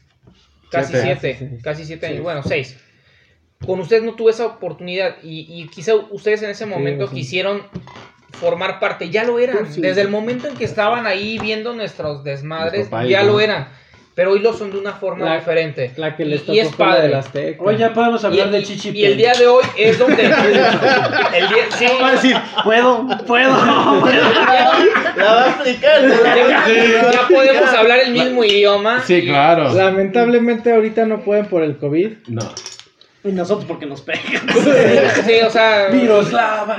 S3: Casi
S9: Siete. Ah,
S3: siete,
S9: Sí, sí, sí.
S3: casi siete
S9: Sí.
S3: años, bueno, seis. Con ustedes no tuve esa oportunidad y, y quizá ustedes en ese momento
S9: sí.
S3: quisieron formar parte, ya lo eran,
S9: Tú sí.
S3: desde el momento en que estaban ahí viendo nuestros desmadres,
S9: Nuestro país,
S3: ya
S9: ¿no?
S3: lo eran, pero hoy lo son de una forma
S6: La-
S3: diferente.
S9: que les
S3: Y- y
S9: tocó
S3: es
S9: fue la
S3: padre.
S9: del Azteca.
S6: Hoy ya podemos hablar
S3: Y-
S6: de
S3: y-
S6: Chichi
S3: Y el día de hoy es donde. el día, sí.
S6: Va a decir, puedo, puedo.
S5: La va a aplicar.
S3: Ya, ya podemos hablar el mismo idioma.
S2: Sí, claro.
S9: Lamentablemente ahorita no pueden por el COVID.
S2: No.
S10: Y nosotros porque nos pegan.
S3: Sí, o sea,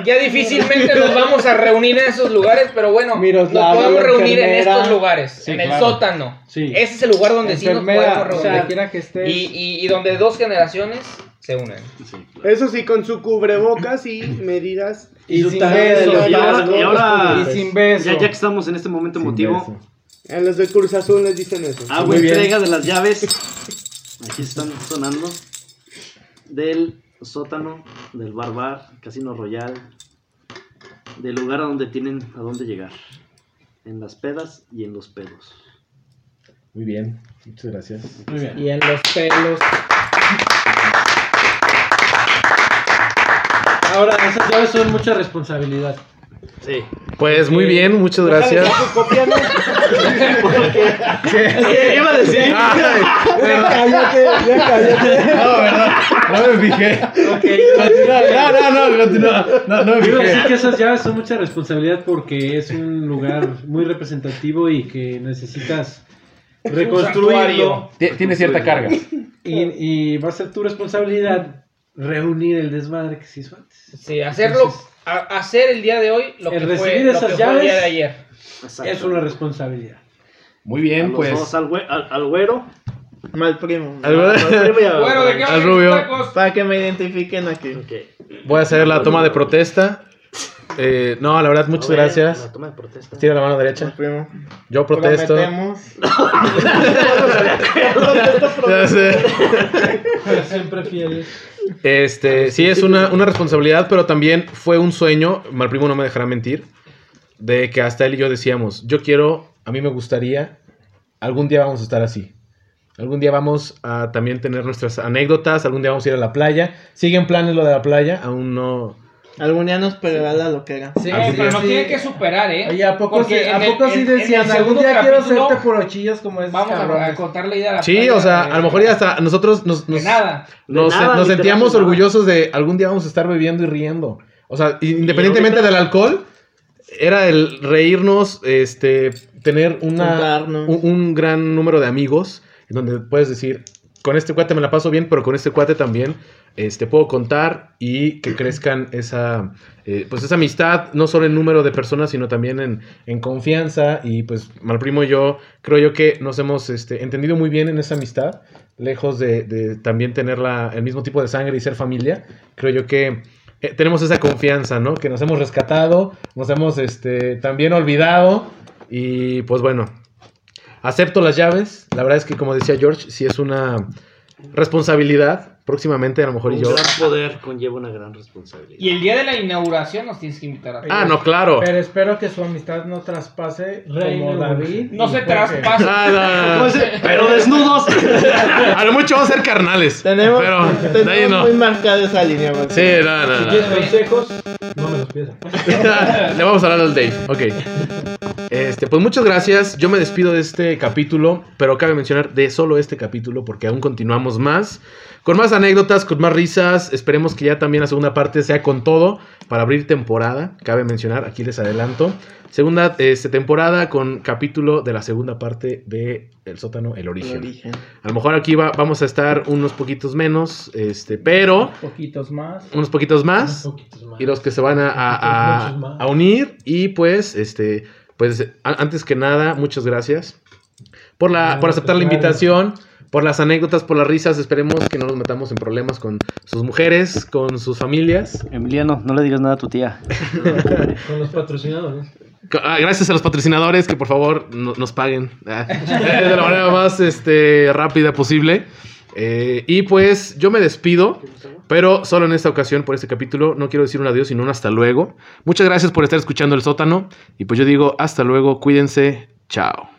S3: ya difícilmente nos vamos a reunir en esos lugares, pero bueno,
S9: Miroslava,
S3: nos podemos
S9: la
S3: reunir en
S9: enfermera.
S3: estos lugares,
S9: Sí,
S3: en el
S9: claro.
S3: sótano.
S9: Sí.
S3: Ese es el lugar donde sí nos
S9: Enfermera,
S3: podemos
S9: o sea,
S3: reunir.
S9: donde quiera que estés.
S3: Y, y- y donde dos generaciones se unen.
S11: Eso sí, con su cubrebocas y medidas.
S9: Y
S11: su
S9: sin besos.
S10: Y ahora, y ahora-
S11: Y sin beso.
S10: Ya, ya que estamos en este momento emotivo,
S11: A los de Cruz Azul les dicen eso.
S6: Ah,
S10: hago Ah, entrega de las llaves. Aquí están sonando. Del sótano, del barbar, Casino Royal, del lugar a donde tienen a dónde llegar. En las pedas y en los pedos.
S2: Muy bien. Muchas gracias.
S6: Muy bien.
S9: Y en los pelos.
S6: Ahora, esas llaves son mucha responsabilidad.
S10: Sí.
S8: Pues muy bien, muchas gracias.
S10: ¿Qué iba a decir?
S3: Eh,
S9: cállate, ya cállate.
S2: No, ¿verdad? No me fijé. Continúa. No, no, no, continúa. No, no me
S6: Yo iba a
S2: fijé.
S6: decir que esas llaves son mucha responsabilidad porque es un lugar muy representativo y que necesitas reconstruirlo.
S2: santuario. Tie- tiene cierta carga.
S6: Y, y va a ser tu responsabilidad reunir el desmadre que se hizo antes.
S3: Sí, hacerlo, a- hacer el día de hoy lo que
S6: El
S3: fue,
S6: recibir
S3: lo
S6: esas
S3: que fue el día
S6: llaves
S3: de ayer.
S6: Es una responsabilidad.
S2: Muy bien,
S10: Los
S2: pues.
S10: dos, al, güe- al- al güero.
S5: Mal primo.
S2: Al- Güero, ¿de qué Al rubio.
S5: Para que me identifiquen aquí.
S8: Voy a hacer la toma de protesta. Eh, no, la verdad, muchas
S5: A ver,
S8: gracias.
S5: la toma de protesta.
S8: Tira la mano derecha. Yo protesto.
S5: Prometemos.
S8: Ya sé.
S6: Siempre fieles.
S8: Este, sí, es una, una responsabilidad, pero también fue un sueño, mal primo no me dejará mentir, de que hasta él y yo decíamos, yo quiero, a mí me gustaría, algún día vamos a estar así. Algún día vamos a también tener nuestras anécdotas, algún día vamos a ir a la playa. Siguen planes lo de la playa, aún no...
S5: Algún día nos pegará la loquera.
S3: Sí, pero no tiene que superar, ¿eh?
S9: Oye, ¿a poco
S3: Porque
S9: sí, ¿a
S3: en el-
S9: poco sí
S3: en- en el
S9: decían? Algún
S3: segundo
S9: día quiero
S3: capítulo
S9: hacerte porochillos como esos
S3: Vamos a, a
S9: cabrones.
S3: contar la idea de la
S8: Sí,
S3: playa,
S8: o sea,
S3: eh,
S8: a lo mejor ya hasta nosotros nos,
S3: de
S8: nos,
S3: nada.
S8: nos,
S3: De nada,
S8: nos sentíamos
S3: literalmente nada.
S8: orgullosos de algún día vamos a estar bebiendo y riendo. O sea, independientemente del alcohol, era el reírnos, este, tener una,
S5: Juntarnos.
S8: un, un gran número de amigos, en donde puedes decir, con este cuate me la paso bien, pero con este cuate también este, puedo contar y que crezcan esa, eh, pues esa amistad, no solo en número de personas, sino también en, en confianza. Y pues Malprimo y yo, creo yo que nos hemos este, entendido muy bien en esa amistad, lejos de, de también tener la- el mismo tipo de sangre y ser familia. Creo yo que eh, tenemos esa confianza, ¿no? Que nos hemos rescatado, nos hemos este, también olvidado. Y pues bueno, acepto las llaves. La verdad es que, como decía George, sí es una responsabilidad. Próximamente, a lo mejor y
S10: Un
S8: yo.
S10: gran poder conlleva una gran responsabilidad.
S3: Y el día de la inauguración nos tienes que invitar a
S8: Ah, no, claro.
S9: Pero espero que su amistad no traspase
S6: Reino
S9: como David.
S3: No
S9: y
S3: se
S9: Jorge.
S3: traspasa.
S8: Ah, no, no, no.
S5: Pues,
S10: Pero desnudos.
S8: A lo mucho vamos a ser carnales.
S5: Tenemos,
S8: pero de ahí
S5: tenemos
S8: no.
S5: muy marcada esa línea, güey.
S8: Sí, no, no,
S6: Si
S8: no.
S6: quieres consejos, no me los pidas.
S8: Le vamos a hablar al Dave. Ok. Este, pues muchas gracias. Yo me despido de este capítulo, pero cabe mencionar de solo este capítulo porque aún continuamos más. Con más anécdotas, con más risas. Esperemos que ya también la segunda parte sea con todo para abrir temporada. Cabe mencionar, aquí les adelanto. Segunda este, temporada con capítulo de la segunda parte de El sótano, el origen. A lo mejor aquí va- vamos a estar unos poquitos menos, este, pero
S9: Poquitos más.
S8: unos poquitos más, y los que se van a, a- a-
S9: Muchos más.
S8: a unir y pues este pues a- antes que nada muchas gracias por la por aceptar la invitación por las anécdotas por las risas esperemos que no nos metamos en problemas con sus mujeres con sus familias
S10: Emiliano, no le digas nada a tu tía.
S6: Con los patrocinadores.
S8: Co- ah, gracias a los patrocinadores que por favor no- nos paguen Ah, de la manera más este rápida posible Eh, y pues yo me despido Pero solo en esta ocasión, por este capítulo, no quiero decir un adiós, sino un hasta luego. Muchas gracias por estar escuchando el sótano. Y pues yo digo, hasta luego, cuídense, chao.